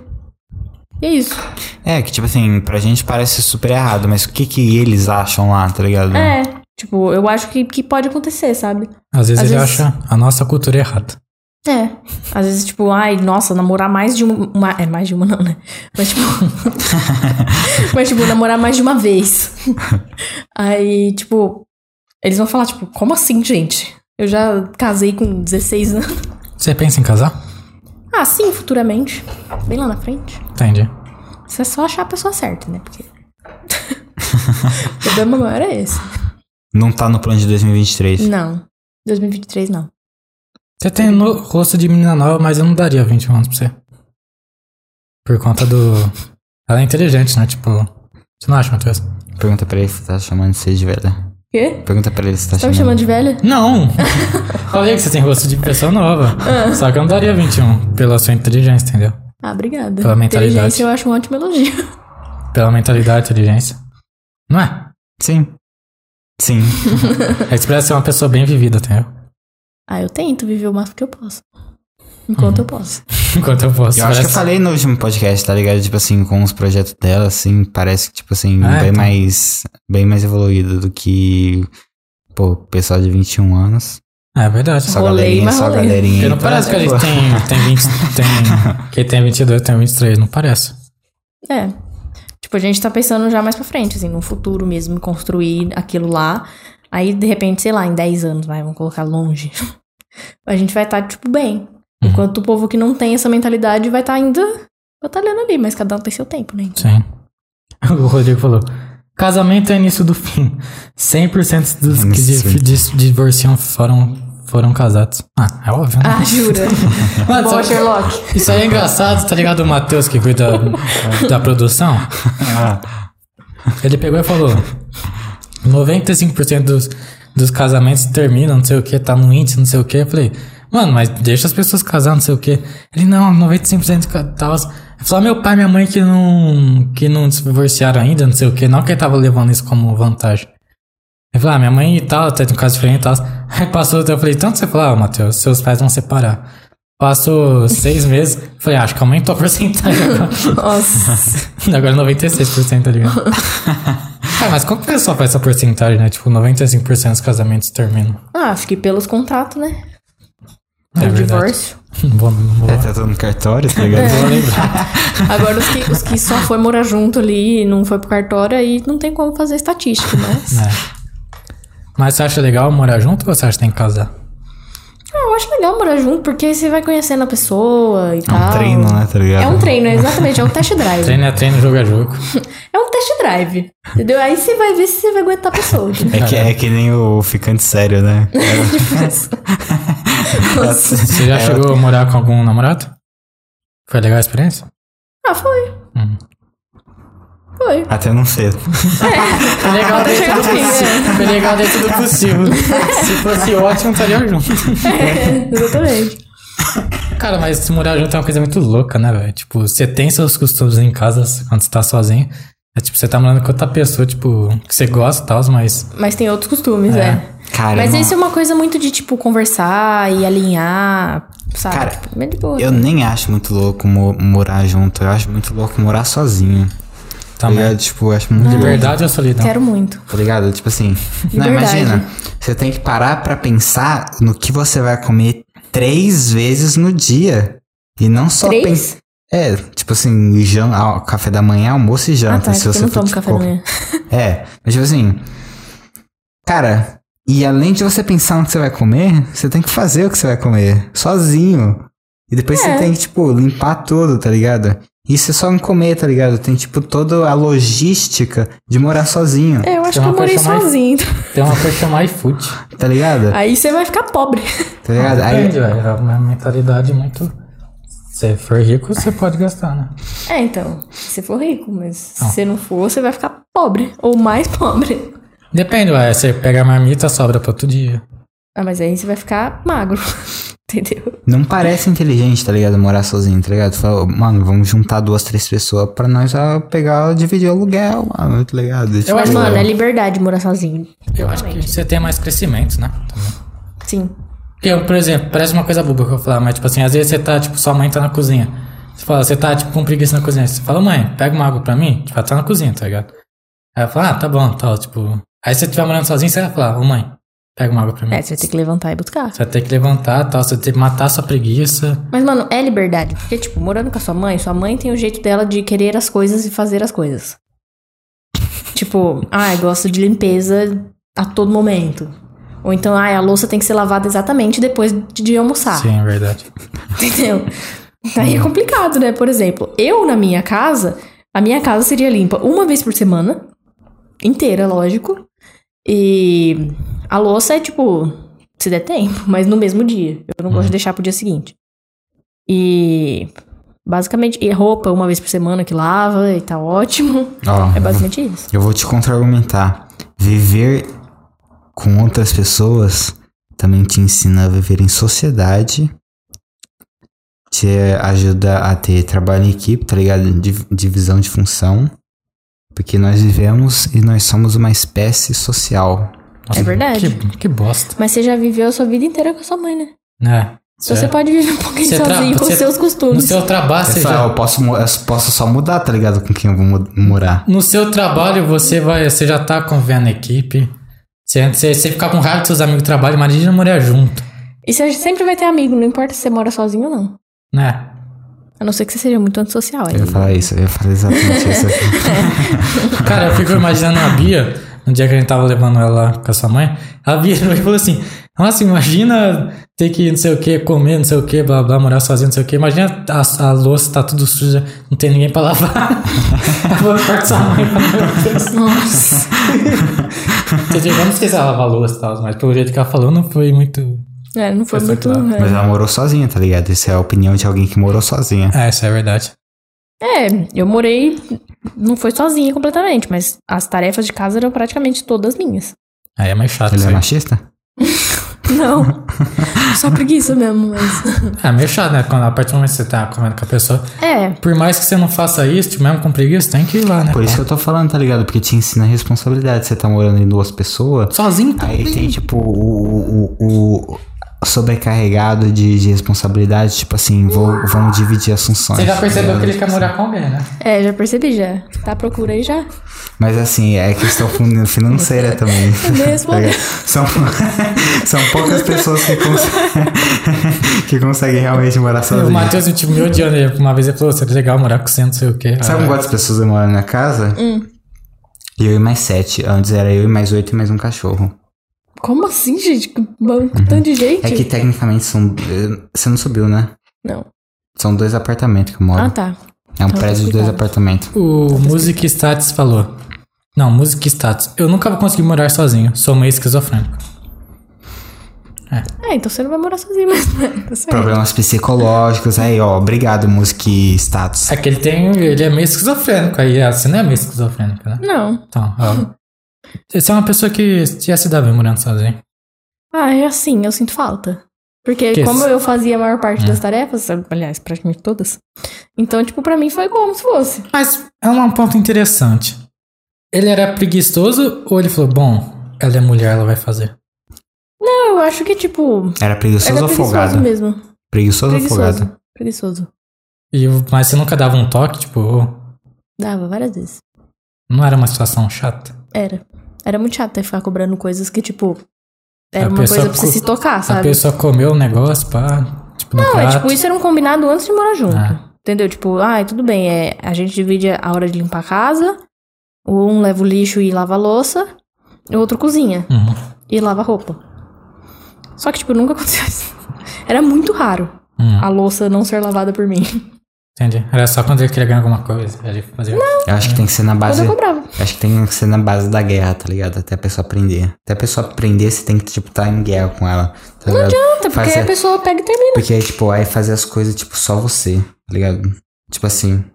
E é isso.
É, que tipo assim, pra gente parece super errado, mas o que que eles acham lá, tá ligado?
É. Tipo, eu acho que, que pode acontecer, sabe?
Às vezes
Às
ele
vezes-
acha a nossa cultura errada.
É. Às vezes, tipo, ai, nossa, namorar mais de uma. uma- é, mais de uma não, né? Mas, tipo. mas, tipo, namorar mais de uma vez. Aí, tipo, eles vão falar, tipo, como assim, gente? Eu já casei com 16 anos.
Você pensa em casar?
Ah, sim, futuramente. Bem lá na frente.
Entendi.
Isso é só achar a pessoa certa, né? Porque. o problema maior é esse.
Não tá no plano de 2023.
Não. 2023, não.
Você tem no rosto de menina nova, mas eu não daria 21 anos pra você. Por conta do. Ela é inteligente, né? Tipo. Você não acha, Matheus?
Pergunta pra ele se tá chamando você de velha.
O quê?
Pergunta pra ele se tá
Tá me
chamando.
chamando de velha?
Não! Falei que você tem rosto de pessoa nova. Só que eu não daria 21 pela sua inteligência, entendeu?
Ah, obrigada.
Pela mentalidade.
Inteligência eu acho um ótimo elogio.
Pela mentalidade e inteligência. Não é?
Sim. Sim.
É que você precisa ser uma pessoa bem vivida, entendeu?
Ah, eu tento viver o máximo que eu posso. Enquanto
Uhum.
eu posso.
Enquanto eu posso.
Eu acho que eu
parece-
falei no último podcast, tá ligado? Tipo assim, com os projetos dela, assim, parece que, tipo assim,
Ah,
bem
então.
mais. Bem mais evoluído do que. Pô, pessoal de 21 anos.
É verdade.
Só
Rolei,
galerinha,
mas
só
rolei.
galerinha.
Porque não
Então,
parece que
é,
ele
pô.
tem, tem 20. Tem, que ele tem 22, tem 23. Não parece.
É. Tipo, a gente tá pensando já mais pra frente, assim, no futuro mesmo, construir aquilo lá. Aí, de repente, sei lá, em 10 anos, vai, vamos colocar longe. a gente vai estar, tá, tipo, bem.
Uhum.
Enquanto o povo que não tem essa mentalidade vai estar tá ainda batalhando ali, mas cada um tem seu tempo, né?
Sim. O Rodrigo falou: casamento é início do fim. 100% dos que
Início.
di- dis- divorciam foram, foram casados. Ah, é óbvio, né?
Ah, jura?
Mano,
Bom,
isso,
Sherlock.
isso aí é engraçado, tá ligado? O Matheus que cuida da produção.
Ah,
Ele pegou e falou: 95% dos, dos casamentos terminam, não sei o que, tá no índice, não sei o que. Eu falei, mano, mas deixa as pessoas casar, não sei o que. Ele, não, 95% ca- tal. Ele falou, meu pai e minha mãe que não, que não se divorciaram ainda, não sei o que. Não que ele tava levando isso como vantagem. Ele falou, ah, minha "Então mãe e tal, até um caso diferente e tal. Aí passou, eu falei, tanto você falou, ah, Matheus, seus pais vão separar. Passou seis meses, falei, ah, acho que aumentou a porcentagem agora.
Nossa.
Agora é 96%, tá ligado? ah, mas como que o pessoal faz essa porcentagem, né? Tipo, 95% dos casamentos terminam.
Ah, acho que pelos contatos, né?
É
o
verdade.
divórcio.
Não vou, não vou,
É, tá todo no cartório, tá ligado?
não
É.
vou lembrar.
Agora, os que, os que só foi morar junto ali e não foi pro cartório, aí não tem como fazer estatística, mas.
né? Mas você acha legal morar junto ou você acha que tem que casar?
Ah, eu acho legal morar junto, porque aí você vai conhecendo a pessoa e
É
tal.
um treino, né, tá ligado?
É um treino, exatamente, é um test drive.
Treino é treino, jogo é jogo.
É um test drive, entendeu? Aí você vai ver se você vai aguentar a pessoa. entendeu?
É que, é que nem o ficante sério, né?
É
Você já
É,
chegou a morar com algum namorado? Foi legal a experiência?
Ah, foi.
Hum.
Foi.
Até não sei.
Foi legal
Até chegar no fim, né?
Foi legal dentro do possível. Se fosse ótimo, estaria junto.
É, exatamente.
Cara, mas morar junto é uma coisa muito louca, né, velho? Tipo, você tem seus costumes em casa quando você tá sozinho. É tipo, você tá morando com outra pessoa, tipo, que você gosta e tal, mas.
Mas tem outros costumes, é.
Cara,
Mas
eu não-
isso é uma coisa muito de, tipo, conversar e alinhar, sabe?
Cara,
tipo, meio de boa.
eu nem acho muito louco mo- morar junto. Eu acho muito louco morar sozinho. Tá
Também. É
ligado? Tipo, eu acho muito louco.
Liberdade ou solidão?
Quero muito.
Tá ligado? Tipo assim. Não,
Liberdade.
imagina. Você tem que parar pra pensar no que você vai comer três vezes no dia. E não só
Três?
pensar. É, tipo assim, jan ah, café da manhã, almoço e
Ah,
janta.
tá. é
se
porque eu
você
não
for,
tomo
tipo,
café da manhã.
É, mas tipo assim. Cara, e além de você pensar no que você vai comer, você tem que fazer o que você vai comer, sozinho. E depois
É.
você tem que, tipo, limpar tudo, tá ligado? Isso é só em comer, tá ligado? Tem, tipo, toda a logística de morar sozinho,
É, eu
Você
acho
é
que
uma
eu morei
pessoa mais-
sozinho.
Tem uma coisa que é chama iFood.
tá ligado?
Aí você vai ficar pobre.
Tá ligado? Aí,
Depende, velho. É uma mentalidade muito. Se você for rico, você pode gastar, né?
É, então. Se você for rico, mas se você não for, você vai ficar pobre. Ou mais pobre.
Depende, ué. Você pega a marmita, sobra pra outro dia.
Ah, mas aí você vai ficar magro. Entendeu?
não parece inteligente, tá ligado? Morar sozinho, tá ligado? Fala, mano, vamos juntar duas, três pessoas pra nós ah, pegar, dividir o aluguel, mano, tá ligado? Tipo,
Mas, mano, é liberdade morar sozinho.
Eu acho que você tem mais crescimento, né? Também.
Sim.
Porque, eu, por exemplo, parece uma coisa boba que eu vou falar, mas tipo assim, às vezes você tá, tipo, sua mãe tá na cozinha. Você fala, você tá, tipo, com preguiça na cozinha. Você fala, mãe, pega uma água pra mim. Tipo, ela tá na cozinha, tá ligado? Aí ela fala, ah, tá bom, tal, tipo. Aí se você estiver morando sozinho, você vai falar, ô mãe, pega uma água pra mim.
É, você vai ter que levantar e buscar.
Você vai ter que levantar, tal, você vai ter que matar a sua preguiça.
Mas, mano, é liberdade. Porque, tipo, morando com a sua mãe, sua mãe tem o jeito dela de querer as coisas e fazer as coisas. Tipo, ah, eu gosto de limpeza a todo momento. Ou então, ah, a louça tem que ser lavada exatamente depois de, de almoçar.
Sim, é verdade.
Entendeu? Aí é complicado, né? Por exemplo, eu na minha casa, a minha casa seria limpa uma vez por semana, inteira, lógico. E a louça é tipo, se der tempo, mas no mesmo dia. Eu não gosto
Uhum.
de deixar pro dia seguinte. E basicamente, e roupa uma vez por semana que lava e tá ótimo.
Ó,
É basicamente
Uhum.
isso.
Eu vou te contra-argumentar. Viver com outras pessoas também te ensina a viver em sociedade. Te ajuda a ter trabalho em equipe, tá ligado? Div- Divisão de função. Porque nós vivemos e nós somos uma espécie social.
É verdade.
Que, que bosta.
Mas você já viveu a sua vida inteira com a sua mãe, né?
né
Então você pode viver um pouquinho
Você tra-
sozinho com
você-
os seus
No
costumes.
seu trabalho, você
Pessoal,
já,
eu posso, mu- eu posso só mudar, tá ligado? Com quem eu vou mu- morar.
no seu trabalho você vai, você já tá convivendo a equipe. Você, você, você ficar com raiva dos seus amigos do trabalho, imagina morar junto,
E você sempre vai ter amigo, não importa se você mora sozinho ou não.
né?
A não ser que você seja muito antissocial. Aí.
Eu ia falar isso, eu ia falar exatamente isso aqui.
Cara, eu fico imaginando a Bia, no dia que a gente tava levando ela com a sua mãe, a Bia virou e falou assim: Nossa, imagina ter que não sei o que, comer, não sei o que, blá blá, morar sozinho, não sei o que. Imagina a, a louça tá tudo suja, não tem ninguém pra lavar. Eu vou ficar com sua mãe pra
Nossa.
Eu não sei se ela lavar louça e tal, mas pelo jeito que ela falou, não foi muito.
É, não foi
Essa
muito.
aqui lá.
né? Mas
É.
ela morou sozinha, tá ligado? Isso é a opinião de alguém que morou sozinha.
É, isso é verdade.
É, eu morei. Não foi sozinha completamente, mas as tarefas de casa eram praticamente todas minhas.
Aí é mais chato.
Ele
isso
é
aí.
machista?
Não. Só preguiça mesmo, mas.
É meio chato, né? Quando, a partir do momento que você tá comendo com a pessoa.
É.
Por mais que você não faça isso, tipo, mesmo com preguiça, tem que ir lá, né?
Por isso que eu tô falando, tá ligado? Porque te ensina a responsabilidade. Você tá morando em duas pessoas.
Sozinho, tá?
Aí tem, tipo, o, o, o, sobrecarregado de, de responsabilidade, tipo assim, vou, vão dividir as funções.
Você já percebeu
tá
que ele
ligado?
quer morar com alguém, né?
É, já percebi já. Tá à procura aí já.
Mas assim, é questão fun- financeira também.
É mesmo.
Tá ligado? são, são poucas pessoas que, cons- que conseguem realmente morar
o
sozinhas.
Matheus, tipo, me odiando. ele- Uma vez ele falou, seria legal morar com você, não sei o quê.
Sabe um
Ah,
quantas pessoas eu moro na minha casa?
Hum.
Eu e mais sete. Antes era eu e mais oito e mais um cachorro.
Como assim, gente? Que bom, que tanto de gente.
É que tecnicamente são. eh, Você não subiu, né?
Não.
São dois apartamentos que eu moro.
Ah, tá.
é um
então
prédio de dois
cuidado.
apartamentos.
O Music Status falou. Não, Music Status. Eu nunca vou conseguir morar sozinho. Sou meio esquizofrênico.
É, então você não vai morar sozinho mesmo. né? Tá certo.
Problemas psicológicos. Aí, ó. Obrigado, música e status.
É que ele tem. Ele é meio esquizofrênico. Aí ah, você não é meio esquizofrênico, né?
Não.
Então, ó. Você é uma pessoa que ia se dar bem morando sozinho.
Ah, é assim, eu sinto falta. Porque
Que
como
isso? Hum.
eu fazia a maior parte das tarefas, aliás, praticamente todas. Então, tipo, pra mim foi como se fosse.
Mas é um ponto interessante. Ele era preguiçoso ou ele falou, bom, ela é mulher, ela vai fazer?
Eu acho que, tipo,
Era preguiçoso
era
ou
preguiçoso
folgado?
mesmo.
Preguiçoso, ou folgado?
Preguiçoso. Preguiçoso.
E, mas você nunca dava um toque, tipo, ô,
Dava várias vezes.
não era uma situação chata?
Era. Era muito chato ter que ficar cobrando coisas que, tipo, era
A
uma
pessoa
coisa pra você
co-
se tocar,
A
sabe?
pessoa comeu o negócio, pá, tipo, no
Não, é
prato.
tipo, isso era um combinado antes de morar junto.
Ah.
Entendeu? Tipo, ai, tudo bem, é, a gente divide a hora de limpar a casa, um leva o lixo e lava a louça, o outro cozinha
Uhum.
e lava a roupa. Só que, tipo, nunca aconteceu isso. Era muito raro
Hum.
a louça não ser lavada por mim.
Entendi. Era só quando ele queria ganhar alguma coisa. tipo, Ele fazia.
Eu acho que tem que ser na
Mas
base.
eu cobrava.
Acho que tem que ser na base da guerra, tá ligado? Até a pessoa aprender. Até a pessoa aprender, você tem que, tipo, tá em guerra com ela. Tá ligado?
Até porque
Fazer-
a pessoa pega e termina.
Porque aí, tipo, aí fazer as coisas, tipo, só você, tá ligado? Tipo assim.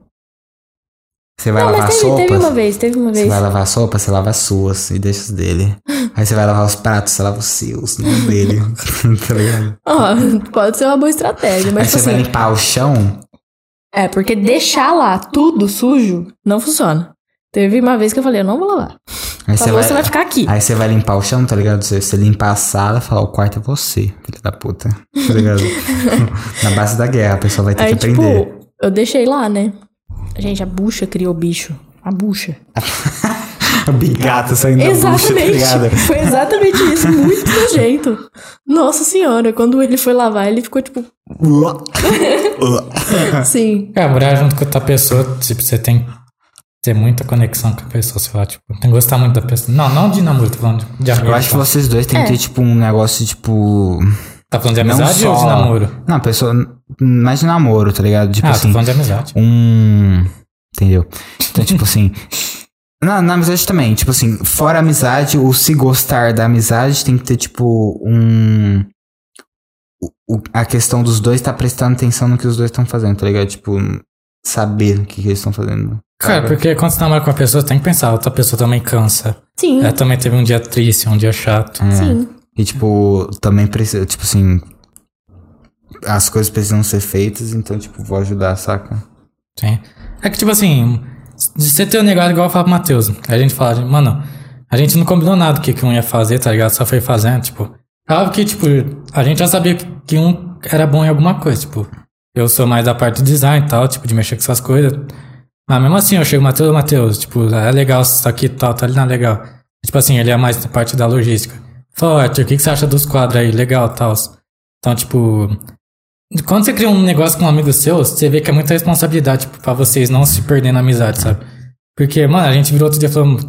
Você vai
Não,
lavar
mas
as
né? teve, teve uma
roupas.
vez, teve uma
Você
vez.
vai lavar as roupas, você lava as suas e deixa os dele. Aí você vai lavar os pratos, você lava os seus, não o dele. tá ligado?
Ó, pode ser uma boa estratégia, mas
aí você
tipo assim,
vai limpar o chão.
É, porque deixar lá tudo sujo não funciona. Teve uma vez que eu falei, eu não vou lavar.
Aí você
Falou,
vai,
você vai ficar aqui.
aí você vai limpar o chão, tá ligado? Você, você limpar a sala e falar, o quarto é você, filho da puta. Tá ligado? Na base da guerra, a pessoa vai ter
Aí,
que aprender.
tipo, eu deixei lá, né? Gente, a bucha criou o bicho. A bucha.
O Big Gato saindo
exatamente.
da bucha, tá ligado?
Foi exatamente isso. Muito nojento. Nossa senhora, quando ele foi lavar, ele ficou tipo
Uá. Uá.
assim.
É, morar junto com outra pessoa, tipo, você tem que ter muita conexão com a pessoa, sei lá, tipo, tem que gostar muito da pessoa. Não, não de namoro, tô falando de, de amigo.
Eu acho que
tá.
vocês dois têm
É.
que ter, tipo, um negócio, tipo...
Tá falando de
não
amizade ou de
só-
namoro?
Não, pessoa... Mais de namoro, tá ligado? Tipo
ah, tô
assim,
falando de amizade.
um... Entendeu? Então, tipo assim... Na, na amizade também, tipo assim, fora a amizade, o se gostar da amizade tem que ter, tipo, um... o- o- a questão dos dois tá prestando atenção no que os dois estão fazendo, tá ligado? Tipo, saber o que, que eles estão fazendo.
Cara, porque quando você namora com uma pessoa, você tem que pensar, a outra pessoa também cansa.
Sim,
Ela também teve um dia triste, um dia chato.
É.
sim.
E, tipo, também precisa, tipo assim. As coisas precisam ser feitas, então, tipo, vou ajudar, saca?
Sim. É que, tipo assim, se você tem um negócio igual eu falo pro Matheus, a gente fala, mano, a gente não combinou nada do que, que um ia fazer, tá ligado? Só foi fazendo, tipo. É óbvio que, tipo, a gente já sabia que, que um era bom em alguma coisa, tipo. Eu sou mais da parte do design e tal, tipo, de mexer com essas coisas. Mas mesmo assim, eu chego, Matheus, Matheus, tipo, é legal isso aqui e tal, tá ali não é legal. Tipo assim, ele é mais da parte da logística. Fala, "Ó, Arthur, o que, que você acha dos quadros aí? Legal tal. Então, tipo, quando você cria um negócio com um amigo seu, você vê que é muita responsabilidade tipo, pra vocês não se perderem na amizade, sabe? Porque, mano, a gente virou outro dia e falou, "Mano,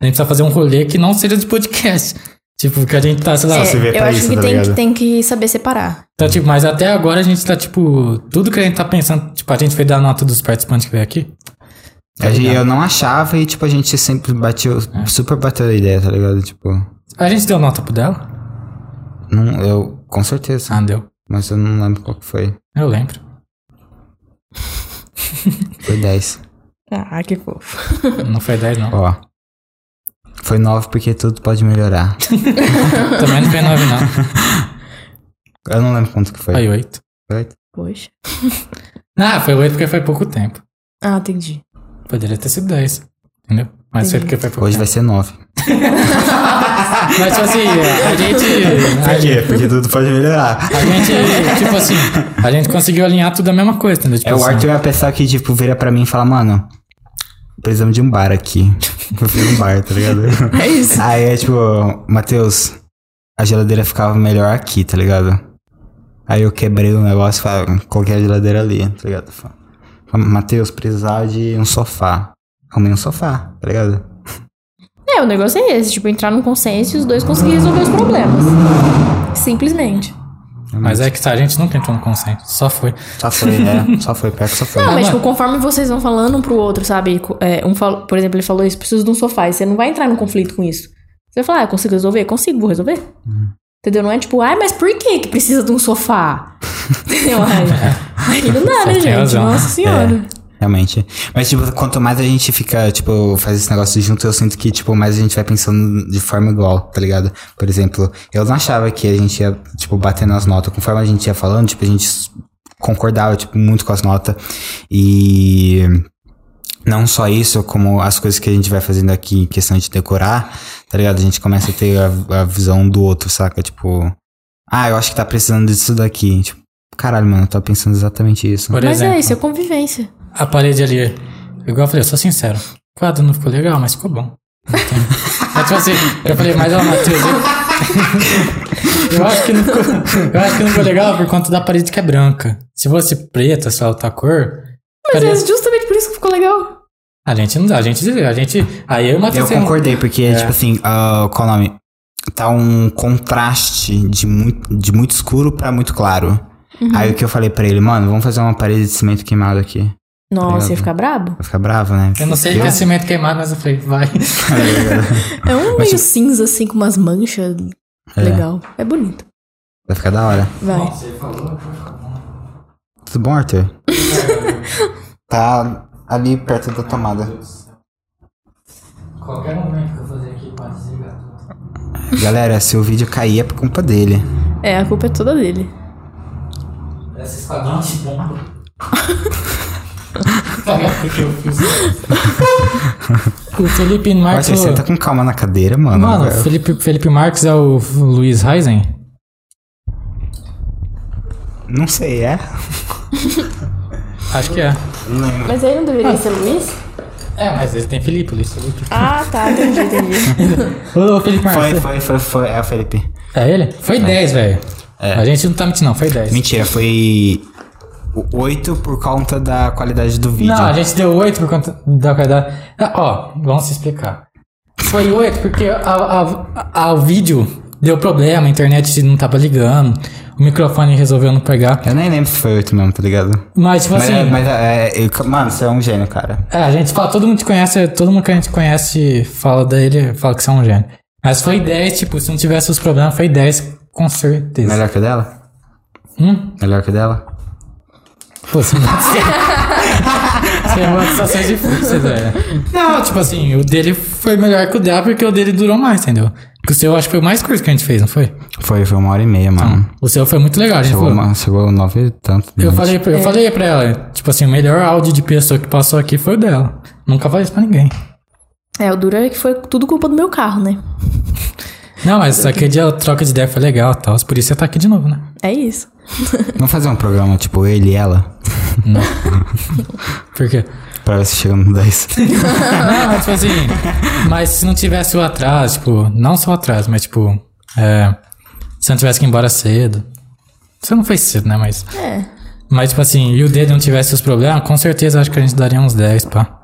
a gente precisa fazer um rolê que não seja de podcast. Tipo, que a gente tá, sei lá.
É,
se vê
eu
pra
acho
isso,
que,
tá
tem, que
ligado?
tem que saber separar.
Tá, tipo, mas até agora a gente tá, tipo, tudo que a gente tá pensando, tipo, a gente foi dar nota dos participantes que veio aqui. Tá
A gente, eu não achava e, tipo, a gente sempre bateu,
É.
super bateu a ideia, tá ligado? Tipo,
A gente deu nota pro dela?
não, eu, com certeza,
Ah, deu.
mas eu não lembro qual que foi.
Eu lembro.
Foi 10.
Ah, que fofo.
Não foi 10, não.
Ó. Foi 9 porque tudo pode melhorar.
Também não foi 9, não.
Eu não lembro quanto que foi.
Foi 8.
Foi?
Poxa.
Ah, foi 8 porque foi pouco tempo.
Ah, entendi.
Poderia ter sido 10. Entendeu? Mas foi porque foi pouco
Hoje
tempo.
vai ser 9.
Mas tipo assim, a gente.
Por quê? Porque tudo pode melhorar.
A gente, tipo assim, a gente conseguiu alinhar tudo a mesma coisa, entendeu? Tipo
É, o
assim,
Arthur é a pessoa que, tipo, vira pra mim e fala, mano, precisamos de um bar aqui. Eu fiz um bar, tá ligado?
É isso.
Aí é tipo, Matheus, a geladeira ficava melhor aqui, tá ligado? Aí eu quebrei o negócio e falei, "Ah, coloquei a geladeira ali, tá ligado? Fala, Matheus, precisava de um sofá. Arrumei um sofá, tá ligado?
É, o negócio é esse, tipo, entrar num consenso e os dois conseguirem resolver os problemas. Simplesmente.
Mas é que tá, a gente nunca entrou no consenso, só foi.
Só foi, é. Só foi, pior que só foi.
Não,
mas-
mas tipo, conforme vocês vão falando um pro outro, sabe? Co- é, um falou, por exemplo, ele falou isso, preciso de um sofá. E você não vai entrar num conflito com isso. Você vai falar, ah, eu consigo resolver? Consigo, vou resolver. Entendeu? Não é tipo, ai, mas por que que precisa de um sofá? Entendeu? Ai, Aí não dá,
Você
né,
tem
gente?
razão.
Nossa senhora.
Realmente. Mas, tipo, quanto mais a gente fica, tipo, faz esse negócio junto, eu sinto que, tipo, mais a gente vai pensando de forma igual, tá ligado? Por exemplo, eu não achava que a gente ia, tipo, bater nas notas. Conforme a gente ia falando, tipo, a gente s- concordava, tipo, muito com as notas. E não só isso, como as coisas que a gente vai fazendo aqui em questão de decorar, tá ligado? A gente começa a ter a, a visão do outro, saca? Tipo, ah, eu acho que tá precisando disso daqui. Tipo, caralho, mano, eu tava pensando exatamente isso.
Por
mas é
exemplo,
isso, é convivência.
a parede ali, igual eu falei, eu sou sincero. O quadro não ficou legal, mas ficou bom. Então, mas, tipo assim, eu falei, mas ó, Matheus, eu... eu acho que não ficou, eu acho que não ficou legal por conta da parede que é branca. Se fosse preta, sei lá, outra cor.
Mas
ficaria-
é justamente por isso que ficou legal.
A gente não. A gente. A gente. Aí eu e o
Eu
Matheus.
concordei, porque, tipo assim, ah, qual o nome? Tá um contraste de muito, de muito escuro pra muito claro. Aí o que eu falei pra ele, mano, vamos fazer uma parede de cimento queimado aqui. Vai
Nossa,
Obrigado.
ia ficar brabo?
ficar bravo, né?
Eu não sei o que é cimento queimado, mas eu falei, vai.
É um
Mas,
meio cinza, assim, com umas manchas. Legal. É bonito.
Vai ficar da hora.
Vai.
Tudo bom, Arthur? tá ali perto da tomada.
Qualquer momento que eu fazer aqui pode desligar tudo.
Galera, se o vídeo cair é por culpa dele.
É, a culpa é toda dele.
Esse esquadrão de bomba. Tá o Felipe Marques.
Arthur, senta tá com calma na cadeira, mano.
Mano,
Eu-
Felipe, Felipe Marques é o Luiz Heisen?
Não sei, é?
Acho que é.
Mas aí não deveria ser Luiz?
É, mas ele tem Felipe, Luiz Felipe.
Ah, tá, entendi, entendi.
Ô, Felipe
Foi,
Marques.
foi, foi, foi. É o Felipe.
É ele? Foi 10, velho. A gente não tá mentindo, não, foi 10.
É. Mentira, foi 8 por conta da qualidade do vídeo.
Não, a gente deu 8 por conta da qualidade. Ah, ó, vamos se explicar. Foi 8 porque a, a- a- o vídeo deu problema, a internet não tava ligando, o microfone resolveu não pegar.
Eu nem lembro se foi 8 mesmo, tá ligado?
Mas, tipo
Mas,
assim,
é- mas é, eu- mano, você é um gênio, cara.
é, a gente fala, todo mundo que conhece, todo mundo que a gente conhece fala dele, fala que você é um gênio. Mas foi 10, tipo, se não tivesse os problemas, foi 10, com certeza.
Melhor que o dela?
Hum?
Melhor que o dela?
Pô, você manda Você é manda situações difíceis, velho. Não, tipo assim, o dele foi melhor que o dela porque o dele durou mais, entendeu? Porque o seu acho que foi o mais curto que a gente fez, não foi?
Foi, foi uma hora e meia, mano.
O seu Ah, foi muito legal, a gente
Chegou,
falou.
uma, chegou nove e tanto.
Eu falei, pra- eu falei pra ela, tipo assim, o melhor áudio de pessoa que passou aqui foi o dela. Nunca falei isso pra ninguém.
É, o duro é que foi tudo culpa do meu carro, né?
Não, mas aquele dia a troca de ideia foi legal e tal. Por isso você tá aqui de novo, né?
É isso.
Vamos fazer um programa, tipo, ele e ela?
Porque.
Pra ver se chegamos no 10.
Não, mas, tipo assim. Mas se não tivesse o atraso, tipo, não só o atraso, mas tipo. É, se não tivesse que ir embora cedo. Você não foi cedo, né? Mas.
É.
Mas, tipo assim, e o dedo não tivesse os problemas, com certeza acho que a gente daria uns 10, pá.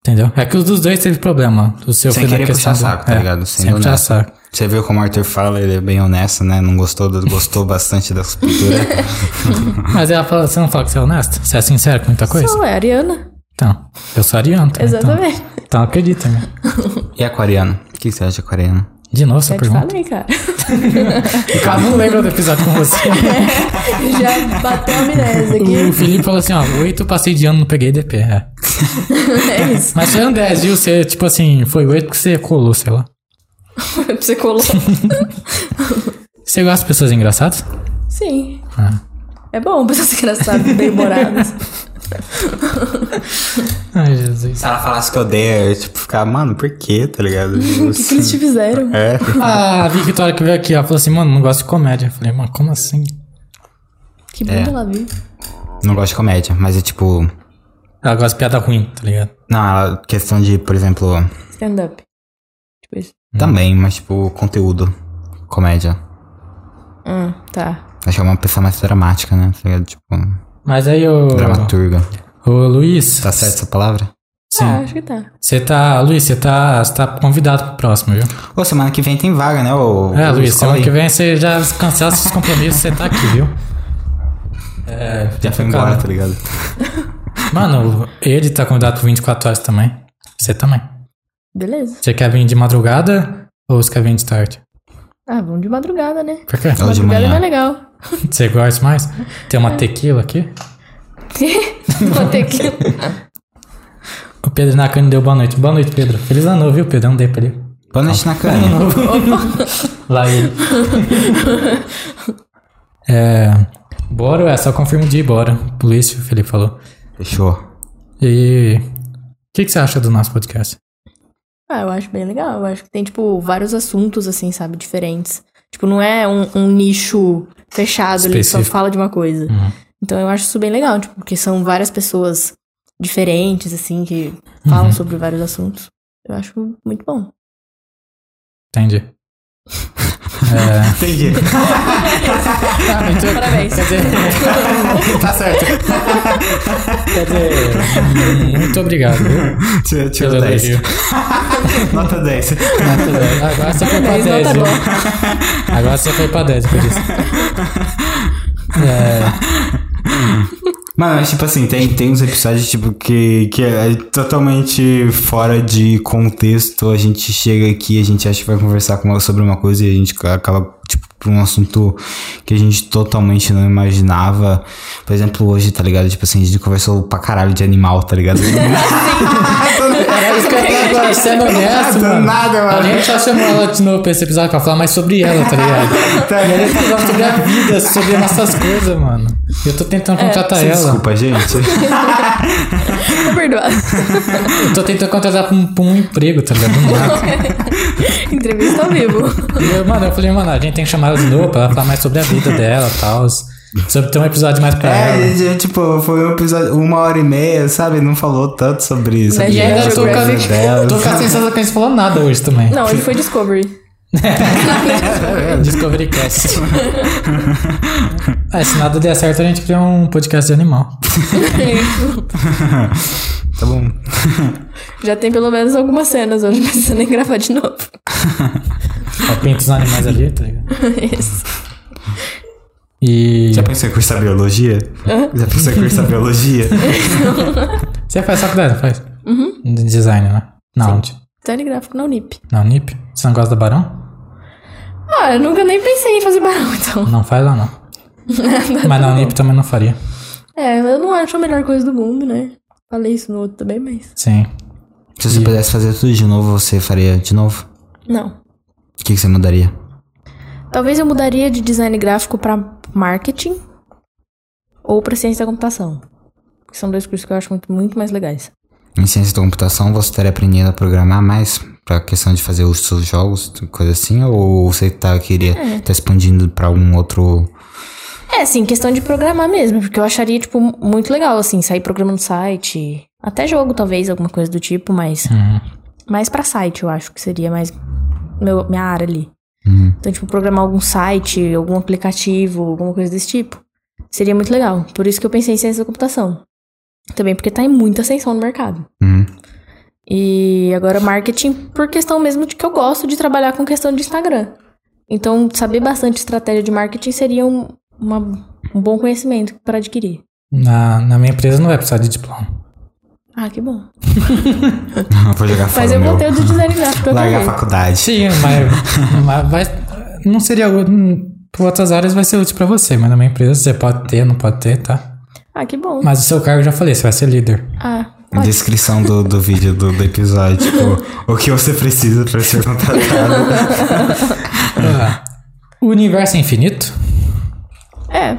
Entendeu? É que os dos dois teve problema. O seu
Sem
foi na
querer
questão.
puxar
do- é,
saco, tá ligado? Sem
sem puxar
honesto.
saco.
Você viu como o Arthur fala, ele é bem honesto, né? Não gostou, do- gostou bastante das pinturas.
Mas ela fala, você não fala que você é honesto? Você é sincero com muita coisa?
Sou, é a Ariana.
Então, eu sou ariano. também,
Exatamente.
Então, então acredita, né?
e aquariano? O que você acha de aquariano?
De novo essa
Já te
pergunta.
falei, cara.
O cara não lembra do episódio com você.
Já bateu a amnésia
O
aqui.
Felipe falou assim, ó, oito passei de ano, não peguei DP, é.
É isso.
Mas foi um 10, viu? Você, tipo assim, foi oito porque você colou, sei lá.
Você colou.
Você gosta de pessoas engraçadas?
Sim. É bom pessoas engraçadas, bem-humoradas.
Ai, Jesus.
Se ela falasse que odeia, eu ia, tipo, ficar, mano, por quê, tá ligado?
O que, que eles te fizeram?
É.
Ah, a Victoria que veio aqui, ela falou assim, mano, não gosto de comédia. Eu falei, mano, como assim?
Que bunda ela viu.
Não gosto de comédia, mas é tipo.
Ela gosta de piada ruim, tá ligado?
Não, ela, questão de, por exemplo.
Stand-up. Tipo isso.
Hum.
Também, mas tipo, conteúdo. Comédia.
Hum, tá.
Acho que é uma pessoa mais dramática, né? Tá ligado? Tipo,
Mas aí, ô,
dramaturga.
ô Luiz,
Tá certo essa palavra?
Sim.
Ah, acho que tá.
você tá, Luiz, você tá, você tá convidado pro próximo, viu?
Ô, semana que vem tem vaga, né? Ô,
É,
ô,
Luiz,
escola
semana
aí.
que vem você já cancela seus compromissos, você tá aqui, viu? É,
Já foi embora, tá ligado?
Mano, ele tá convidado por 24 horas também. Você também.
Beleza.
Você quer vir de madrugada ou você quer vir de tarde?
Ah, vamos de madrugada, né?
Por quê?
Ou de
madrugada é
manhã.
mais legal.
Você gosta mais? Tem uma tequila aqui?
Vou ter que.
O Pedro Nakane deu boa noite. Boa noite, Pedro. Feliz ano novo, viu, Pedro? Não dei pra ele.
Boa noite na cana.
Lá ele. é. Bora, é só confirma o dia e bora. Polícia, o Felipe falou.
Fechou.
E. O que, que você acha do nosso podcast?
Ah, eu acho bem legal. Eu acho que tem, tipo, vários assuntos, assim, sabe, diferentes. Tipo, não é um, um nicho fechado, ele só
Específico.
fala de uma coisa.
Uhum.
Então eu acho isso bem legal, tipo, porque são várias pessoas diferentes, assim, que falam
Uhum.
sobre vários assuntos. Eu acho muito bom.
Entendi. É,
Entendi.
Parabéns.
quer dizer,
tá certo.
quer dizer, muito obrigado. viu?
Tira, tira
Pelo
o 10.
elogio.
Nota 10.
Agora você foi pra
Parabéns,
10,
nota
viu? Agora você foi pra 10, por isso. É,
Mano, mas tipo assim, tem, tem uns episódios tipo, que, que é totalmente fora de contexto. A gente chega aqui, a gente acha que vai conversar com ela sobre uma coisa e a gente acaba, tipo, por um assunto que a gente totalmente não imaginava. Por exemplo, hoje, tá ligado? Tipo assim, a gente conversou pra caralho de animal, tá ligado?
é isso que eu tava sendo honesto,
Do
mano.
nada, mano.
A gente só chamou ela de novo pra esse episódio pra falar mais sobre ela, tá ligado?
Tá
E a
ligado?
gente tá falando sobre a vida, sobre nossas coisas, mano. Eu tô tentando contratar ela.
Desculpa, gente.
Tá perdoado.
Eu tô tentando contratar pra um, pra um emprego, tá ligado? Do nada.
Entrevista ao vivo.
E eu, mano, eu falei, mano, a gente tem que chamar ela de novo pra ela falar mais sobre a vida dela e tal. Sobre ter um episódio mais pra ela.
É, gente, tipo, foi um episódio, uma hora e meia, sabe? Não falou tanto sobre isso.
Mas
E
ainda
ainda
tô
tô com
com
a- dela,
a sensação que a gente falou nada hoje também.
Não, ele foi Discovery.
É, Discovery Cast. é, se nada der certo, a gente cria um podcast de animal.
Tá bom.
Já tem pelo menos algumas cenas hoje, não precisa nem gravar de novo.
Só pinta os animais ali, tá ligado?
Isso.
E.
Já pensou em cursar biologia? Já pensou em cursar biologia?
Você faz faculdade, faz? Uhum. De design, né? Na onde?
Design gráfico Então, na Unip.
Na Unip? Você não gosta da Barão?
Ah, eu nunca nem pensei em fazer barão, então.
Não faz lá, não. Mas na Unip também não faria.
É, eu não acho a melhor coisa do mundo, né? Falei isso no outro também, mas.
Sim.
Se você pudesse fazer tudo de novo, você faria de novo?
Não.
O que, que você mudaria?
Talvez eu mudaria de design gráfico pra marketing ou pra ciência da computação. Que são dois cursos que eu acho muito, muito mais legais.
Em ciência da computação, você estaria aprendendo a programar mais pra questão de fazer os seus jogos, coisa assim? Ou você tá, queria tá expandindo pra um outro.
É, assim, questão de programar mesmo, porque eu acharia, tipo, muito legal, assim, sair programando site. Até jogo, talvez, alguma coisa do tipo, mas.
Uhum.
Mais pra site, eu acho que seria mais meu, minha área ali. Então, tipo, programar algum site, algum aplicativo, alguma coisa desse tipo. Seria muito legal. Por isso que eu pensei em ciência da computação. Também porque tá em muita ascensão no mercado.
Hum.
E agora marketing por questão mesmo de que eu gosto de trabalhar com questão de Instagram. Então, saber bastante estratégia de marketing seria um, uma- um bom conhecimento pra adquirir.
Na, na minha empresa não vai precisar de diploma.
Ah, que bom.
Vou jogar fora
Mas
o
eu
meu.
botei o de design gráfico que eu
Largar a
acabei.
faculdade.
Sim, mas, mas vai- não seria. hum, Por outras áreas vai ser útil pra você, mas na minha empresa você pode ter, não pode ter, tá?
Ah, que bom.
Mas o seu cargo eu já falei, você vai ser líder.
Ah, ótimo.
Descrição do, do vídeo, do, do episódio. Tipo, o que você precisa pra ser contratado.
Ah, é o universo é infinito?
É,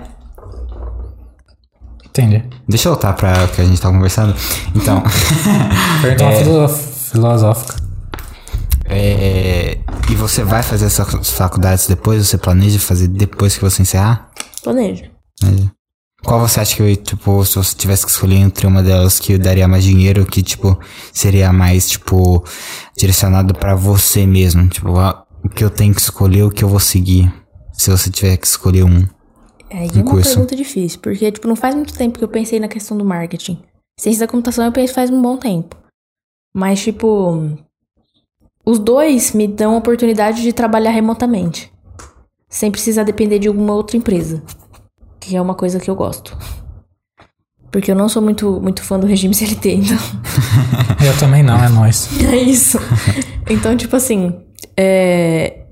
entende.
Deixa eu voltar pra o que a gente tava conversando. Então,
Pergunta uma filosof- filosófica.
é, e você vai fazer as suas faculdades depois? Você planeja fazer depois que você encerrar?
Planejo.
Qual você acha que, tipo, se você tivesse que escolher entre uma delas que daria mais dinheiro, que, tipo, seria mais, tipo, direcionado pra você mesmo? Tipo, ah, o que eu tenho que escolher, o que eu vou seguir? Se você tiver que escolher um.
Aí é uma
curso.
pergunta difícil, porque, tipo, não faz muito tempo que eu pensei na questão do marketing. Ciência da computação eu penso faz um bom tempo. Mas, tipo, os dois me dão a oportunidade de trabalhar remotamente. Sem precisar depender de alguma outra empresa. Que é uma coisa que eu gosto. Porque eu não sou muito, muito fã do regime CLT, então.
Eu também não, é nóis.
É isso. Então, tipo assim. é,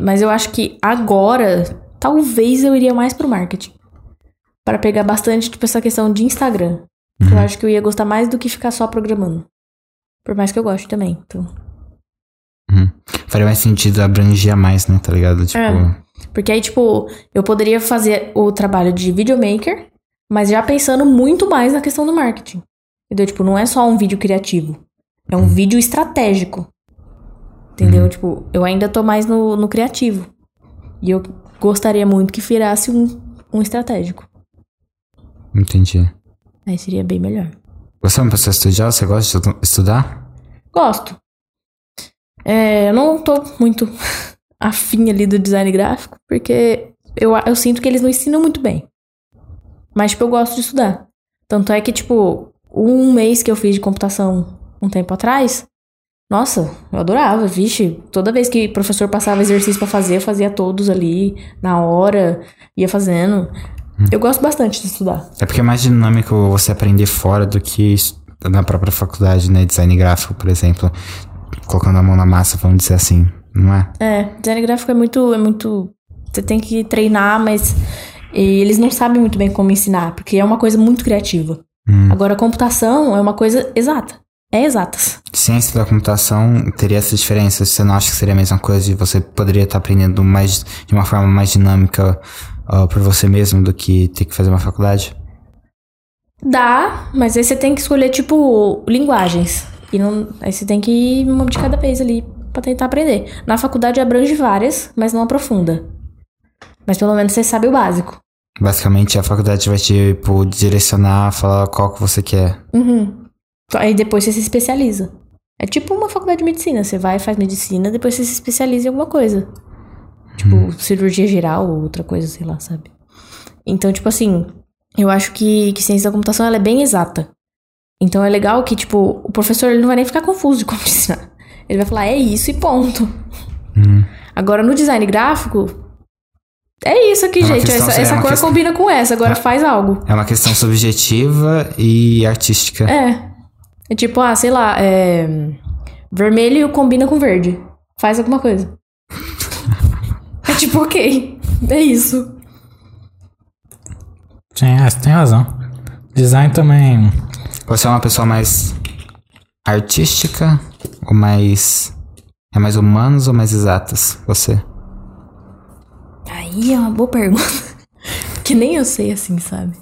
Mas eu acho que agora, talvez eu iria mais pro marketing. Pra pegar bastante, tipo, essa questão de Instagram. Que Eu acho que eu ia gostar mais do que ficar só programando. Por mais que eu goste também. Então.
Faria mais sentido abranger mais, né? Tá ligado? Tipo.
É. Porque aí, tipo, eu poderia fazer o trabalho de videomaker, mas já pensando muito mais na questão do marketing. Entendeu? Tipo, não é só um vídeo criativo. É um vídeo estratégico. Entendeu? Tipo, eu ainda tô mais no, no criativo. E eu gostaria muito que virasse um, um estratégico.
Entendi.
Aí seria bem melhor.
Você é uma pessoa estudiosa? Você gosta de estu- estudar?
Gosto. É, eu não tô muito afim ali do design gráfico, porque eu, a- eu sinto que eles não ensinam muito bem. Mas, tipo, eu gosto de estudar. Tanto é que, tipo, um mês que eu fiz de computação um tempo atrás, nossa, eu adorava, vixe. Toda vez que o professor passava exercício pra fazer, eu fazia todos ali, na hora, ia fazendo. Eu gosto bastante de estudar.
É porque é mais dinâmico você aprender fora do que es- na própria faculdade, né? Design gráfico, por exemplo. Colocando a mão na massa, vamos dizer assim, não é?
É, design gráfico é muito, é muito. Você tem que treinar, mas e eles não sabem muito bem como ensinar, porque é uma coisa muito criativa.
Hum.
Agora, computação é uma coisa exata. É exatas.
Ciência da computação teria essas diferenças. Você não acha que seria a mesma coisa e você poderia estar aprendendo mais de uma forma mais dinâmica ó, por você mesmo do que ter que fazer uma faculdade?
Dá, mas aí você tem que escolher, tipo, linguagens. E não, aí você tem que ir uma de cada vez ali pra tentar aprender. Na faculdade abrange várias, mas não aprofunda. Mas pelo menos você sabe o básico.
Basicamente, a faculdade vai te tipo, direcionar, falar qual que você quer.
Uhum. Aí depois você se especializa. É tipo uma faculdade de medicina. Você vai, faz medicina, depois você se especializa em alguma coisa. Tipo,
Uhum.
cirurgia geral ou outra coisa, sei lá, sabe? Então, tipo assim, eu acho que, que ciência da computação ela é bem exata. Então é legal que, tipo, o professor ele não vai nem ficar confuso de como ensinar. Ele vai falar, é isso e ponto.
Hum.
Agora, no design gráfico, é isso aqui,
É uma
gente.
questão-
essa
é
essa
uma
cor
questão-
combina com essa, agora
É.
faz algo.
É uma questão subjetiva e artística.
É. É tipo, ah, sei lá, é... vermelho combina com verde. Faz alguma coisa. é tipo, ok. É isso.
Tem, é, você tem razão. Design também.
Você é uma pessoa mais artística ou mais. É mais humanos ou mais exatas? Você.
Aí é uma boa pergunta. que nem eu sei assim, sabe?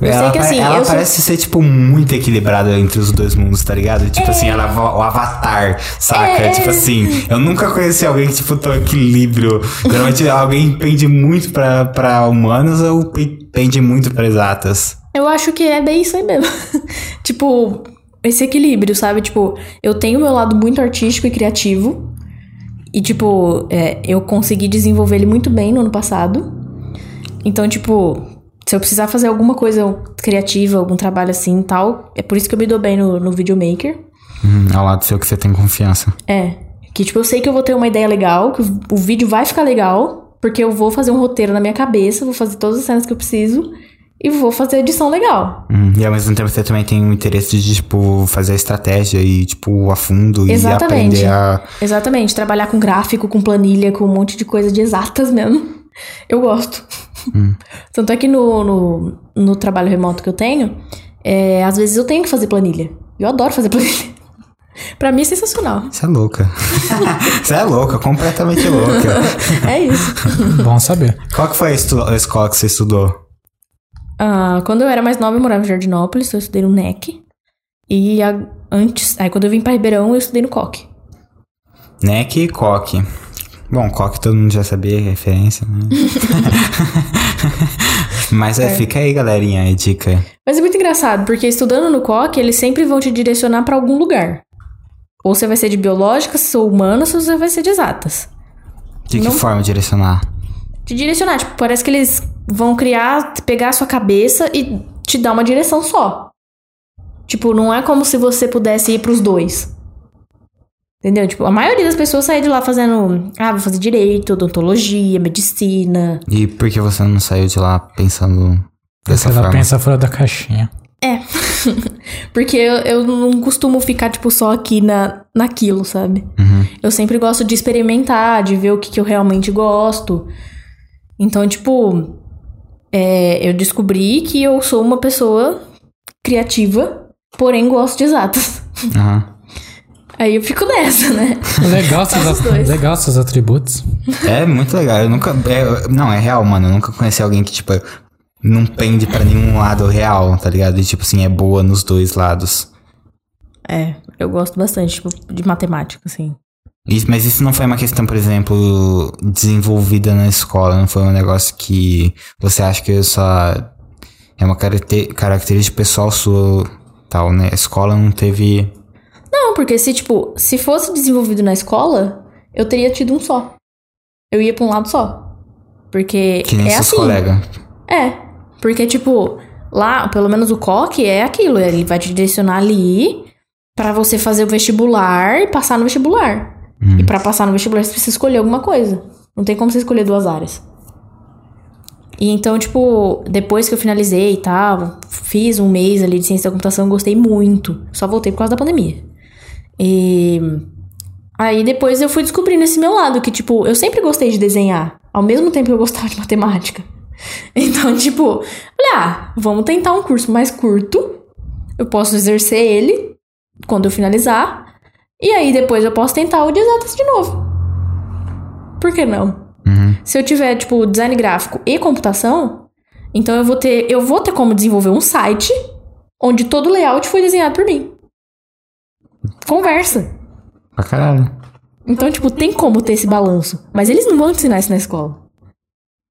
Eu sei
pare-
que assim,
ela
eu sou-
parece ser, tipo, muito equilibrada entre os dois mundos, tá ligado? Tipo assim, ela é vo- o avatar, saca?
É.
Tipo assim, eu nunca conheci alguém que, tipo, tem um equilíbrio. Geralmente alguém pende muito pra, pra humanos ou pe- pende muito pra exatas.
Eu acho que é bem isso aí mesmo. tipo, esse equilíbrio, sabe? Tipo, eu tenho meu lado muito artístico e criativo. E, tipo, é, eu consegui desenvolver ele muito bem no ano passado. Então, tipo, se eu precisar fazer alguma coisa criativa, algum trabalho assim e tal, é por isso que eu me dou bem no, no videomaker.
Hum, ao lado seu que você tem confiança.
É. Que, tipo, eu sei que eu vou ter uma ideia legal, que o- o vídeo vai ficar legal, porque eu vou fazer um roteiro na minha cabeça, vou fazer todas as cenas que eu preciso e vou fazer a edição legal.
Hum, e ao mesmo tempo você também tem o interesse de, tipo, fazer a estratégia e, tipo, a fundo
Exatamente.
e aprender a.
Exatamente, trabalhar com gráfico, com planilha, com um monte de coisa de exatas mesmo. Eu gosto. Tanto é que no, no, no trabalho remoto que eu tenho, é, às vezes eu tenho que fazer planilha. Eu adoro fazer planilha. pra mim é sensacional.
Você é louca. Você é louca, completamente louca.
É isso.
Bom saber.
Qual que foi a, estu- a escola que você estudou?
ah, quando eu era mais nova, eu morava em Jardinópolis, então eu estudei no NEC. E a- antes, aí quando eu vim pra Ribeirão, eu estudei no COC.
Neck e coque. Bom, coque todo mundo já sabia a referência, né? Mas é, fica aí, galerinha, a dica.
Mas é muito engraçado, porque estudando no COC, eles sempre vão te direcionar pra algum lugar. Ou você vai ser de biológicas, ou humanas, ou você vai ser de exatas.
De que
Não-
forma direcionar?
Te direcionar, tipo, parece que eles vão criar, pegar a sua cabeça e te dar uma direção só. Tipo, não é como se você pudesse ir pros dois. Entendeu? Tipo, a maioria das pessoas sai de lá fazendo, ah, vou fazer direito, odontologia, medicina.
E por que você não saiu de lá pensando dessa
Ela
forma?
pensa fora da caixinha.
Porque eu, eu não costumo ficar, tipo, só aqui na, naquilo, sabe?
Uhum.
Eu sempre gosto de experimentar, de ver o que, que eu realmente gosto. Então, tipo, é, eu descobri que eu sou uma pessoa criativa, porém gosto de exatas.
Aham.
Aí eu fico nessa, né?
Legal seus,
Faz os
at-
dois.
legal seus atributos.
É muito legal. Eu nunca. é- não, é real, mano. Eu nunca conheci alguém que, tipo, não pende pra nenhum lado real, tá ligado? E, tipo, assim, é boa nos dois lados.
É, eu gosto bastante, tipo, de matemática, assim.
Isso- mas isso não foi uma questão, por exemplo, desenvolvida na escola, não foi um negócio que você acha que só é uma caracte- característica pessoal sua, tal, né? A escola não teve.
Não, porque se, tipo, se fosse desenvolvido na escola, eu teria tido um só. Eu ia pra um lado só. Porque
Que nem
é
seus
assim.
colegas.
É, porque, tipo, lá, pelo menos o COC é aquilo, ele vai te direcionar ali pra você fazer o vestibular e passar no vestibular. E pra passar no vestibular você precisa escolher alguma coisa. Não tem como você escolher duas áreas. E então, tipo, depois que eu finalizei e tal, fiz um mês ali de ciência da computação, gostei muito. Só voltei por causa da pandemia. E aí depois eu fui descobrindo esse meu lado, que, tipo, eu sempre gostei de desenhar, ao mesmo tempo que eu gostava de matemática. Então, tipo, olha, ah, vamos tentar um curso mais curto. Eu posso exercer ele quando eu finalizar. E aí depois eu posso tentar o de exatas de novo. Por que não?
Uhum.
Se eu tiver, tipo, design gráfico e computação, então eu vou ter. Eu vou ter como desenvolver um site onde todo o layout foi desenhado por mim. Conversa.
Pra caralho.
Então, tipo, tem como ter esse balanço. Mas eles não vão te ensinar isso na escola.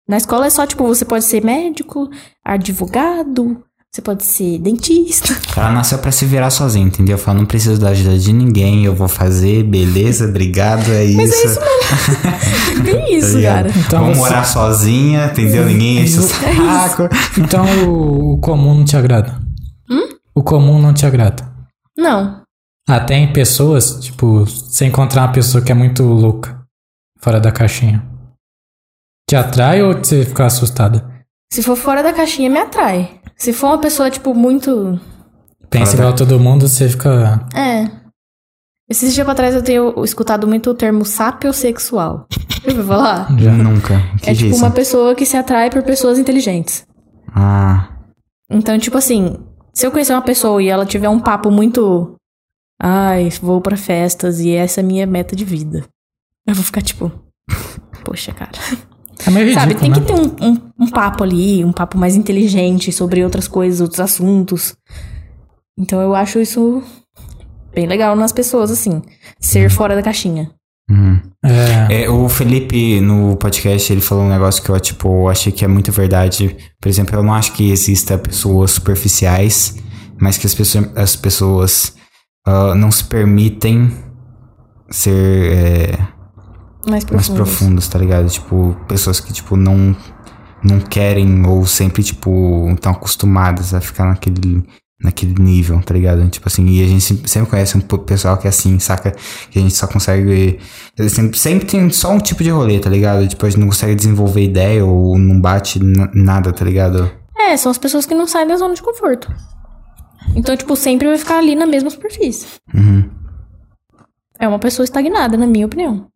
Na escola é só, tipo, você pode ser médico, advogado, você pode ser dentista.
Ela nasceu pra se virar sozinha, entendeu? Fala, não preciso da ajuda de ninguém, eu vou fazer, beleza, obrigado, é isso. Tá
Mas é isso mesmo. É bem isso,
ligado?
cara.
Então
vou
você-
morar sozinha, entendeu? Ninguém enche o saco.
Então o, o comum não te agrada.
Hum?
O comum não te agrada.
Não.
Ah, tem pessoas, tipo, você encontrar uma pessoa que é muito louca, fora da caixinha. Te atrai ou você fica assustada?
Se for fora da caixinha, me atrai. Se for uma pessoa, tipo, muito.
Pensa
Fora da-
igual todo mundo, você fica.
É. Esses dias pra trás eu tenho escutado muito o termo sapiosexual. Eu vou falar?
Já.
Nunca. Que
é tipo
isso?
uma pessoa que se atrai por pessoas inteligentes.
Ah.
Então, tipo assim, se eu conhecer uma pessoa e ela tiver um papo muito. Ai, vou pra festas e essa é a minha meta de vida. Eu vou ficar tipo. Poxa, cara.
É meio ridículo,
Sabe, tem
né?
que ter um, um, um papo ali, um papo mais inteligente sobre outras coisas, outros assuntos. Então eu acho isso bem legal nas pessoas, assim. Ser fora da caixinha.
Uhum.
É,
É, o Felipe, no podcast, ele falou um negócio que eu, tipo, achei que é muito verdade. Por exemplo, eu não acho que exista pessoas superficiais, mas que as, pessoa- as pessoas ah, não se permitem ser é,
Mais
mais
profundo. assim.
profundas, tá ligado? Tipo, pessoas que, tipo, não, não querem ou sempre, tipo, estão acostumadas a ficar naquele... Naquele nível, tá ligado? Tipo assim, e a gente sempre- sempre conhece um po- pessoal que é assim, saca? Que a gente só consegue Ele Sempre, sempre tem só um tipo de rolê, tá ligado? Tipo, a gente não consegue desenvolver ideia ou não bate na- nada, tá ligado?
É, são as pessoas que não saem da zona de conforto. Então, tipo, sempre vai ficar ali na mesma superfície.
Uhum.
É uma pessoa estagnada, na minha opinião.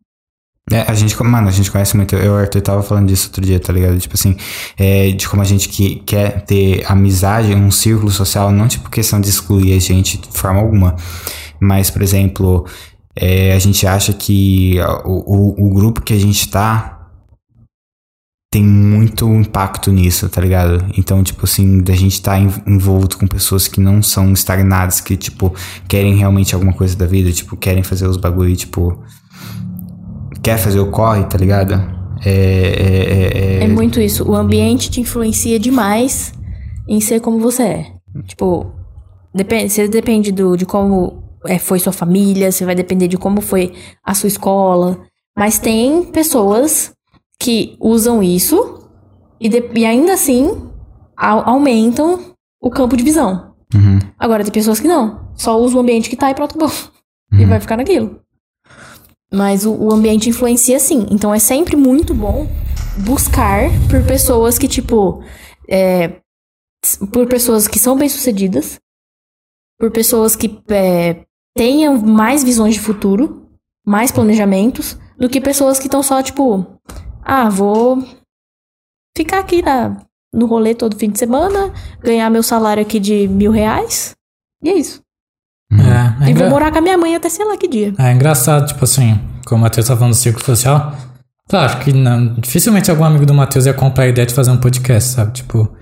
É, a gente, mano, a gente conhece muito. Eu e o Arthur tava falando disso outro dia, tá ligado? Tipo assim, é, de como a gente que quer ter amizade, um círculo social, não tipo questão de excluir a gente de forma alguma. Mas, por exemplo, é, a gente acha que a- o, o, o grupo que a gente tá tem muito impacto nisso, tá ligado? Então, tipo assim, da gente estar tá en- envolto com pessoas que não são estagnadas, que, tipo, querem realmente alguma coisa da vida, tipo, querem fazer os bagulho, tipo. Quer fazer o corre, tá ligado? É. É, é,
É muito isso. O ambiente te influencia demais em ser como você é. Tipo, depende, você depende do, de como é, foi sua família, você vai depender de como foi a sua escola. Mas tem pessoas que usam isso e, de- e ainda assim au- aumentam o campo de visão.
Uhum,
Agora, tem pessoas que não. Só usa o ambiente que tá e pronto, bom. E
uhum.
vai ficar naquilo. Mas o, o ambiente influencia sim. Então é sempre muito bom buscar por pessoas que, tipo. é, s- por pessoas que são bem-sucedidas. Por pessoas que é, tenham mais visões de futuro, mais planejamentos, do que pessoas que estão só, tipo. Ah, vou ficar aqui na, no rolê todo fim de semana, ganhar meu salário aqui de mil reais. E é isso.
É, é
E vou
engra-
morar com a minha mãe até sei lá que dia.
É engraçado, tipo assim, como o Matheus tá falando do círculo social. Claro que não- dificilmente algum amigo do Matheus ia comprar a ideia de fazer um podcast, sabe? Tipo,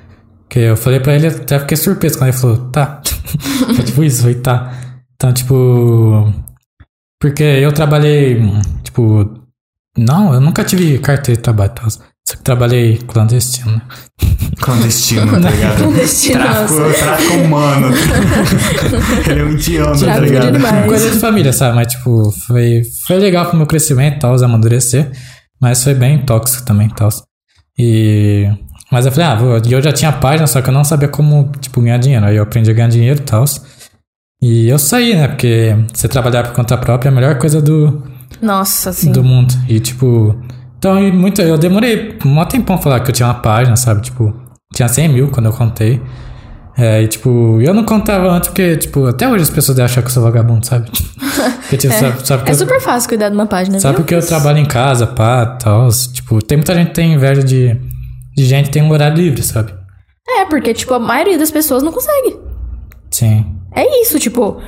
que eu falei pra ele, até fiquei surpreso quando ele falou, tá. Foi tipo isso, foi tá. Então, tipo. Porque eu trabalhei, tipo. Não, eu nunca tive carteira de trabalho, tá? Só que trabalhei clandestino, né?
Clandestino, tá ligado?
Clandestino,
Tráfico,
nossa.
tráfico humano. Ele é um indiano, tá
Tráfico de
ligado?
animais.
Coisa de família, sabe? Mas, tipo, foi, foi legal pro meu crescimento e tal, os amadurecer. Mas foi bem tóxico também e tal. E... Mas eu falei, ah, vou- e eu já tinha página, só que eu não sabia como, tipo, ganhar dinheiro. Aí eu aprendi a ganhar dinheiro e tal. E eu saí, né? Porque você trabalhar por conta própria é a melhor coisa do,
Nossa, sim.
do mundo. E, tipo... Então, e muito, eu demorei um tempão pra falar que eu tinha uma página, sabe? Tipo, tinha 100 mil quando eu contei. É, e, tipo, eu não contava antes porque, tipo, até hoje as pessoas acham que eu sou vagabundo, sabe? Porque, tipo, sabe, sabe que
É
eu-
super fácil cuidar de uma página,
Sabe
viu?
porque eu trabalho em casa, pá, tal. Tipo, tem muita gente que tem inveja de, de gente que tem um horário livre, sabe?
É, porque, tipo, a maioria das pessoas não consegue.
Sim.
É isso, tipo...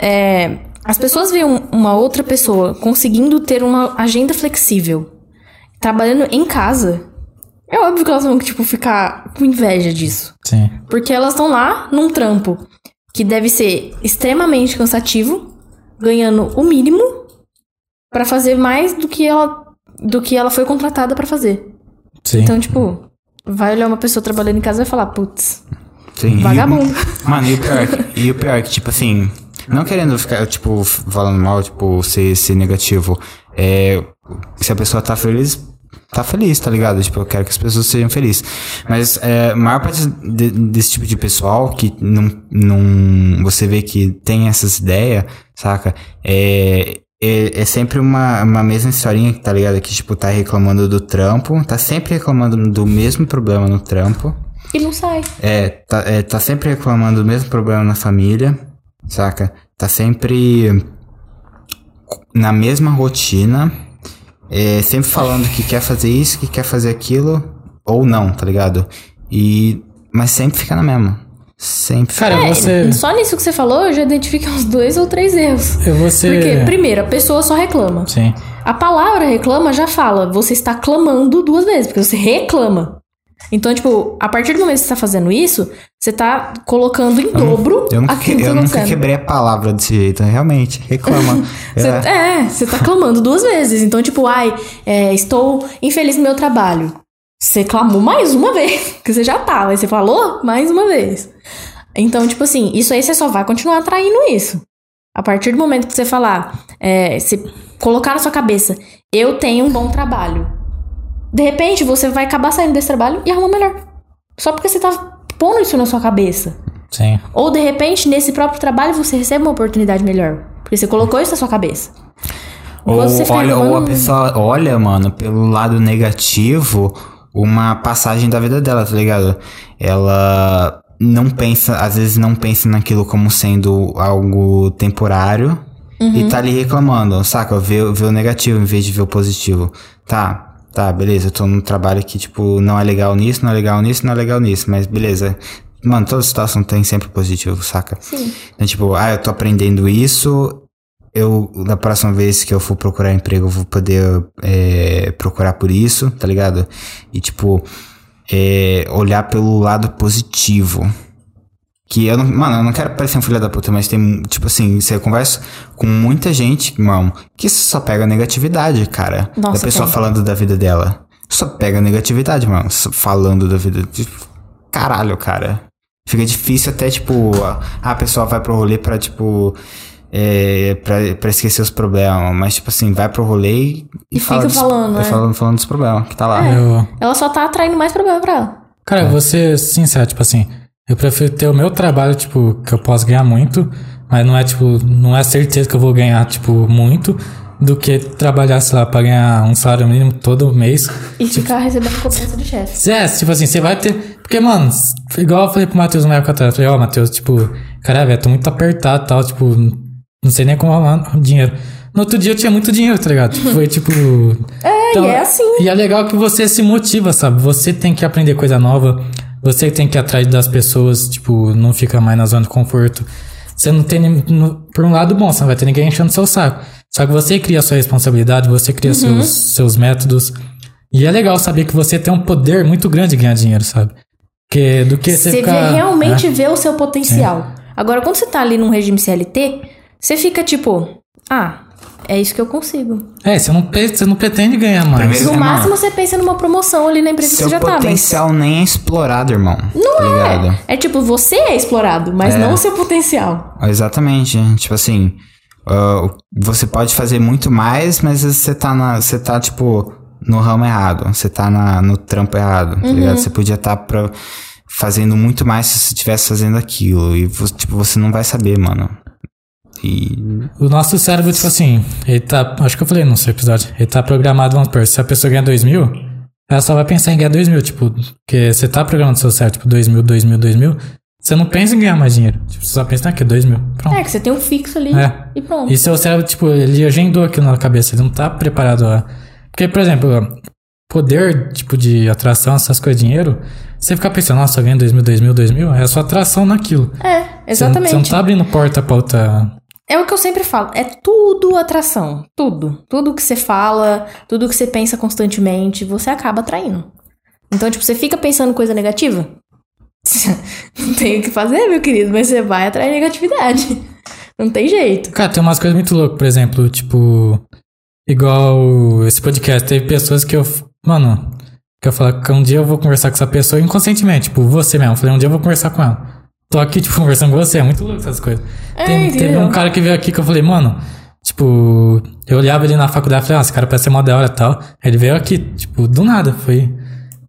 é, as pessoas veem um- uma outra pessoa conseguindo ter uma agenda flexível, trabalhando em casa. É óbvio que elas vão, tipo, ficar com inveja disso.
Sim.
Porque elas estão lá num trampo que deve ser extremamente cansativo, ganhando o mínimo pra fazer mais do que ela do que ela foi contratada pra fazer.
Sim.
Então, tipo, vai olhar uma pessoa trabalhando em casa e vai falar, putz,
Sim, e-
vagabundo.
Mano, e o pior, é que- e o pior que, tipo assim, não querendo ficar, tipo, falando mal, tipo, ser, ser negativo. É, se a pessoa tá feliz, tá feliz, tá ligado? Tipo, eu quero que as pessoas sejam felizes. Mas é, a maior parte de- desse tipo de pessoal que não, não. Você vê que tem essas ideias, saca? É. É, é sempre uma, uma mesma historinha, tá ligado? Que, tipo, tá reclamando do trampo, tá sempre reclamando do mesmo problema no trampo.
E não sai.
É tá, é, tá sempre reclamando do mesmo problema na família, saca? Tá sempre na mesma rotina, é, sempre falando que quer fazer isso, que quer fazer aquilo, ou não, tá ligado? E, mas sempre fica na mesma. Sempre.
Cara,
é,
eu vou
É.
ser.
Só nisso que você falou, eu já identifiquei uns dois ou três erros.
Eu vou ser.
é.
Porque, primeiro, a pessoa só reclama.
Sim.
A palavra reclama já fala, você está clamando duas vezes, porque você reclama. Então, tipo, a partir do momento que você está fazendo isso, você tá colocando em dobro
eu nunca, que-
aquilo que
eu
tá
nunca
acontecendo.
quebrei a palavra desse jeito, realmente. Reclama.
Cê-
É.
é, você tá clamando duas vezes. Então, tipo, ai, é, estou infeliz no meu trabalho. Você clamou mais uma vez, que você já tava. Aí você falou mais uma vez. Então, tipo assim, isso aí você só vai continuar atraindo isso. A partir do momento que você falar, é, se colocar na sua cabeça, eu tenho um bom trabalho. De repente, você vai acabar saindo desse trabalho e arrumar melhor. Só porque você tá pondo isso na sua cabeça.
Sim.
Ou de repente, nesse próprio trabalho, você recebe uma oportunidade melhor. Porque você colocou isso na sua cabeça.
Ou,
Enquanto você fica
olha, ou a
reclamando-
pessoa olha, mano, pelo lado negativo, uma passagem da vida dela, tá ligado? Ela não pensa, às vezes não pensa naquilo como sendo algo temporário e
Uhum.
tá ali reclamando, saca? Vê, vê o negativo em vez de ver o positivo. Tá, tá, beleza, eu tô num trabalho que, tipo, não é legal nisso, não é legal nisso, não é legal nisso, mas beleza. Mano, toda situação tem sempre positivo, saca?
Sim.
Então, tipo, ah, eu tô aprendendo isso, eu, da próxima vez que eu for procurar emprego, eu vou poder é, procurar por isso, tá ligado? E, tipo, é, olhar pelo lado positivo. Que eu não, mano, eu não quero parecer um filho da puta, mas tem, tipo assim, você conversa com muita gente, mano, que só pega negatividade, cara.
Nossa,
da pessoa
tem.
falando da vida dela. Só pega negatividade, mano. só Falando da vida. Tipo, Caralho, cara. Fica difícil até, tipo, a, a pessoa vai pro rolê pra, tipo. É, pra, pra esquecer os problemas. Mas, tipo assim, vai pro rolê e.
E fica
dos- é,
falando, né? É,
falando, falando dos problemas que tá lá.
Eu-
Ela só tá atraindo mais problema pra ela.
Cara, eu vou ser sincero, tipo assim, eu prefiro ter o meu trabalho, tipo, que eu posso ganhar muito, mas não é, tipo, não é certeza que eu vou ganhar, tipo, muito, do que trabalhar, sei lá, pra ganhar um salário mínimo todo mês.
E ficar recebendo cobrança do chefe.
É, tipo assim, você vai ter. Porque, mano, s- igual eu falei pro Matheus na época atrás, eu falei, ó, Matheus, tipo, caralho, velho, tô muito apertado e tal, tipo, não sei nem como arrumar dinheiro. No outro dia eu tinha muito dinheiro, tá ligado? Tipo, Foi tipo. É,
e é assim.
E é legal que você se motiva, sabe? Você tem que aprender coisa nova, você tem que ir atrás das pessoas, tipo, não fica mais na zona de conforto. Você não tem. nem- não- Por um lado, bom, você não vai ter ninguém enchendo seu saco. Só que você cria sua responsabilidade, você
Uhum.
cria seus, seus métodos. E é legal saber que você tem um poder muito grande de ganhar dinheiro, sabe? Que, do que você
Você
ficar,
vê, realmente
né?
vê o seu potencial. Agora, quando você tá ali num regime CLT, você fica tipo, ah, é isso que eu consigo.
É, você não, pe- você não pretende ganhar mais.
Primeiro-
No
Irmão.
máximo você pensa numa promoção ali na empresa que
Seu
você já tá, mas.
potencial nem é explorado, irmão. Não tá ligado?
É tipo, você é explorado, mas
É.
não o seu potencial.
Exatamente. Tipo assim, ah, você pode fazer muito mais, mas você tá na. Você tá, tipo, no ramo errado. Você tá na, no trampo errado, tá ligado? Você podia estar pra- fazendo muito mais se você estivesse fazendo aquilo. E, vo- tipo, você não vai saber, mano. E.
O nosso cérebro, tipo assim, ele tá. Acho que eu falei no seu episódio. Ele tá programado, vamos supor, se a pessoa ganhar 2 mil, ela só vai pensar em ganhar 2 mil, tipo, porque você tá programando seu cérebro, tipo, 2 mil, 2 mil, 2 mil. Você não pensa em ganhar mais dinheiro. Tipo, você só pensa, ah, que 2 mil. Pronto.
É, que você tem um fixo ali
É.
e pronto.
E seu cérebro, tipo, ele agendou aquilo na cabeça, ele não tá preparado a. Porque, por exemplo, poder, tipo, de atração, essas coisas, dinheiro, você ficar pensando, nossa, eu ganho 2 mil, 2 mil, 2 mil, é a sua atração naquilo.
É,
Você não-
exatamente.
Você não tá abrindo porta pra outra.
É o que eu sempre falo, é tudo atração. Tudo. Tudo que você fala, tudo que você pensa constantemente, você acaba atraindo. Então, tipo, você fica pensando coisa negativa? Não tem o que fazer, meu querido, mas você vai atrair negatividade. Não tem jeito.
Cara, tem umas coisas muito loucas, por exemplo, tipo. Igual esse podcast, teve pessoas que eu. Mano, que eu falo que um dia eu vou conversar com essa pessoa inconscientemente, tipo, você mesmo. Eu Falei, um dia eu vou conversar com ela. Tô aqui, tipo, conversando com você, é muito louco essas coisas.
É,
Tem- teve
entendeu?
um cara que veio aqui que eu falei, mano, tipo, eu olhava ele na faculdade e falei, ah, esse cara parece ser mó da hora e tal. Ele veio aqui, tipo, do nada, foi.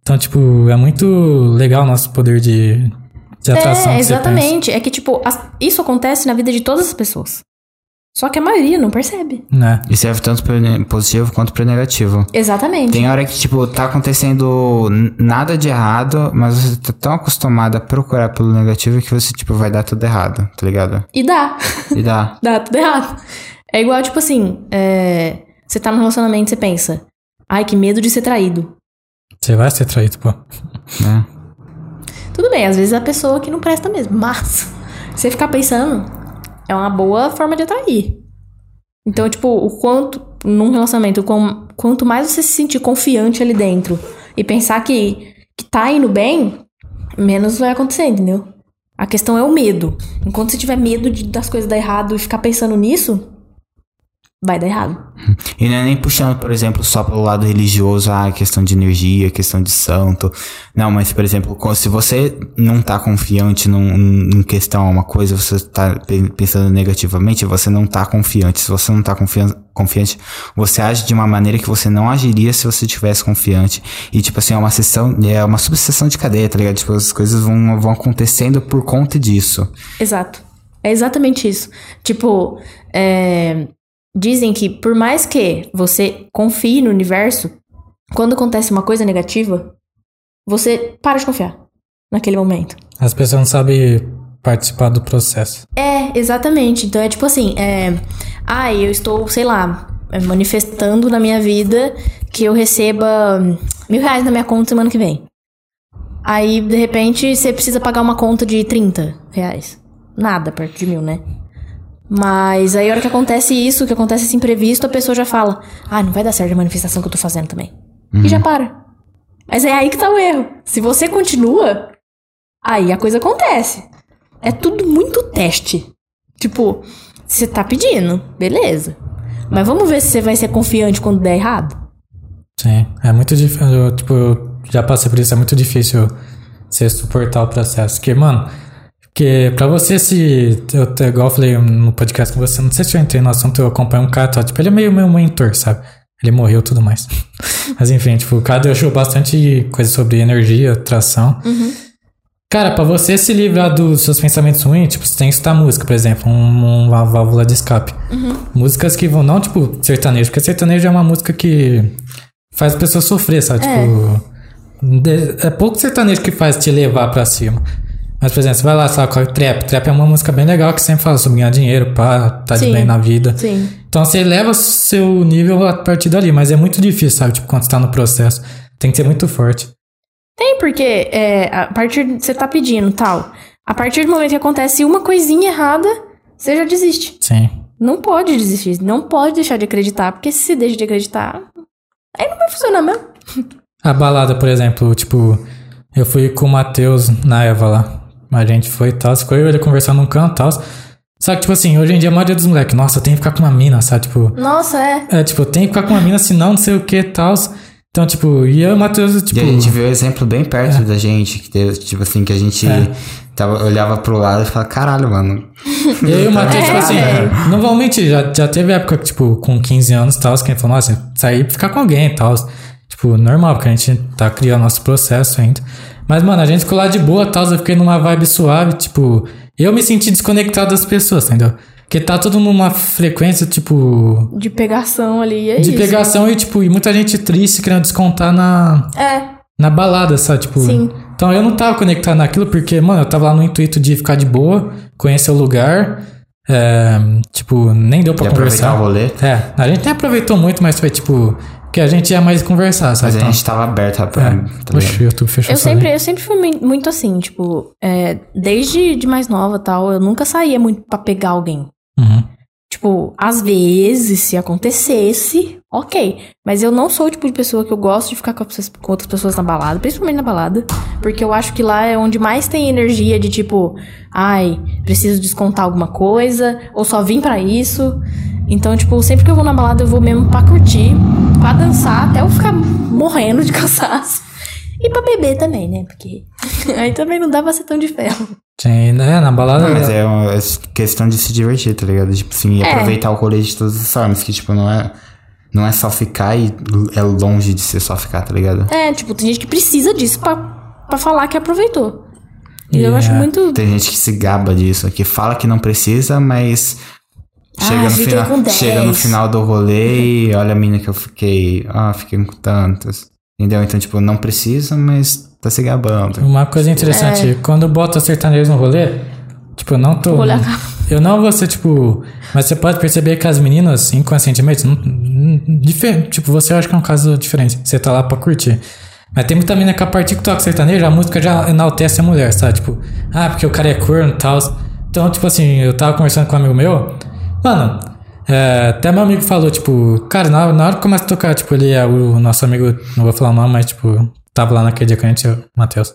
Então, tipo, é muito legal o nosso poder de, de atração.
é,
que você
exatamente. É que, tipo, as- isso acontece na vida de todas as pessoas. Só que a maioria não percebe.
pensa, Né?
E serve tanto pro ne- positivo quanto pro negativo.
Exatamente.
Tem hora que, tipo, tá acontecendo n- nada de errado, mas você tá tão acostumado a procurar pelo negativo que você, tipo, vai dar tudo errado, tá ligado?
E dá.
E dá.
Dá tudo errado. É igual, tipo assim, é, você tá num relacionamento e você pensa, ai, que medo de ser traído.
Você vai ser traído, pô.
né?
Tudo bem, às vezes é a pessoa que não presta mesmo, mas você ficar pensando é uma boa forma de atrair. Então, tipo, o quanto, num relacionamento, o quão- quanto mais você se sentir confiante ali dentro e pensar que, que tá indo bem, menos vai acontecer, entendeu? A questão é o medo. Enquanto você tiver medo de, das coisas dar errado e ficar pensando nisso, vai dar errado.
E não é nem puxando, por exemplo, só pelo lado religioso, a questão de energia, questão de santo. Não, mas, por exemplo, co- se você não tá confiante num, num- em questão a uma coisa, você tá pe- pensando negativamente, você não tá confiante. Se você não tá confian- confiante, você age de uma maneira que você não agiria se você tivesse confiante. E, tipo assim, é uma sessão, é uma subseção de cadeia, tá ligado? Tipo, as coisas vão, vão acontecendo por conta disso.
Exato. É exatamente isso. Tipo, é, dizem que por mais que você confie no universo, quando acontece uma coisa negativa, você para de confiar naquele momento.
As pessoas não sabem participar do processo.
É, exatamente. Então é tipo assim, é, ai, eu estou, sei lá, é, manifestando na minha vida que eu receba hum, mil reais na minha conta semana que vem. Aí, de repente, você precisa pagar uma conta de 30 reais. Nada perto de mil, né? Mas aí a hora que acontece isso, que acontece esse imprevisto, a pessoa já fala: Ah, não vai dar certo a manifestação que eu tô fazendo também. E já para. Mas é aí que tá o erro. Se você continua, aí a coisa acontece. É tudo muito teste. Tipo, você tá pedindo, beleza. Mas vamos ver se você vai ser confiante quando der errado.
Sim, é muito difícil. eu, Tipo, eu já passei por isso, é muito difícil você suportar o processo. Porque, mano, porque pra você se. Eu, te- igual eu falei no podcast com você, não sei se eu entrei no assunto, eu acompanho um cara, tá? tipo, ele é meio meu mentor, sabe? Ele morreu e tudo mais. Mas enfim, tipo, o cara deixou bastante coisa sobre energia, atração.
Uhum.
Cara, pra você se livrar dos seus pensamentos ruins, tipo, você tem que escutar música, por exemplo, um- uma válvula de escape.
Uhum.
Músicas que vão, não tipo sertanejo, porque sertanejo é uma música que faz a pessoa sofrer, sabe?
É.
Tipo, de- é pouco sertanejo que faz te levar pra cima. Mas, por exemplo, você vai lá, sabe, qual é trap. Trap é uma música bem legal que sempre fala sobre ganhar dinheiro, pá, tá de
Sim.
bem na vida.
Sim.
Então você eleva seu nível a partir dali, mas é muito difícil, sabe? Tipo, quando você tá no processo. Tem que ser muito forte.
Tem, porque é, a partir de- você tá pedindo tal. A partir do momento que acontece uma coisinha errada, você já desiste.
Sim.
Não pode desistir, não pode deixar de acreditar, porque se você deixa de acreditar, aí não vai funcionar mesmo.
A balada, por exemplo, tipo, eu fui com o Matheus na Eva lá. A gente foi e tal, ficou eu e ele conversando num canto e tal. Só que, tipo assim, hoje em dia a maioria dos moleques, nossa, tem que ficar com uma mina, sabe? Tipo,
Nossa, é.
é, tipo, tem que ficar com uma mina, senão não sei o que e tal. Então, tipo, e eu e o Matheus, tipo.
E a gente viu o exemplo bem perto
É.
da gente, que teve, tipo assim, que a gente tava, olhava pro lado e falava, caralho, mano. né?
E
Uhum.
aí o Matheus, tipo
É,
assim,
velho.
normalmente já, já teve época que, tipo, com 15 anos e tal, que a gente falou, nossa, sair pra ficar com alguém e tal. Tipo, normal, porque a gente tá criando nosso processo ainda. Mas, mano, a gente ficou lá de boa e tal, eu fiquei numa vibe suave, tipo, eu me senti desconectado das pessoas, entendeu? Porque tá tudo numa frequência, tipo,
De pegação ali, é
de
isso.
pegação e, tipo, e muita gente triste querendo descontar na,
É,
na balada, sabe? Tipo,
Sim.
Então eu não tava conectado naquilo porque, mano, eu tava lá no intuito de ficar de boa, conhecer o lugar. é, tipo, nem deu pra
De aproveitar
conversar.
o rolê.
É, a gente nem aproveitou muito, mas foi tipo. Que a gente ia mais conversar, sabe?
Mas a gente tava aberto pra. tá
então,
ligado?
Oxe, o YouTube fechou
eu
sua
sempre,
lei.
eu sempre fui mui- muito assim, tipo, é, desde de mais nova tal, eu nunca saía muito pra pegar alguém.
Uhum.
Tipo, às vezes, se acontecesse, ok. Mas eu não sou o tipo de pessoa que eu gosto de ficar com, as- com outras pessoas na balada, principalmente na balada. Porque eu acho que lá é onde mais tem energia de tipo, ai, preciso descontar alguma coisa, ou só vim pra isso. Então, tipo, sempre que eu vou na balada, eu vou mesmo pra curtir, pra dançar, até eu ficar morrendo de cansaço. E pra beber também, né? Porque aí também não dá pra ser tão de ferro.
Sim, né? Na balada.
Não, mas é uma questão de se divertir, tá ligado? Tipo assim, e
É.
aproveitar o rolê de todas as formas, que tipo, não é. Não é só ficar e é longe de ser só ficar, tá ligado?
É, tipo, tem gente que precisa disso pra, pra falar que aproveitou. E eu
É.
acho muito.
Tem gente que se gaba disso, que fala que não precisa, mas. Chega,
Ah,
no,
fiquei com
final,
10.
chega no final do rolê e olha a mina que eu fiquei. Ah, fiquei com tantas. Entendeu? Então, tipo, não precisa, mas tá se gabando.
Uma coisa interessante, quando eu boto sertanejo no rolê, tipo, eu não tô.
O rolê acaba.
Eu não vou ser, tipo. Mas você pode perceber que as meninas, inconscientemente, não, diferente, tipo, você acha que é um caso diferente. Você tá lá pra curtir. Mas tem muita mina que a partir que toca sertanejo, a música já enaltece a mulher, sabe? Tipo, ah, porque o cara é corno e tal. Então, tipo assim, eu tava conversando com um amigo meu. Mano, é, até meu amigo falou, tipo, cara, na, na hora que começa a tocar, tipo, ele é o nosso amigo, não vou falar o nome, mas, tipo, tava lá naquele dia que a gente, o Matheus.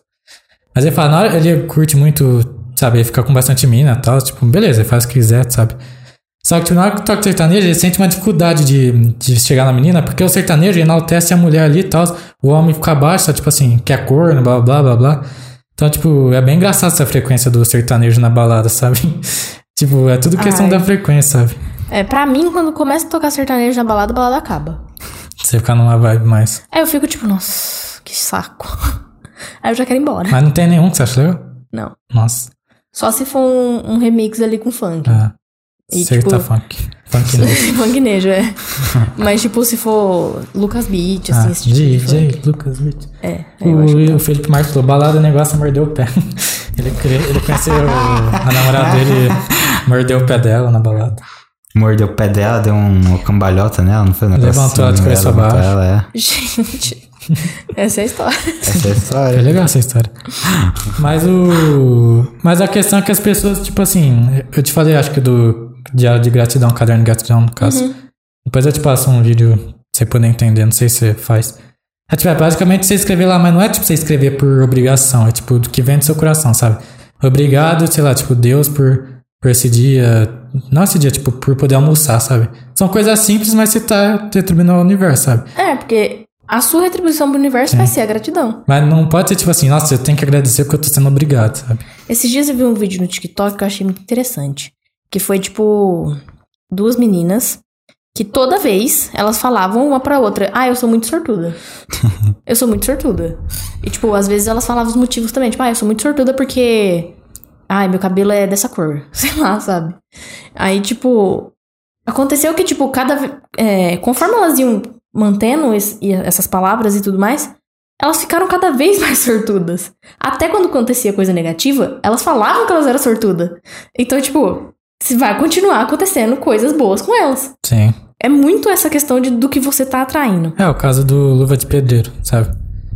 Mas ele fala, na hora, ele curte muito, sabe, ele fica com bastante mina e tal, tipo, beleza, ele faz o que quiser, sabe? Só que tipo, na hora que toca sertanejo, ele sente uma dificuldade de, de chegar na menina, porque o sertanejo enaltece a mulher ali e tal, o homem fica abaixo, sabe, tipo assim, que é corno, blá blá blá blá. Então, tipo, é bem engraçado essa frequência do sertanejo na balada, sabe? tipo, é tudo questão
Ai.
da frequência, sabe?
É, pra mim, quando começa a tocar sertanejo na balada, a balada acaba.
Você ficar numa vibe mais.
Aí eu fico tipo, nossa, que saco. Aí eu já quero ir embora.
Mas não tem nenhum que você acha legal?
Não.
Nossa.
Só se for um, um remix ali com funk.
Ah,
E,
Serta
tipo-
tá funk. Funk né? não.
funk nejo, é. Mas tipo, se for Lucas Beat, assim,
Ah,
esse tipo de funk.
DJ, Lucas, Beat.
É, aí eu acho que
O, o Felipe Marques falou, balada, negócio é morder o pé. Ele, queria- ele conheceu a namorada dele, mordeu o pé dela na balada.
Mordeu o pé dela, deu uma cambalhota nela, não foi? Um negócio
Levantou ela de
assim,
cabeça
levantou
abaixo.
Ela, é.
Gente, essa é a história.
Essa é a
Foi
história.
legal essa história. Mas o. Mas a questão é que as pessoas, tipo assim, eu te falei, acho que do. diário de gratidão, caderno de gratidão, no caso. Depois eu te passo um vídeo pra você poder entender, não sei se você faz. É tipo, é basicamente você escrever lá, mas não é tipo você escrever por obrigação, é tipo do que vem do seu coração, sabe? Obrigado, sei lá, tipo, Deus por, por esse dia. Não esse dia, tipo, por poder almoçar, sabe? São coisas simples, mas você tá retribuindo ao universo, sabe?
É, porque a sua retribuição pro universo vai ser a gratidão.
Mas não pode ser tipo assim, nossa, eu tenho que agradecer porque eu tô sendo obrigado, sabe?
Esses dias eu vi um vídeo no TikTok que eu achei muito interessante. Que foi tipo duas meninas que toda vez elas falavam uma pra outra: Ah, eu sou muito sortuda. eu sou muito sortuda. E tipo, às vezes elas falavam os motivos também. Tipo, ah, eu sou muito sortuda porque. Ai, meu cabelo é dessa cor. Sei lá, sabe? Aí, tipo. Aconteceu que, tipo, cada. ve- é, conforme elas iam mantendo es- e essas palavras e tudo mais, elas ficaram cada vez mais sortudas. Até quando acontecia coisa negativa, elas falavam que elas eram sortudas. Então, tipo, se vai continuar acontecendo coisas boas com elas.
Sim.
É muito essa questão de, do que você tá atraindo.
É o caso do Luva de Pedreiro, sabe?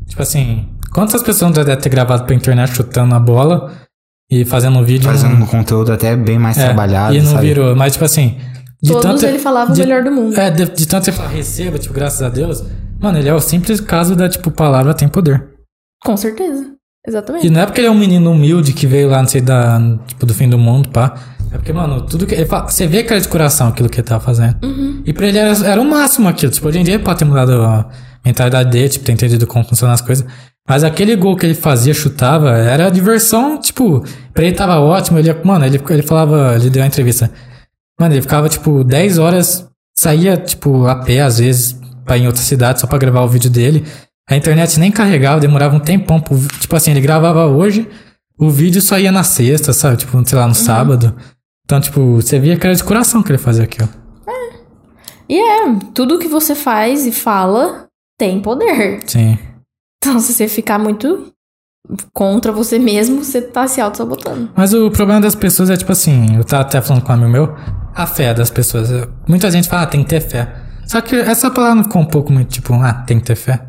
Tipo assim, quantas pessoas já devem ter gravado pra internet chutando a bola e fazendo um vídeo.
Fazendo um conteúdo até bem mais
É,
trabalhado,
E não
sabe?
virou, mas tipo assim. De
Todos
tanto,
ele falava o
de-
melhor do mundo.
É, de, de tanto você falar receba, tipo, graças a Deus. Mano, ele é o simples caso da, tipo, palavra tem poder.
Com certeza. Exatamente.
E não é porque ele é um menino humilde que veio lá, não sei, da, tipo, do fim do mundo, pá. É porque, mano, tudo que. Ele fala, você vê cara de coração aquilo que ele tava fazendo. E pra ele era, era o máximo aquilo. Tipo, hoje em dia ele pode ter mudado a mentalidade dele, tipo, ter entendido como funcionam as coisas. Mas aquele gol que ele fazia, chutava, era a diversão, tipo, pra ele tava ótimo. Ele, mano, ele, ele falava, ele deu uma entrevista. Mano, ele ficava, tipo, 10 horas, saía, tipo, a pé, às vezes, pra ir em outra cidade, só pra gravar o vídeo dele. A internet nem carregava, demorava um tempão. pro vi- tipo assim, ele gravava hoje, o vídeo só ia na sexta, sabe? Tipo, sei lá, no sábado. Então, tipo, você via que era de coração que ele fazia aquilo.
E é, tudo que você faz e fala tem poder.
Sim.
Então, se você ficar muito contra você mesmo, você tá se auto-sabotando.
Mas o problema das pessoas é tipo assim, eu tava até falando com um amigo meu, a fé das pessoas. Muita gente fala, ah, tem que ter fé. Só que essa palavra não ficou um pouco muito tipo, ah, tem que ter fé.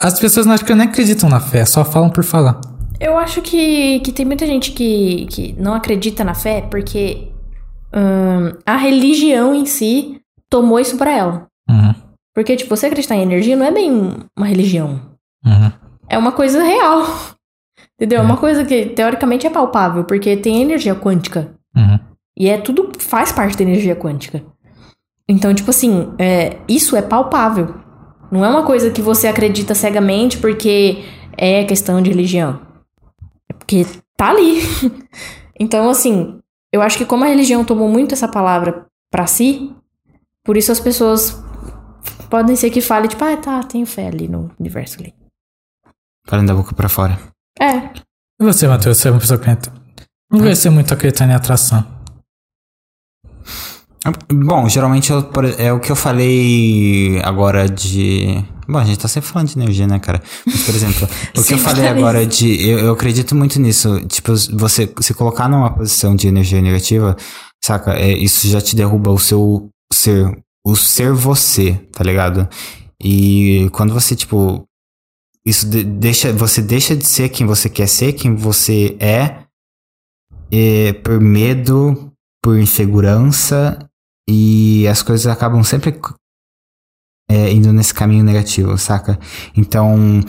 As pessoas não acho que nem acreditam na fé, só falam por falar.
Eu acho que, que tem muita gente que, que não acredita na fé porque hum, a religião em si tomou isso pra ela.
Uhum,
Porque, tipo, você acreditar em energia não é bem uma religião.
uhum.
É uma coisa real. Entendeu? É
É.
uma coisa que teoricamente é palpável, porque tem energia quântica.
Uhum.
E é tudo faz parte da energia quântica. Então, tipo assim, é, isso é palpável. Não é uma coisa que você acredita cegamente porque é questão de religião. É porque tá ali. então, assim, eu acho que como a religião tomou muito essa palavra pra si, por isso as pessoas podem ser que falem, tipo, ah, tá, tenho fé ali no universo ali.
Falando da boca pra fora.
É.
E você, Matheus, você é uma pessoa que acredita? Não vai ser muito acreditando em atração.
Bom, geralmente eu- por- é o que eu falei agora de. Bom, a gente tá sempre falando de energia, né, cara? Mas, por exemplo, o que eu
Sempre
falei
tá nisso.
agora de. Eu, eu acredito muito nisso. Tipo, você se colocar numa posição de energia negativa, saca? É, isso já te derruba o seu ser. O ser você, tá ligado? E quando você, tipo. Isso de- deixa. Você deixa de ser quem você quer ser, quem você é. é, por medo, por insegurança e as coisas acabam sempre é, indo nesse caminho negativo, saca? Então,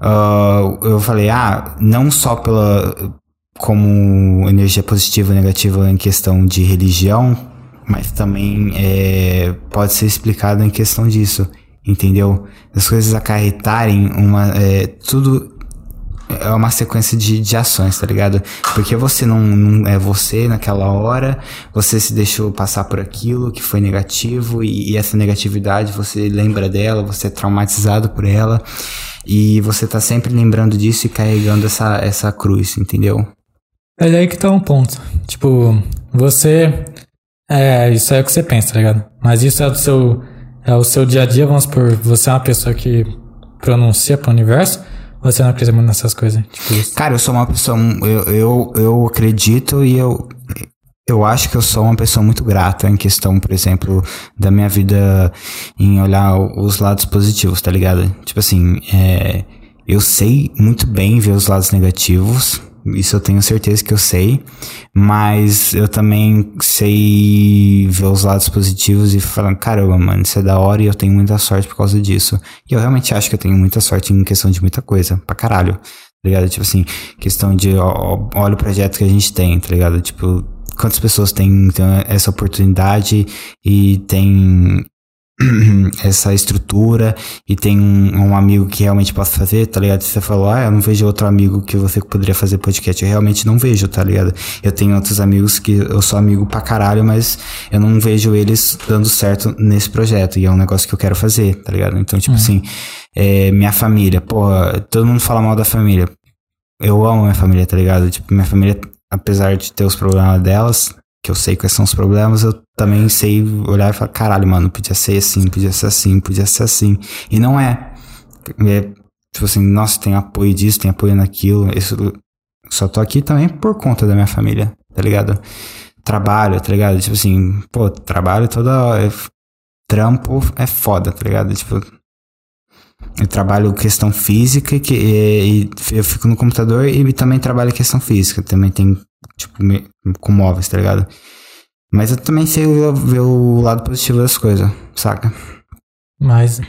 ah, eu falei, ah, não só pela como energia positiva e negativa em questão de religião, mas também é, pode ser explicado em questão disso, entendeu? As coisas acarretarem uma é, tudo é uma sequência de, de ações, tá ligado? Porque você não, não é você naquela hora, você se deixou passar por aquilo que foi negativo e, e essa negatividade você lembra dela, você é traumatizado por ela e você tá sempre lembrando disso e carregando essa, essa cruz, entendeu?
É daí que tá um ponto. Tipo, você. É, isso é o que você pensa, tá ligado? Mas isso é do seu. É o seu dia a dia, vamos supor, você é uma pessoa que pronuncia pro universo, você não acredita muito nessas coisas. Tipo isso.
Cara, eu sou uma pessoa. Eu, eu, eu acredito e eu. Eu acho que eu sou uma pessoa muito grata em questão, por exemplo, da minha vida em olhar o- os lados positivos, tá ligado? Tipo assim, é, eu sei muito bem ver os lados negativos Isso eu tenho certeza que eu sei. Mas eu também sei ver os lados positivos e falar, caramba, mano, isso é da hora e eu tenho muita sorte por causa disso. E eu realmente acho que eu tenho muita sorte em questão de muita coisa, pra caralho. Tá ligado? Tipo assim, questão de ó, olha o projeto que a gente tem, tá ligado? Tipo, quantas pessoas têm, têm essa oportunidade e tem essa estrutura e tem um, um amigo que realmente possa fazer, tá ligado? Você falou, ah, eu não vejo outro amigo que você poderia fazer podcast. Eu realmente não vejo, tá ligado? Eu tenho outros amigos que eu sou amigo pra caralho, mas eu não vejo eles dando certo nesse projeto. E é um negócio que eu quero fazer, tá ligado? Então, tipo assim, é, minha família, porra, todo mundo fala mal da família. Eu amo minha família, tá ligado? Tipo, minha família, apesar de ter os problemas delas, que eu sei quais são os problemas, eu também sei olhar e falar, caralho, mano, podia ser assim, podia ser assim, podia ser assim. E não é. É, tipo assim, nossa, tem apoio disso, tem apoio naquilo. Isso, só tô aqui também por conta da minha família, tá ligado? Trabalho, tá ligado? Tipo assim, pô, trabalho toda hora. é Trampo é foda, tá ligado? Tipo, eu trabalho questão física que, e, e eu fico no computador e também trabalho questão física. Também tem, tipo, me- com móveis, tá ligado? Mas eu também sei o- ver o lado positivo das coisas, saca?
Mas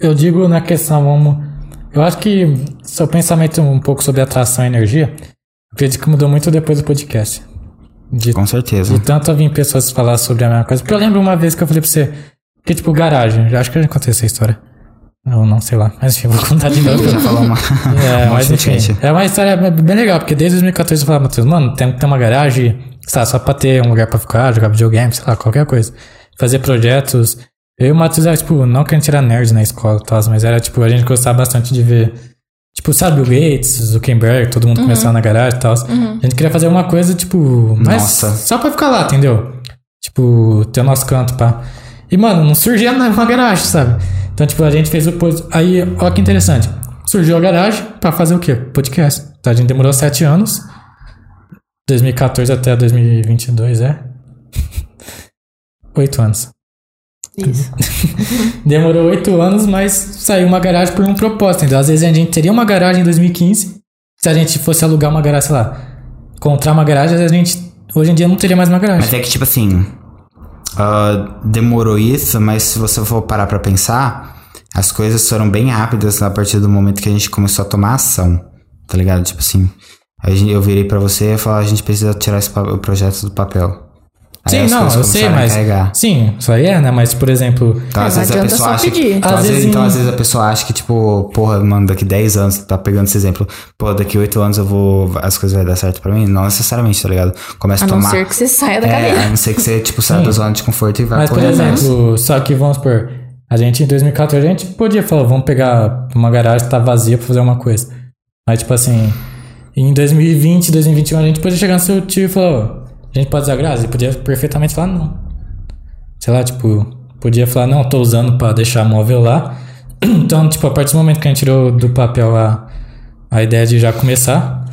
eu digo na questão, vamos. Eu acho que seu pensamento um pouco sobre atração e energia, eu acredito que mudou muito depois do podcast. De,
Com certeza.
de tanto ouvir pessoas falar sobre a mesma coisa. Porque eu lembro uma vez que eu falei pra você, que tipo, garagem, já acho que eu já contei essa história. Ou não, sei lá. Mas enfim, vou contar de novo.
Já falou uma.
É,
um
mas
monte de
enfim,
gente.
é uma história bem legal, porque desde 2014 eu falava, Matheus, mano, tem que ter uma garagem, sei lá, só pra ter um lugar pra ficar, jogar videogame, sei lá, qualquer coisa. Fazer projetos. Eu e o Matheus era, tipo, não querendo tirar nerds na escola e tal, mas era, tipo, a gente gostava bastante de ver. Tipo, sabe, o Gates, Zuckerberg, todo mundo começava na garagem e tal. A gente queria fazer uma coisa, tipo, mas
Nossa.
só pra ficar lá, entendeu? Tipo, ter o nosso canto, pá. E, mano, não surgia na uma garagem, sabe? Então, tipo, a gente fez o pod... Aí, ó que interessante. Surgiu a garagem pra fazer o quê? Podcast. Então, a gente demorou sete anos. 2014 até 2022, é? Oito anos.
Isso.
Demorou oito anos, mas saiu uma garagem por um propósito. Então, às vezes a gente teria uma garagem em 2015. Se a gente fosse alugar uma garagem, sei lá, comprar uma garagem, às vezes a gente hoje em dia não teria mais uma garagem.
Mas é que, tipo assim, ah, demorou isso, mas se você for parar pra pensar, as coisas foram bem rápidas a partir do momento que a gente começou a tomar ação, tá ligado? Tipo assim, aí a gente- eu virei pra você e falei, a gente precisa tirar esse pa- o projeto do papel. Aí
Sim,
é as
não,
coisas
eu sei,
começaram a
mas.
carregar.
Sim, isso aí é, né? Mas, por exemplo,
Então,
É,
às vezes
não
a
adianta
pessoa
só
acha que,
pedir.
então,
Às
às vezes,
vezes
então,
em-
às vezes a pessoa acha que, tipo, porra, mano, daqui 10 anos, tá pegando esse exemplo, pô, daqui 8 anos eu vou. As coisas vão dar certo pra mim? Não necessariamente, tá ligado? Começa
A
a,
não
tomar.
ser que você saia da
é,
cadeia.
a não ser que você, tipo, saia da zona de conforto e vá
Mas, por
correr né? atrás.
exemplo, só que vamos supor, a gente em 2014 a gente podia falar, vamos pegar uma garagem que tá vazia pra fazer uma coisa. Mas, tipo assim, em 2020, 2021, a gente podia chegar no seu tio e falar, ó, a gente pode usar graça? Ele podia perfeitamente falar não. Sei lá, tipo, podia falar, não, tô usando pra deixar móvel lá. Então, tipo, a partir do momento que a gente tirou do papel a, a ideia de já começar,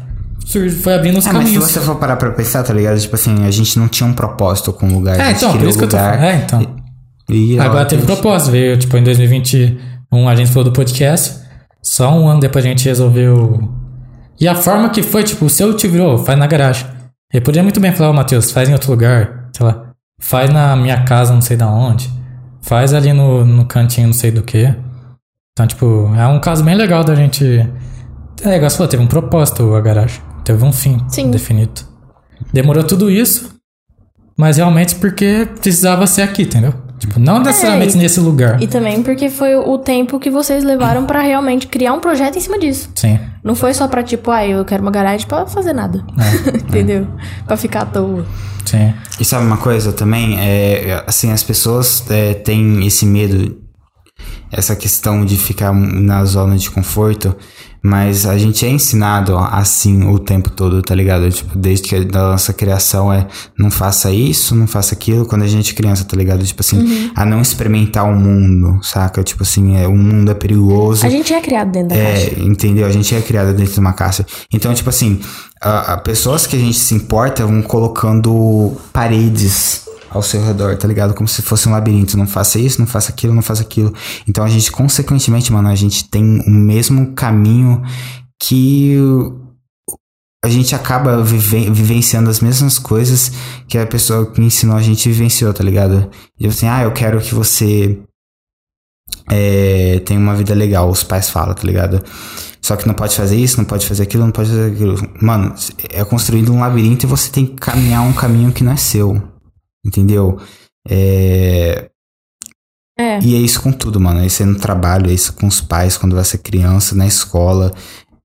sur- foi abrindo os
É, mas se
caminhos.
você for parar pra pensar, tá ligado? Tipo assim, a gente não tinha um propósito com o lugar. a
É,
gente
então, por
queria
isso
o
que eu tô
lugar,
falando. É, então.
E,
Agora
ó,
teve propósito, veio tipo em 2021 a gente falou do podcast, só um ano depois a gente resolveu. E a forma que foi, tipo, o seu tio virou, faz na garagem. Ele podia muito bem falar, ô Matheus, faz em outro lugar, sei lá, faz na minha casa, não sei da onde, faz ali no, no cantinho, não sei do que. Então, tipo, é um caso bem legal da gente. É igual você falou, teve um propósito a garagem, teve um fim
Sim.
definido. Demorou tudo isso, mas realmente porque precisava ser aqui, entendeu? Tipo, não necessariamente
É, e-
nesse lugar.
E também porque foi o tempo que vocês levaram pra realmente criar um projeto em cima disso.
Sim.
Não foi só pra tipo, ah, eu quero uma garagem pra fazer nada.
É,
Entendeu? Pra ficar à toa.
Sim.
E sabe uma coisa também? É, assim, as pessoas é, têm esse medo, essa questão de ficar na zona de conforto, mas a gente é ensinado ó, assim o tempo todo, tá ligado? Tipo, desde que a da nossa criação é não faça isso, não faça aquilo, quando a gente é criança, tá ligado? Tipo assim, a não experimentar o mundo, saca? Tipo assim, é, o mundo é perigoso.
A gente é criado dentro da caixa.
É, entendeu? A gente é criada dentro de uma caixa. Então, tipo assim, a, a pessoas que a gente se importa vão colocando paredes ao seu redor, tá ligado? Como se fosse um labirinto. Não faça isso, não faça aquilo, não faça aquilo. Então a gente, consequentemente, mano, a gente tem o mesmo caminho que a gente acaba vive- vivenciando as mesmas coisas que a pessoa que ensinou a gente vivenciou, tá ligado? E assim, ah, eu quero que você é, tenha uma vida legal, os pais falam, tá ligado? Só que não pode fazer isso, não pode fazer aquilo, não pode fazer aquilo. Mano, é construído um labirinto e você tem que caminhar um caminho que não é seu. Entendeu? É,
É.
e é isso com tudo, mano. É isso aí no trabalho, é isso com os pais quando você é criança, na escola.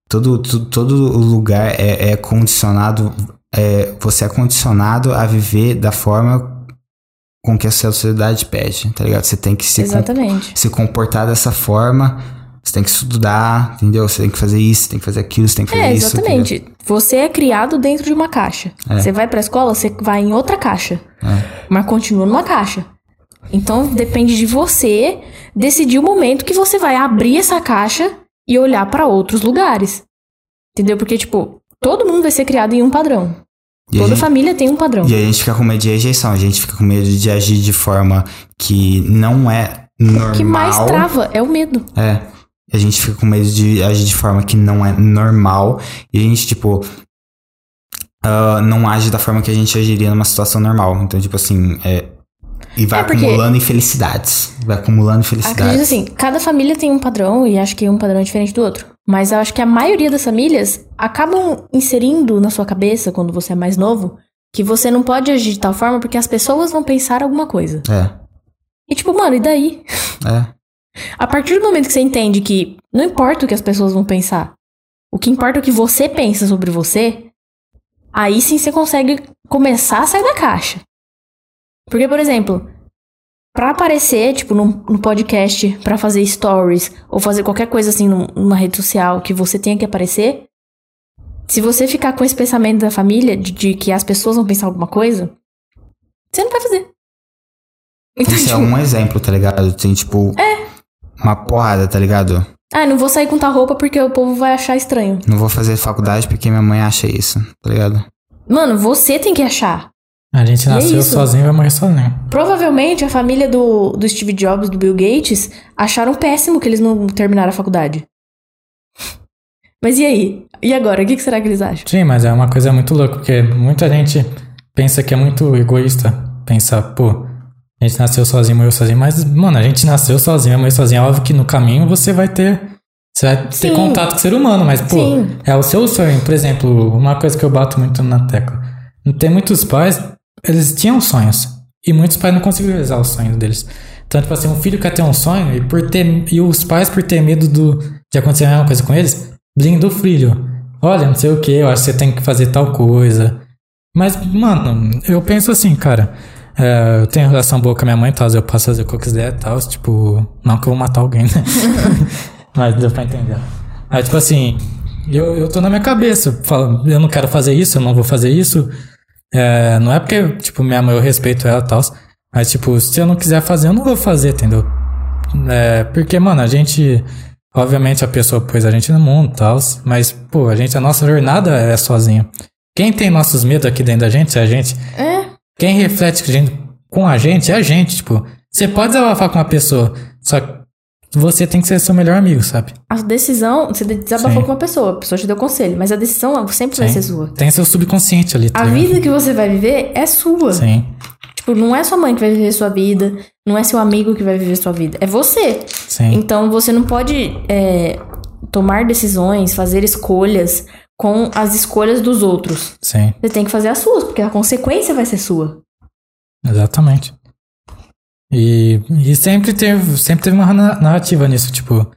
Todo, todo, todo lugar é, é condicionado. é, você é condicionado a viver da forma com que a sociedade pede, tá ligado? Você tem que se, com-
Exatamente.
se comportar dessa forma. Você tem que estudar, entendeu? Você tem que fazer isso, tem que fazer aquilo, você tem que É. fazer
É,
isso. entendeu?
exatamente. Você é criado dentro de uma caixa. Você vai pra escola, você vai em outra caixa.
É.
Mas continua numa caixa. Então depende de você decidir o momento que você vai abrir essa caixa e olhar pra outros lugares. Entendeu? Porque, tipo, todo mundo vai ser criado em um padrão.
E a
Toda
gente-
família tem um padrão.
E aí a gente fica com medo de rejeição, a gente fica com medo de agir de forma que não é normal.
O que mais trava é o medo.
É. A gente fica com medo de agir de forma que não é normal. E a gente, tipo. ah, não age da forma que a gente agiria numa situação normal. Então, tipo assim. É, e vai
É, porque-
acumulando infelicidades. Vai acumulando
Acredito
infelicidades.
assim, cada família tem um padrão e acho que um padrão é diferente do outro. Mas eu acho que a maioria das famílias acabam inserindo na sua cabeça, quando você é mais novo, que você não pode agir de tal forma porque as pessoas vão pensar alguma coisa.
É,
E tipo, mano, e daí?
é.
A partir do momento que você entende que não importa o que as pessoas vão pensar, o que importa é o que você pensa sobre você, aí sim você consegue começar a sair da caixa. Porque, por exemplo, pra aparecer, tipo, num, no podcast, pra fazer stories, ou fazer qualquer coisa assim num- numa rede social que você tenha que aparecer, se você ficar com esse pensamento da família de, de que as pessoas vão pensar alguma coisa, você não vai fazer. Então,
Esse é
tipo,
um exemplo, tá ligado? Tem, tipo. Uma porrada, tá ligado?
ah, não vou sair com tal roupa porque o povo vai achar estranho.
Não vou fazer faculdade porque minha mãe acha isso, tá ligado?
Mano, você tem que achar.
A gente
E é
nasceu
isso.
sozinho e vai morrer sozinho.
Provavelmente a família do, do Steve Jobs, do Bill Gates, acharam péssimo que eles não terminaram a faculdade. Mas e aí? E agora? O que, que será que eles acham?
Sim, mas é uma coisa muito louca, porque muita gente pensa que é muito egoísta. Pensa, pô, a gente nasceu sozinho, morreu sozinho, mas, mano, a gente nasceu sozinho, morreu sozinho. É óbvio que no caminho você vai ter. Você vai ter
Sim.
contato com o ser humano, mas, pô,
Sim.
é o seu sonho. Por exemplo, uma coisa que eu bato muito na tecla. Tem muitos pais, eles tinham sonhos. E muitos pais não conseguiram realizar os sonhos deles. Então, tipo assim, um filho quer ter um sonho e, por ter, e os pais, por ter medo do, de acontecer a mesma coisa com eles, blindam o filho. Olha, não sei o que, eu acho que você tem que fazer tal coisa. Mas, mano, eu penso assim, cara. é, eu tenho relação boa com a minha mãe e tal, eu posso fazer o que eu quiser e tal. Tipo, não que eu vou matar alguém, né? Mas deu pra entender. Aí, tipo assim, eu, eu tô na minha cabeça. eu falo, eu não quero fazer isso, eu não vou fazer isso. É, não é porque, tipo, minha mãe, eu respeito ela e tal. Mas, tipo, se eu não quiser fazer, eu não vou fazer, entendeu? É, porque, mano, a gente. Obviamente a pessoa pôs a gente no mundo e tal. Mas, pô, a gente, a nossa jornada é sozinha. Quem tem nossos medos aqui dentro da gente é a gente.
É,
Quem reflete com a gente- com a gente é a gente, tipo. Você pode desabafar com uma pessoa, só que você tem que ser seu melhor amigo, sabe?
a decisão, você desabafou
Sim.
com uma pessoa, a pessoa te deu conselho, mas a decisão sempre vai
Sim.
ser sua.
Tem seu subconsciente ali, tá
A
ligado?
vida que você vai viver é sua.
Sim,
Tipo, não é sua mãe que vai viver sua vida, não é seu amigo que vai viver sua vida, é você.
sim.
Então você não pode é, tomar decisões, fazer escolhas com as escolhas dos outros.
Sim,
Você tem que fazer as suas, porque a consequência vai ser sua.
exatamente. E, e sempre, teve, sempre teve uma na- narrativa nisso, tipo.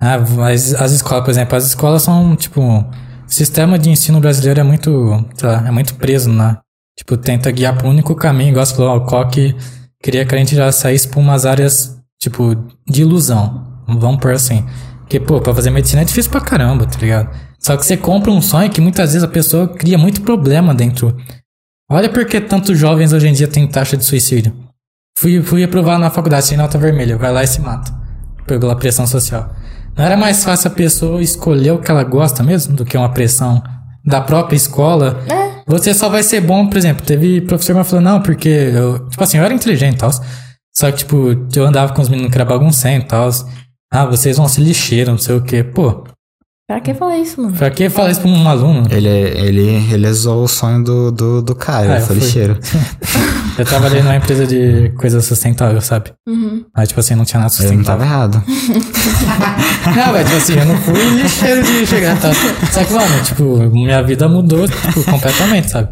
Ah, mas as escolas, por exemplo, as escolas são, tipo. O sistema de ensino brasileiro é muito. sei lá, é muito preso, né? Tipo, tenta guiar para o único caminho, igual você falou, ó, o Koch queria que a gente já saísse para umas áreas, tipo, de ilusão. Vamos por assim. Porque, pô, pra fazer medicina é difícil pra caramba, tá ligado? Só que você compra um sonho que muitas vezes a pessoa cria muito problema dentro. Olha por que tantos jovens hoje em dia têm taxa de suicídio. Fui, fui aprovado na faculdade sem nota vermelha, vai lá e se mata. Pela pressão social. Não era mais fácil a pessoa escolher o que ela gosta mesmo do que uma pressão da própria escola? Você só vai ser bom, por exemplo, teve professor que me falou, não, porque eu. Tipo assim, eu era inteligente e tal. Só que, tipo, eu andava com os meninos que era baguncento e tal. Ah, vocês vão se lixeiro, não sei o quê. Pô,
Pra que falar isso, mano?
Pra que falar isso pra um aluno?
Ele, é, ele, ele zoou o sonho do, do, do Caio,
Ah, eu
foi
fui.
lixeiro.
Eu trabalhei numa empresa de coisa sustentável, sabe?
Uhum.
Mas, tipo assim, não tinha nada
Ele não tava
sustentável.
errado.
Não, velho, tipo assim, eu não fui lixeiro de chegar. Tá? Só que, mano, tipo, minha vida mudou tipo, completamente, sabe?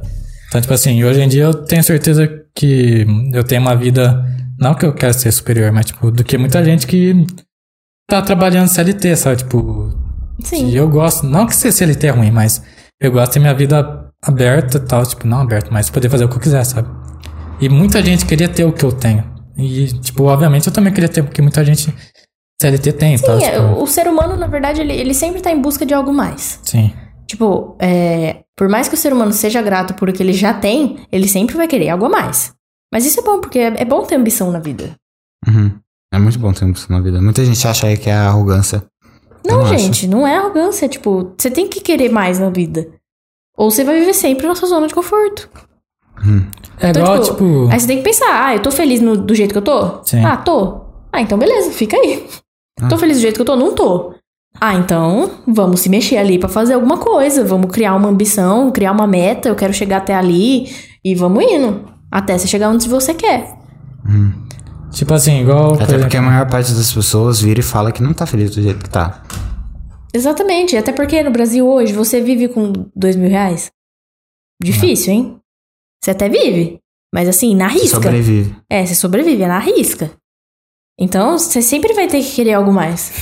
Então, tipo assim, hoje em dia eu tenho certeza que eu tenho uma vida, não que eu quero ser superior, mas, tipo, do que muita gente que tá trabalhando CLT, sabe? Tipo,
Sim.
que eu gosto, não que ser CLT é ruim, mas eu gosto de ter minha vida aberta e tal, tipo, não aberta, mas poder fazer o que eu quiser, sabe? E muita gente queria ter o que eu tenho. E, tipo, obviamente eu também queria ter, porque muita gente CLT tem,
Sim,
tal,
é,
tipo,
o ser humano, na verdade, ele, ele sempre tá em busca de algo mais.
Sim.
Tipo, é, por mais que o ser humano seja grato por o que ele já tem, ele sempre vai querer algo a mais. Mas isso é bom, porque é, é bom ter ambição na vida.
Uhum. É muito bom ter isso na vida. Muita gente acha aí que é arrogância. Eu
Não,
não acho.
gente, não é arrogância. Tipo, você tem que querer mais na vida. Ou você vai viver sempre na sua zona de conforto.
É
Então,
igual,
tipo,
tipo.
Aí você tem que pensar, ah, eu tô feliz no- do jeito que eu tô?
Sim. Ah.
Ah, tô. Ah, então beleza, fica aí. Tô feliz do jeito que eu tô? Não tô. Ah, então vamos se mexer ali pra fazer alguma coisa. Vamos criar uma ambição, criar uma meta. Eu quero chegar até ali e vamos indo. Até você chegar onde você quer.
Tipo assim, igual. por
Até
exemplo,
porque é a maior parte das pessoas vira e fala que não tá feliz do jeito que tá.
Exatamente. Até porque no Brasil hoje você vive com dois mil reais. Difícil, hein? Você até vive. Mas assim, na
Você
risca.
sobrevive.
É, você sobrevive, é na risca. Então, você sempre vai ter que querer algo mais.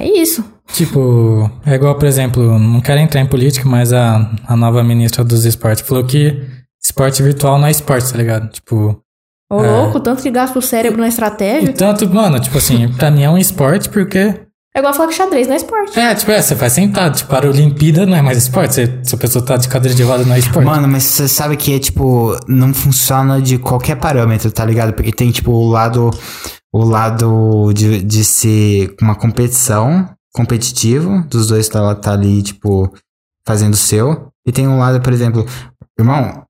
É isso.
Tipo, é igual, por exemplo, não quero entrar em política, mas a, a nova ministra dos esportes falou que esporte virtual não é esporte, tá ligado? Tipo.
Ô,
É.
louco, tanto que gasta o cérebro na
E
estratégia.
tanto, mano, tipo assim, pra mim é um esporte porque.
É igual falar que xadrez não é esporte.
É, tipo, é, você faz sentado. Tipo, para a Olimpíada não é mais esporte. Se, se a pessoa tá de cadeira de roda, não é esporte.
Mano, mas você sabe que é tipo, não funciona de qualquer parâmetro, tá ligado? Porque tem tipo o lado o lado de, de ser uma competição competitivo, dos dois tá, tá ali, tipo, fazendo o seu. E tem um lado, por exemplo, irmão,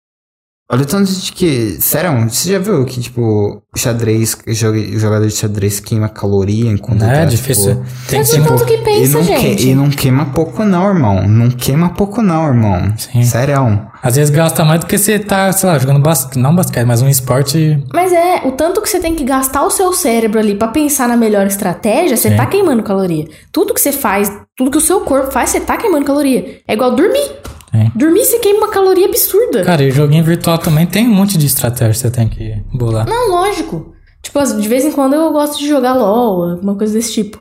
olha o tanto de que. Sério, você já viu que, tipo, xadrez, joga- jogador de xadrez queima caloria enquanto
Não
ele
é
tá,
difícil.
tipo,
Tem que
Mas
ser
o
um
tanto
pouco.
que
e
pensa,
não, que-
gente.
e não queima pouco não, irmão. Não queima pouco não, irmão.
Sim.
Sério.
Às vezes gasta mais do que você tá, sei lá, jogando basquete. Não basquete, mas um esporte.
Mas é, o tanto que você tem que gastar o seu cérebro ali pra pensar na melhor estratégia, você
Sim.
tá queimando caloria. Tudo que você faz, tudo que o seu corpo faz, você tá queimando caloria. É igual dormir.
Sim.
Dormir você queima uma caloria absurda.
Cara, e joguinho virtual também tem um monte de estratégia que você tem que bolar.
Não, lógico. Tipo, as- de vez em quando eu gosto de jogar LOL, alguma coisa desse tipo.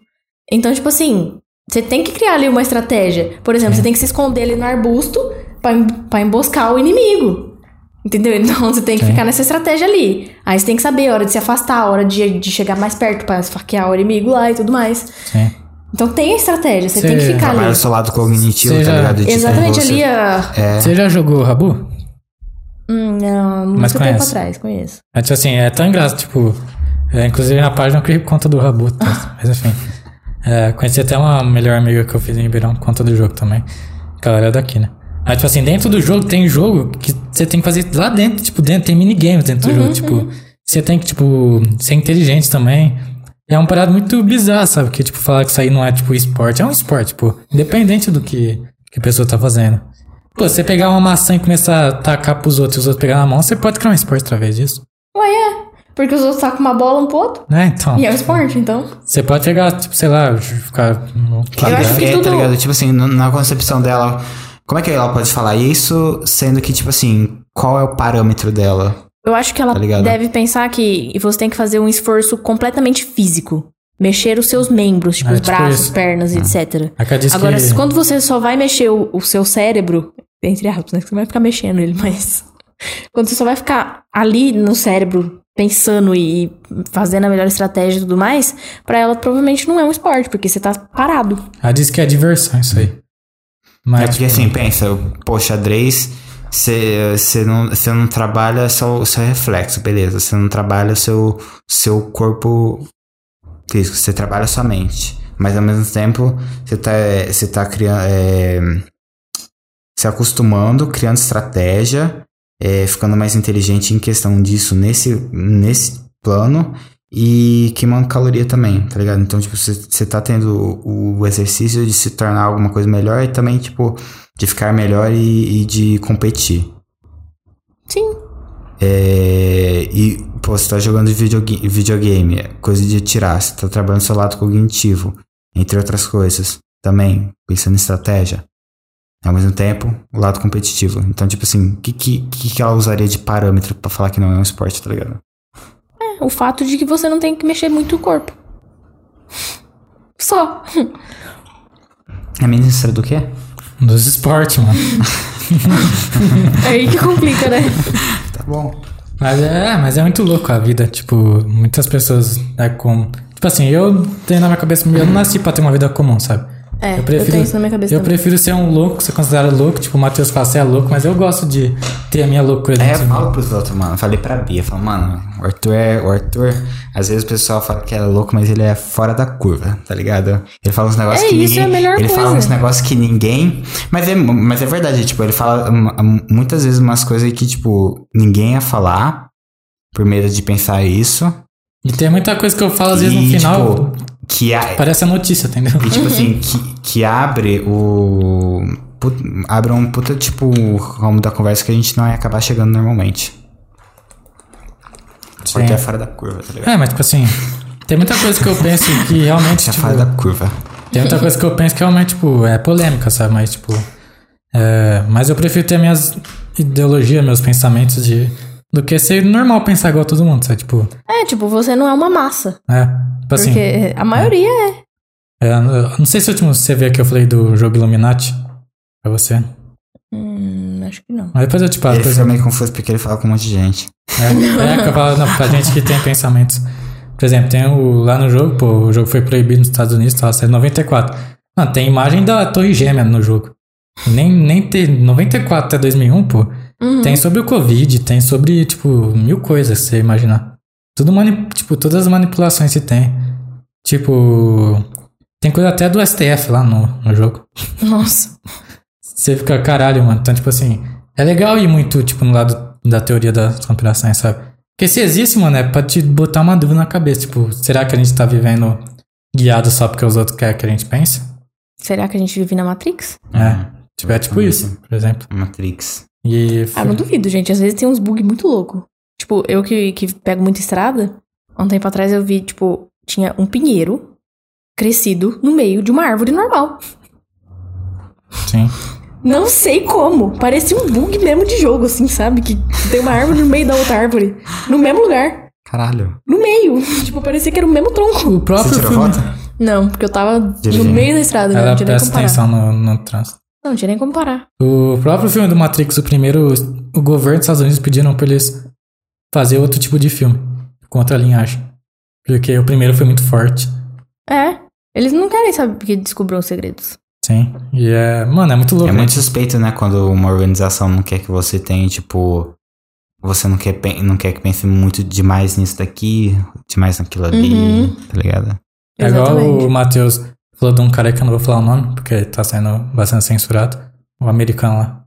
Então, tipo assim, você tem que criar ali uma estratégia. Por exemplo,
É.
você tem que se esconder ali no arbusto pra, em- pra emboscar o inimigo. Entendeu? Então você tem que
Sim.
ficar nessa estratégia ali. Aí você tem que saber a hora de se afastar, a hora de, de chegar mais perto pra esfaquear o inimigo lá e tudo mais.
Sim.
Então tem a estratégia, você
É. Você
tem que ficar
Trabalha o
ali.
seu lado cognitivo,
Seja-
tá ligado? Tipo,
Exatamente
você-
ali a.
É.
Você já jogou o Rabu?
Hum, não, muito
Mas
tempo
conhece.
atrás, conheço.
É tipo assim, é tão engraçado, tipo. é, inclusive na página eu criei conta do Rabu, tá? mas enfim. É, conheci até uma melhor amiga que eu fiz em Ribeirão, por conta do jogo também. Que ela era daqui, né? Mas tipo assim, dentro do jogo tem jogo que você tem que fazer lá dentro, tipo, dentro, tem minigames dentro do jogo, tipo. Você tem que, tipo, ser inteligente também. E é uma parada muito bizarra, sabe? Que, tipo, falar que isso aí não é, tipo, esporte. É um esporte, tipo, independente do que, que a pessoa tá fazendo. Pô, você pegar uma maçã e começar a tacar pros outros e os outros pegar na mão, você pode criar um esporte através disso.
Ué, é. Porque os outros tacam uma bola um pro outro.
Né, então.
E é o esporte, então.
Você pode pegar, tipo, sei lá, ficar. no-
Que
Eu acho que
é,
tudo-
tá ligado? Tipo assim, no- na concepção dela, como é que ela pode falar isso, sendo que, tipo assim, qual é o parâmetro dela?
Eu acho que ela
Tá ligado?
deve pensar que você tem que fazer um esforço completamente físico. Mexer os seus membros, tipo
É,
os
tipo
braços,
isso.
pernas, etc.
A cara diz
Agora,
É que-
se- quando você só vai mexer o, o seu cérebro, entre aspas, né? que Você não vai ficar mexendo ele, mas. Quando você só vai ficar ali no cérebro, pensando e e fazendo a melhor estratégia e tudo mais, pra ela provavelmente não é um esporte, porque você tá parado.
Ela diz que é diversão isso aí.
É
Mas,
porque
tipo,
assim, pensa, pô, xadrez, você não, cê não trabalha só o seu reflexo, beleza. Você não trabalha o seu, seu corpo físico, você trabalha a sua mente. Mas ao mesmo tempo, você tá, você tá criando. é, se acostumando, criando estratégia, é, ficando mais inteligente em questão disso nesse, nesse plano. e queimando caloria também, tá ligado? Então, tipo, você tá tendo o, o exercício de se tornar alguma coisa melhor e também, tipo, de ficar melhor e, e de competir.
Sim.
É, e, pô, você tá jogando videogame, videogame, é coisa de tirar, você tá trabalhando seu lado cognitivo, entre outras coisas, também, pensando em estratégia. Ao mesmo tempo, o lado competitivo. Então, tipo assim, o que, que, que ela usaria de parâmetro pra falar que não é um esporte, tá ligado?
É, o fato de que você não tem que mexer muito o corpo. Só.
A ministra É do quê?
um Dos esportes, mano.
É aí que complica, né?
Tá bom.
Mas é, mas é muito louco a vida. Tipo, muitas pessoas é com. Tipo assim, eu tenho na minha cabeça, eu não nasci pra ter uma vida comum, sabe?
É, eu, tenho isso na minha cabeça
eu
também.
prefiro ser um louco, ser considerado louco, tipo, o Matheus Facé é louco, mas eu gosto de ter a minha loucura
É,
dentro de
eu
mim.
falo pros outros, mano. Falei pra Bia, falo, mano, o Arthur é. O Arthur, às vezes o pessoal fala que ele é louco, mas ele é fora da curva, tá ligado? Ele fala uns negócios
É,
que
isso
ninguém.
é a melhor
ele fala
coisa.
uns negócios que ninguém. Mas é, mas é verdade, tipo, ele fala hum, muitas vezes umas coisas que, tipo, ninguém ia falar, por medo de pensar isso.
E tem muita coisa que eu falo, às vezes, no
E,
final,
tipo, que a,
parece a notícia, entendeu?
E tipo assim, que, que abre o. put- abre um puta, tipo, ramo da conversa que a gente não ia acabar chegando normalmente. Porque é fora da curva, tá ligado?
É, mas tipo assim, tem muita coisa que eu penso que realmente,
É
tipo,
fora da curva.
tem muita coisa que eu penso que realmente, tipo, é polêmica, sabe? Mas, tipo, é, mas eu prefiro ter minhas ideologias, meus pensamentos de... Do que ser normal pensar igual a todo mundo, sabe? Tipo,
É, tipo, você não é uma massa.
é, tipo assim...
Porque a maioria é.
É, eu não sei se o último CV que eu falei do jogo Illuminati pra você.
Hum, acho que não.
Mas depois eu te passo.
ele
depois
fica
eu-
meio confuso porque ele fala com um monte de gente.
É, é que eu falo, não, pra gente que tem pensamentos. Por exemplo, tem o, lá no jogo, pô, o jogo foi proibido nos Estados Unidos, tava sendo 94. Mano, tem imagem da Torre Gêmea no jogo. Nem, nem ter 94 até 2001, pô.
Uhum.
Tem sobre o Covid, tem sobre, tipo, mil coisas, se você imaginar. Tudo mani tipo, todas as manipulações que tem. Tipo, tem coisa até do STF lá no, no jogo.
Nossa.
Você fica, caralho, mano. Então, tipo assim, é legal ir muito, tipo, no lado da teoria das conspirações, sabe? Porque se existe, mano, é pra te botar uma dúvida na cabeça. Tipo, será que a gente tá vivendo guiado só porque os outros querem que a gente pense?
Será que a gente vive na Matrix?
É. Tipo, é tipo isso, por exemplo.
É, Matrix.
E.
Ah, não duvido, gente. Às vezes tem uns bug muito louco. Tipo, eu que, que pego muita estrada, há um tempo atrás eu vi, tipo, tinha um pinheiro crescido no meio de uma árvore normal.
Sim.
Não sei como. Parecia um bug mesmo de jogo, assim, sabe? Que tem uma árvore no meio da outra árvore. No mesmo lugar.
Caralho.
No meio. Tipo, parecia que era o mesmo tronco.
O
Você
próprio
tirou
filme.
foto?
Não, porque eu tava no
Dirigindo.
meio da estrada, né?
Ela
não tinha nem
presta
como parar.
atenção no, no trânsito.
Não tinha nem como parar.
O próprio filme do Matrix, o primeiro, o governo dos Estados Unidos pediram pra eles fazer outro tipo de filme. Contra a linhagem. Porque o primeiro foi muito forte.
É. Eles não querem saber porque descobriram os segredos.
Sim. E é. Mano, é muito louco.
É
né?
muito suspeito, né? Quando uma organização não quer que você tenha, tipo. Você não quer, pen- não quer que pense muito demais nisso daqui, demais naquilo ali,
Uhum.
tá ligado?
É igual o Matheus falou de um cara que eu não vou falar o nome, porque tá sendo bastante censurado. O americano lá.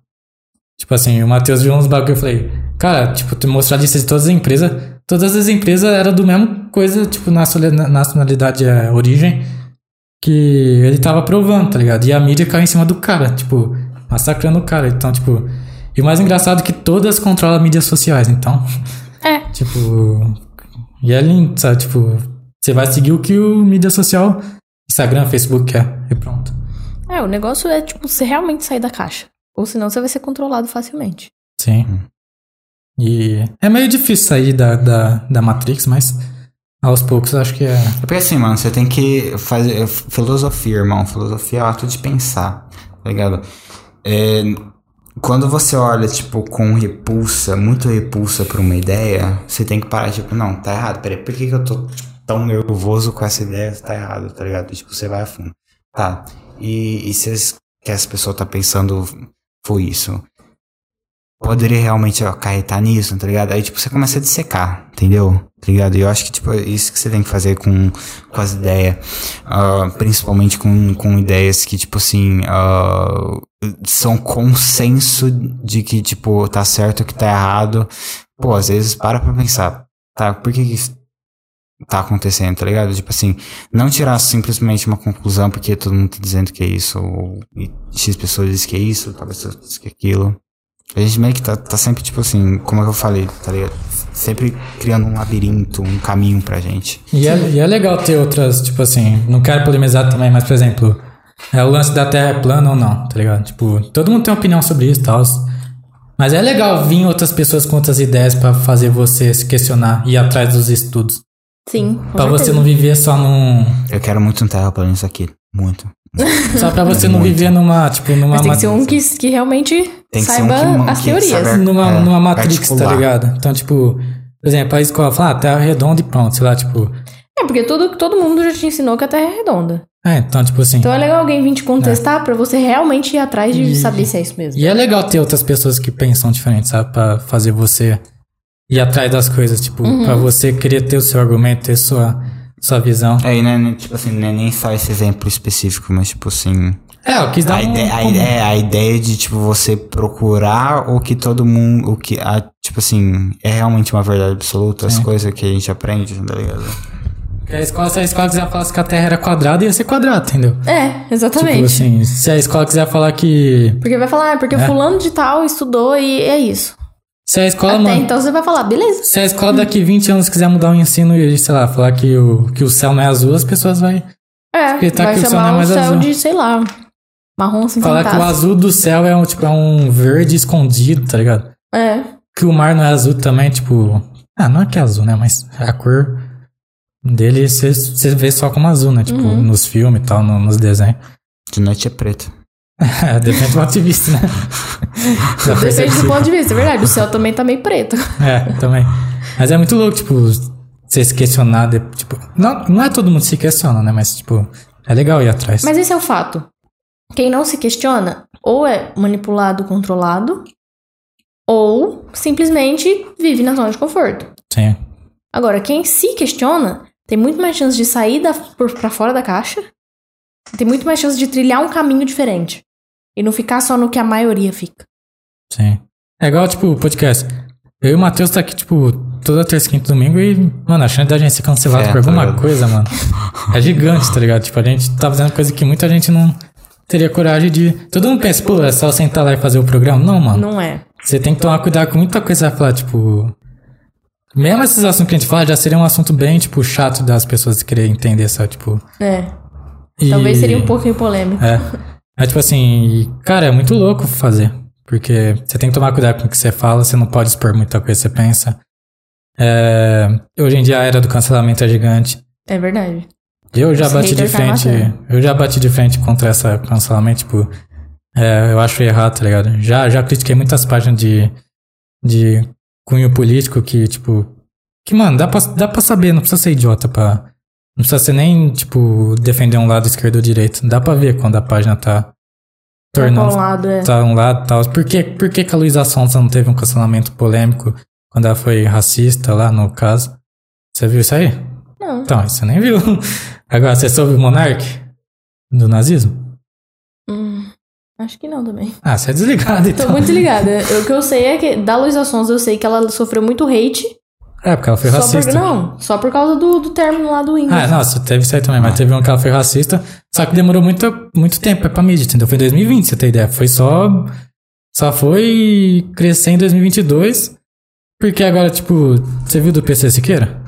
Tipo assim, o Matheus viu uns bagulho e eu falei, cara, tipo, tu mostrar a lista de todas as empresas. Todas as empresas eram do mesmo coisa, tipo, nacionali- nacionalidade, é, origem, que ele tava provando, tá ligado? E a mídia caiu em cima do cara, tipo, massacrando o cara. Então, tipo. E o mais engraçado é que todas controlam mídias sociais, então.
É.
Tipo. E é lindo, sabe? Tipo, você vai seguir o que o mídia social, Instagram, Facebook quer. E pronto.
É, o negócio é, tipo, você realmente sair da caixa. Ou senão você vai ser controlado facilmente.
Sim.
Hum.
E é meio difícil sair da, da, da Matrix, mas aos poucos eu acho que é.
É porque assim, mano, você tem que fazer filosofia, irmão. Filosofia é o ato de pensar, tá ligado? É, quando você olha, tipo, com repulsa, muito repulsa pra uma ideia, você tem que parar, tipo, não, tá errado, peraí, por que, que eu tô tipo, tão nervoso com essa ideia? Tá errado, tá ligado? Tipo, você vai a fundo. Tá. E, e se as- que essa pessoa tá pensando foi isso? Poderia realmente acarretar nisso, tá ligado? Aí, tipo, você começa a dissecar, entendeu? Tá ligado? E eu acho que, tipo, é isso que você tem que fazer com, com as ideias. ah, principalmente com, com ideias que, tipo, assim, ah, são consenso de que, tipo, tá certo, que tá errado. Pô, às vezes para pra pensar, tá? Por que que isso tá acontecendo, tá ligado? Tipo assim, não tirar simplesmente uma conclusão porque todo mundo tá dizendo que é isso, ou e X pessoas diz que é isso, tal pessoa diz que é aquilo. A gente meio que tá, tá sempre, tipo assim, como é que eu falei, tá ligado? Sempre criando um labirinto, um caminho pra gente.
E é, e é legal ter outras, tipo assim, não quero polemizar também, mas por exemplo, é o lance da Terra plana ou não, tá ligado? Tipo, todo mundo tem opinião sobre isso e tal. Mas é legal vir outras pessoas com outras ideias pra fazer você se questionar e ir atrás dos estudos.
Sim. com
Pra você
certeza.
não viver só num.
Eu quero muito um terraplanista aqui. Muito.
Só pra você não
É Muito.
viver numa, tipo, numa
Mas tem que ser
matriz.
um que, que realmente
Tem que ser um
saiba
que man-
as
que
teorias.
saiba-
Numa,
É,
numa matrix, tá
particular.
ligado? Então, tipo, por exemplo, a escola fala, ah, terra redonda e pronto, sei lá, tipo.
É, porque todo, todo mundo já te ensinou que a Terra é redonda.
É, então, tipo assim.
Então é legal alguém vir te contestar pra você realmente ir atrás de
E-
saber se é isso mesmo.
E é legal ter outras pessoas que pensam diferente, sabe? Pra fazer você ir atrás das coisas, tipo,
Uhum.
pra você querer ter o seu argumento, ter sua, sua visão.
É, e não é, nem- tipo assim, não é nem só esse exemplo específico, mas tipo assim.
É, eu quis
A,
dar um...
ideia, a, ideia, a ideia de, tipo, você procurar o que todo mundo. O que, a, tipo assim, é realmente uma verdade absoluta, as coisas que a gente aprende, tá ligado?
Porque a escola, se a escola quiser falar que a Terra era quadrada, ia ser quadrada, entendeu?
É,
Tipo
exatamente.
assim, é. se a escola quiser falar que...
porque vai falar, ah, porque fulano de tal estudou e é isso.
Se a escola...
Até
mano,
então você vai falar, beleza.
Se a escola daqui 20 anos quiser mudar o ensino e, sei lá, falar que o, que o céu não é azul, as pessoas vão
É,
Porque tá
vai
aqui o céu não é
chamar um
mais
céu
azul.
de, sei lá, marrom assim,
falar que o azul do céu é um, tipo, é um verde escondido, tá ligado?
É,
Que o mar não é azul também, tipo... Ah, não é que é azul, né? Mas a cor dele você- você vê só como azul, né? Tipo,
Uhum.
nos filmes e tal, no- nos desenhos.
De noite é preto.
É, depende do ativista, né? Da
depende do
percepção.
ponto de vista, é verdade. O céu também tá meio preto.
É, também. Mas é muito louco, tipo, você se questionar, de- tipo... Não, não é todo mundo se questiona, né? Mas, tipo, é legal ir atrás.
Mas esse é o fato. Quem não se questiona, ou é manipulado, controlado, ou simplesmente vive na zona de conforto.
Sim.
Agora, quem se questiona tem muito mais chance de sair da, por, pra fora da caixa, tem muito mais chance de trilhar um caminho diferente. E não ficar só no que a maioria fica.
Sim. É igual, tipo, o podcast. Eu e o Matheus tá aqui, tipo, toda terça, quinta e domingo e, mano, a chance da gente ser cancelado
É,
por
tá
alguma
ligado?
coisa, mano, é gigante, tá ligado? Tipo, a gente tá fazendo coisa que muita gente não teria coragem de... Todo mundo pensa, pô, é só sentar lá e fazer o programa? Não, mano.
Não é.
Você tem que tomar cuidado com muita coisa pra falar, tipo... Mesmo esses assuntos que a gente fala, já seria um assunto bem, tipo, chato das pessoas quererem entender, sabe? Tipo...
É.
e-
Talvez seria um pouquinho polêmico.
é. É tipo assim, cara, é muito louco fazer. Porque você tem que tomar cuidado com o que você fala, você não pode expor muita coisa que você pensa. É, hoje em dia a era do cancelamento é gigante.
É verdade.
Eu já
Os
bati de
haters tá
frente.
matando.
eu já bati de frente contra essa cancelamento, tipo. é, eu acho errado, tá ligado? Já, já critiquei muitas páginas de, de cunho político que, tipo. Que, mano, dá pra, dá pra saber, não precisa ser idiota pra. Não precisa ser nem, tipo, defender um lado esquerdo ou direito. Dá pra ver quando a página tá
Tornando.
tornando.
Um lado é.
Tá um lado e tal. Por, que, por que, que a Luísa Sonza não teve um cancelamento polêmico quando ela foi racista lá no caso? Você viu isso aí?
é. Não.
Então, você nem viu. Agora, você soube o Monark? Do nazismo?
Hum, acho que não também.
Ah, você é desligado
Tô
então.
muito ligada. O que eu sei é que da Luísa Sons eu sei que ela sofreu muito hate.
É, porque ela foi
só
racista.
Por, não, só por causa do, do término lá do Windows.
Ah, nossa, teve isso aí também, mas teve um que ela foi racista. Só que demorou muito, muito tempo é pra mídia, entendeu? Foi em 2020, você tem ideia. Foi só. Só foi crescer em 2022. Porque agora, tipo, você viu do PC Siqueira?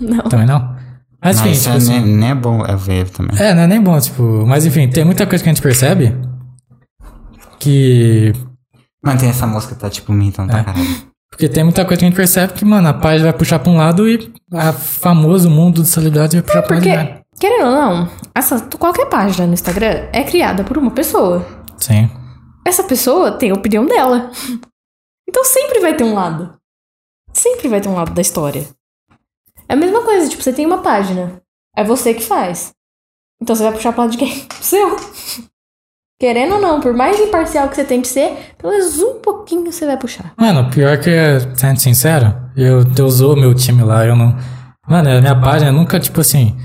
Não.
Também não? Mas
Não,
enfim,
isso
tipo,
é,
assim,
nem, nem é bom é ver também.
É, não é nem bom, tipo. Mas enfim, tem muita coisa que a gente percebe que.
Mas tem essa música que tá, tipo, me irritando
É.
pra caralho.
Porque tem muita coisa que a gente percebe que, mano, a paz vai puxar pra um lado e a famoso mundo de celebridades vai puxar pra outro
Porque,
lado.
querendo ou não, essa, qualquer página no Instagram é criada por uma pessoa.
Sim.
Essa pessoa tem a opinião dela. Então sempre vai ter um lado. Sempre vai ter um lado da história. É a mesma coisa, tipo, você tem uma página. É você que faz. Então você vai puxar pro lado de quem? Seu. Querendo ou não, por mais imparcial que você tente ser, pelo menos um pouquinho você vai puxar.
Mano, pior que, sendo sincero, eu, eu usou meu time lá, eu não. Mano, a minha página nunca, tipo assim.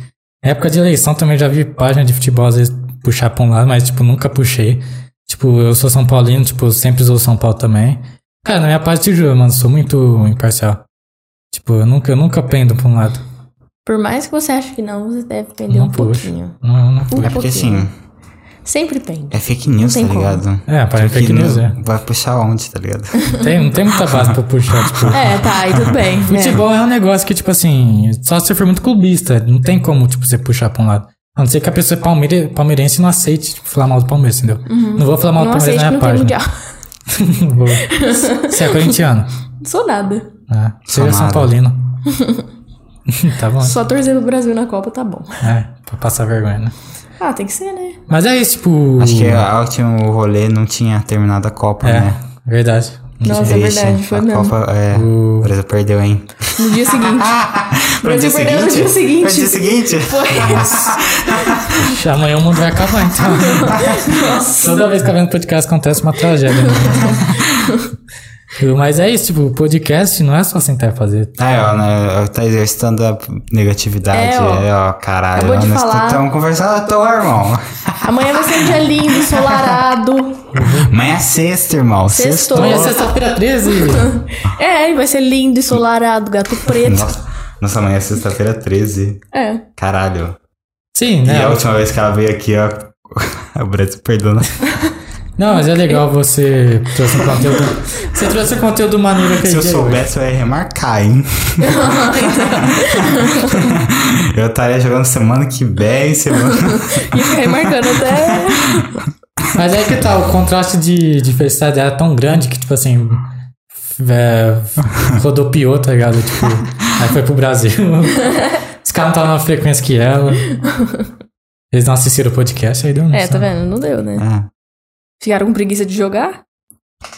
Na época de eleição também já vi página de futebol às vezes puxar pra um lado, mas, tipo, nunca puxei. Tipo, eu sou São Paulino, tipo, eu sempre sou São Paulo também. Cara, na minha parte, te juro, mano, sou muito imparcial. Tipo, eu nunca, eu nunca pendo pra um lado.
Por mais que você ache que não, você deve pender
não
um
puxo.
pouquinho. Um
Não, não puxo.
É porque
pouquinho.
assim,
Sempre pende.
é fake news, tá
tem como.
ligado?
É, parece fake
Que
news,
não-
é.
Vai puxar onde, tá ligado?
Tem, não tem muita base pra puxar, tipo.
É, tá, aí tudo bem.
Futebol é um negócio que, tipo assim, só se você for muito clubista, não tem como, tipo, você puxar pra um lado. A não ser que a pessoa é palmeire, palmeirense e não aceite tipo, falar mal do Palmeiras, entendeu? Não vou falar mal do
Uhum. Não aceito
Palmeiras na
que não
minha
tem
página.
mundial.
Não vou. Você é corintiano?
Não sou nada.
É. Você é São
Samara.
Paulino. tá bom.
Só torcer pro Brasil na Copa tá bom.
É, pra passar vergonha, né?
Ah, tem que ser, né?
Mas é isso, tipo.
Acho que a última- o rolê não tinha terminado a Copa,
É,
né?
verdade.
Nossa, é
Vixe,
verdade, foi
a
mesmo.
Copa, é,
Uh.
o Brasil perdeu, hein?
No dia seguinte.
Pro
Brasil perdeu no dia seguinte.
Pro dia seguinte?
Foi.
Ixi, Amanhã o mundo vai acabar, então. Toda vez que eu venho no podcast acontece uma tragédia. né? Mas é isso, tipo, podcast não é só sentar e fazer.
É, ó, né, tá exercitando a negatividade.
É, ó.
É, ó, caralho.
Acabou de
nós
falar.
Estamos conversando à toa, irmão.
Amanhã vai ser um dia lindo, ensolarado.
Amanhã é sexta, irmão.
Sextou.
Amanhã é sexta-feira 13.
É, e vai ser lindo, ensolarado, gato preto.
Nossa, nossa, amanhã é sexta-feira 13.
É.
Caralho. E
Sim, né?
a última vez que ela veio aqui, ó. O Brasil perdeu. né?
Não, mas é legal você trouxe um conteúdo. Você trouxe um conteúdo maneiro que
Se eu
dia
soubesse, eu ia remarcar, hein? eu estaria jogando semana que vem, semana.
E ficar remarcando até.
hoje. Mas é que tá, o contraste de, de felicidade era tão grande que, tipo assim. é, rodopiou, tá ligado? Tipo, aí foi pro Brasil. Os caras não estavam na frequência que ela. Eles não assistiram o podcast, aí deu nisso,
É, tá
né?
vendo? Não deu, né?
Ah,
Ficaram com preguiça de jogar?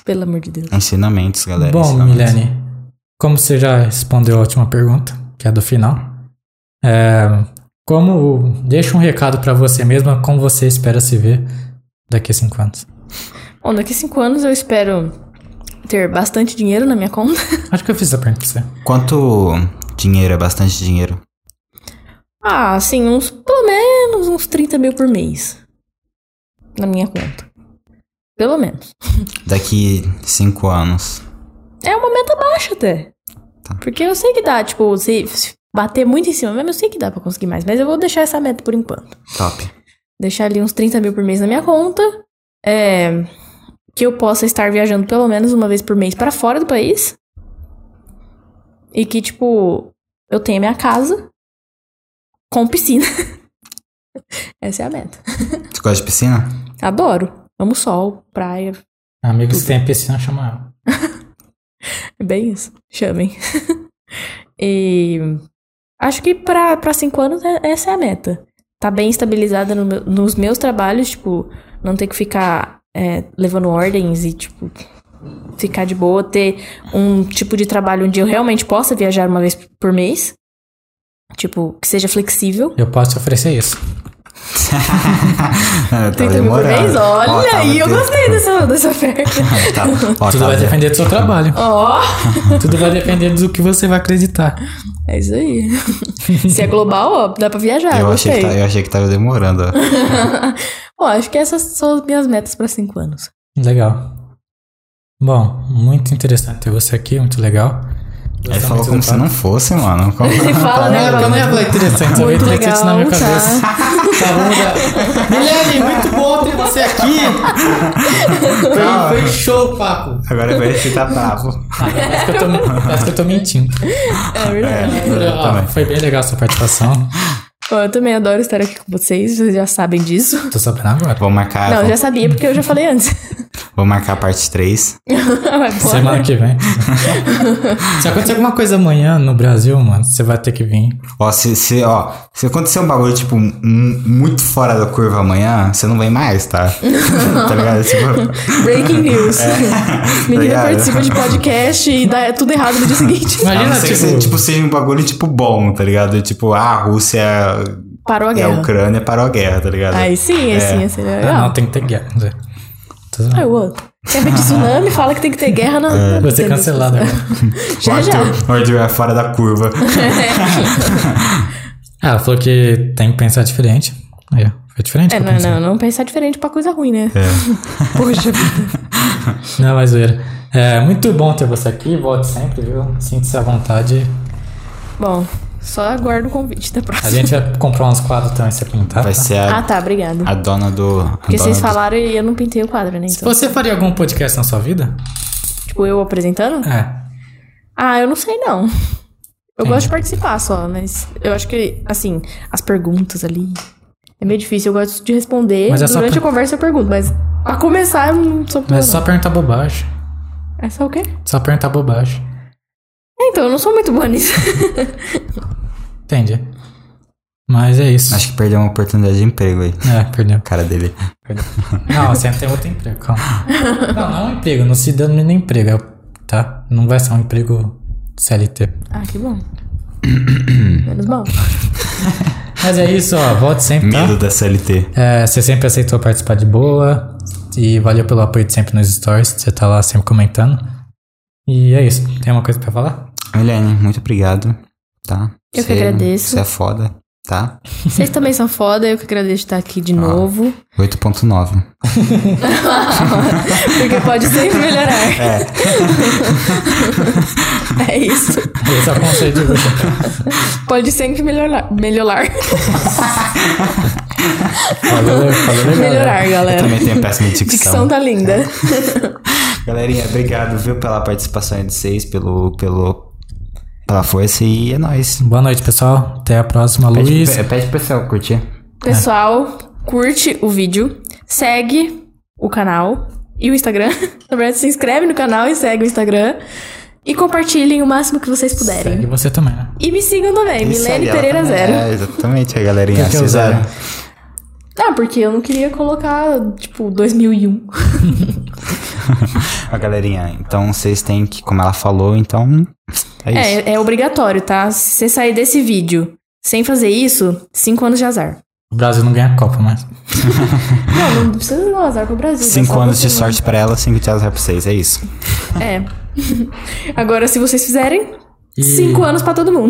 Pelo amor de Deus.
ensinamentos, galera.
Bom,
ensinamentos.
Milene, como você já respondeu a última pergunta, que é do final, é, como deixa um recado pra você mesma, como você espera se ver daqui a cinco anos?
Bom, daqui cinco anos eu espero ter bastante dinheiro na minha conta.
Acho que eu fiz a pergunta pra você.
Quanto dinheiro? É bastante dinheiro.
Ah, assim, uns pelo menos uns 30 mil por mês. Na minha conta. Pelo menos.
Daqui cinco anos.
É uma meta baixa até.
Tá.
Porque eu sei que dá, tipo, se se bater muito em cima mesmo, eu sei que dá pra conseguir mais. Mas eu vou deixar essa meta por enquanto.
Top.
Deixar ali uns 30 mil por mês na minha conta. É. Que eu possa estar viajando pelo menos uma vez por mês pra fora do país. E que, tipo, eu tenha minha casa com piscina. Essa é a meta.
Você gosta de piscina?
Adoro. Amo sol, praia.
Amigos que têm piscina, chama ela.
É bem isso. Chamem. e acho que pra pra cinco anos é- essa é a meta. Tá bem estabilizada no meu- nos meus trabalhos, tipo, não ter que ficar é, levando ordens e, tipo, ficar de boa, ter um tipo de trabalho onde eu realmente possa viajar uma vez por mês. Tipo, que seja flexível.
Eu posso te oferecer isso.
tá
30 mil por mês? Olha
Ó, tava
aí, eu
tendo-
gostei dessa, dessa oferta.
Tá, ó,
Tudo
tava-
vai depender do seu trabalho.
Ó!
Tudo vai depender do que você vai acreditar.
É isso aí. Se é global, ó, dá pra viajar.
eu,
Ah, gostei.
achei que tá- eu achei que tava demorando. ó.
Bom, acho que essas são as minhas metas pra cinco anos.
Legal. Bom, muito interessante ter você aqui, muito legal.
Ele
Gostamos
falou
do
como se
papo.
não fosse, mano. Como-
Ele tá fala, né?
Não, porque eu não ia falar interessante, eu ia
Muito
interessante na
legal,
minha cabeça. Tá bom, já. Milene, muito bom ter você aqui.
Calma.
Foi, foi show o papo.
Agora vai ficar tá bravo.
Ah, parece, que eu tô, parece que eu tô mentindo.
É verdade.
Eu
Ah,
também.
foi bem legal a sua participação.
Bom, eu também adoro estar aqui com vocês, vocês já sabem disso.
Tô sabendo agora.
Vou marcar,
Não, eu
vou,
já sabia porque eu já falei antes.
vou marcar a parte 3.
Vai, bora.
Semana que vem. Se acontecer alguma coisa amanhã no Brasil, mano, você vai ter que vir.
Ó, se, se, ó, se acontecer um bagulho, tipo, um- muito fora da curva amanhã, você não vem mais, tá? tá ligado? Tipo,
Breaking news. Menina
É.
Obrigado.
participa de podcast e dá tudo errado no dia seguinte.
a não
Imagina,
ser que
é
tipo,
se- tipo, seja um bagulho, tipo, bom, tá ligado? Tipo, ah, a Rússia
É
Parou a
e a
guerra.
Ucrânia parou a guerra, tá ligado?
Aí sim, aí sim, assim, é
Ah, um não,
legal.
tem que ter guerra. Quer dizer, tô
Ah,
zoando.
o outro. Quer ver de tsunami? Fala que tem que ter guerra na. na-
Vou É. ser
na-
cancelado. agora.
o
Já, já.
Arthur, o Arthur é fora da curva.
Ah, ela falou que tem que pensar diferente. Aí, ó, foi diferente.
É,
que eu
não,
pensei.
não, não pensar diferente pra coisa ruim, né?
É,
É.
Poxa vida.
Não, mas zoeira. É muito bom ter você aqui, volte sempre, viu? Sinta-se à vontade.
Bom, Só aguardo o convite da
A
próxima.
gente vai comprar uns quadros também, você pintar.
Vai ser a,
Ah, tá, obrigado.
a dona do. a
Porque
dona
vocês
do-
falaram e eu não pintei o quadro, né? Então,
Você faria algum podcast na sua vida?
tipo, eu apresentando?
É.
Ah, eu não sei não. Eu
Entendi.
gosto de participar só, mas eu acho que, assim, as perguntas ali. É meio difícil, eu gosto de responder.
Mas é só
Durante
pra-
a conversa eu pergunto, mas pra começar eu não sou boa,
Mas é
não.
só perguntar bobagem.
É só o quê?
Só perguntar bobagem.
É, então, eu não sou muito boa nisso.
Entendi. Mas é isso.
Acho que perdeu uma oportunidade de emprego aí.
É, perdeu.
Cara dele.
Não, você tem outro emprego, calma. Não, não é um emprego, não se denomina emprego, é- tá? Não vai ser um emprego CLT.
ah, que bom. Menos mal.
Mas é isso, ó, volte sempre, tá?
Medo da CLT.
É, você sempre aceitou participar de boa e valeu pelo apoio de sempre nos stories, você tá lá sempre comentando. E é isso, tem alguma coisa pra falar?
Milene, muito obrigado, tá?
Eu
Cê-
que agradeço.
Você é foda, tá?
Vocês também são foda, eu que agradeço estar aqui
Ah.
de novo.
8.9.
Porque pode sempre melhorar. É. isso.
Esse é o conselho de hoje.
Pode sempre melhorar. Melhorar.
Falou, falou legal. né?
melhorar,
É. Eu
galera.
também tenho péssima
Dicção tá linda.
É. Galerinha, obrigado, viu, pela participação aí de vocês, pelo, pelo, pela força e é nóis.
Boa noite, pessoal. Até a próxima,
Pede,
Luiz.
pe- pede pro pessoal curtir.
É Pessoal, curte o vídeo, segue o canal e o Instagram. Na verdade, se inscreve no canal e segue o Instagram. E compartilhem o máximo que vocês puderem.
Segue você também, né?
E me sigam também,
Isso
Milene
aí, ela
Pereira
também-
Zero.
É, exatamente, a galerinha.
Por que
Vocês
é o zero?
eram-
Ah, porque eu não queria colocar, tipo, 2001.
A galerinha, então vocês têm que, como ela falou, então. É isso.
É, é obrigatório, tá? Se você sair desse vídeo sem fazer isso, 5 anos de azar.
O Brasil não ganha a Copa, mas.
Não, não precisa dar azar pro Brasil. é
Cinco
só
anos de
você-
sorte pra ela, cinco de azar pra vocês, é isso.
É. Agora, se vocês fizerem,
E-
5 anos pra todo mundo.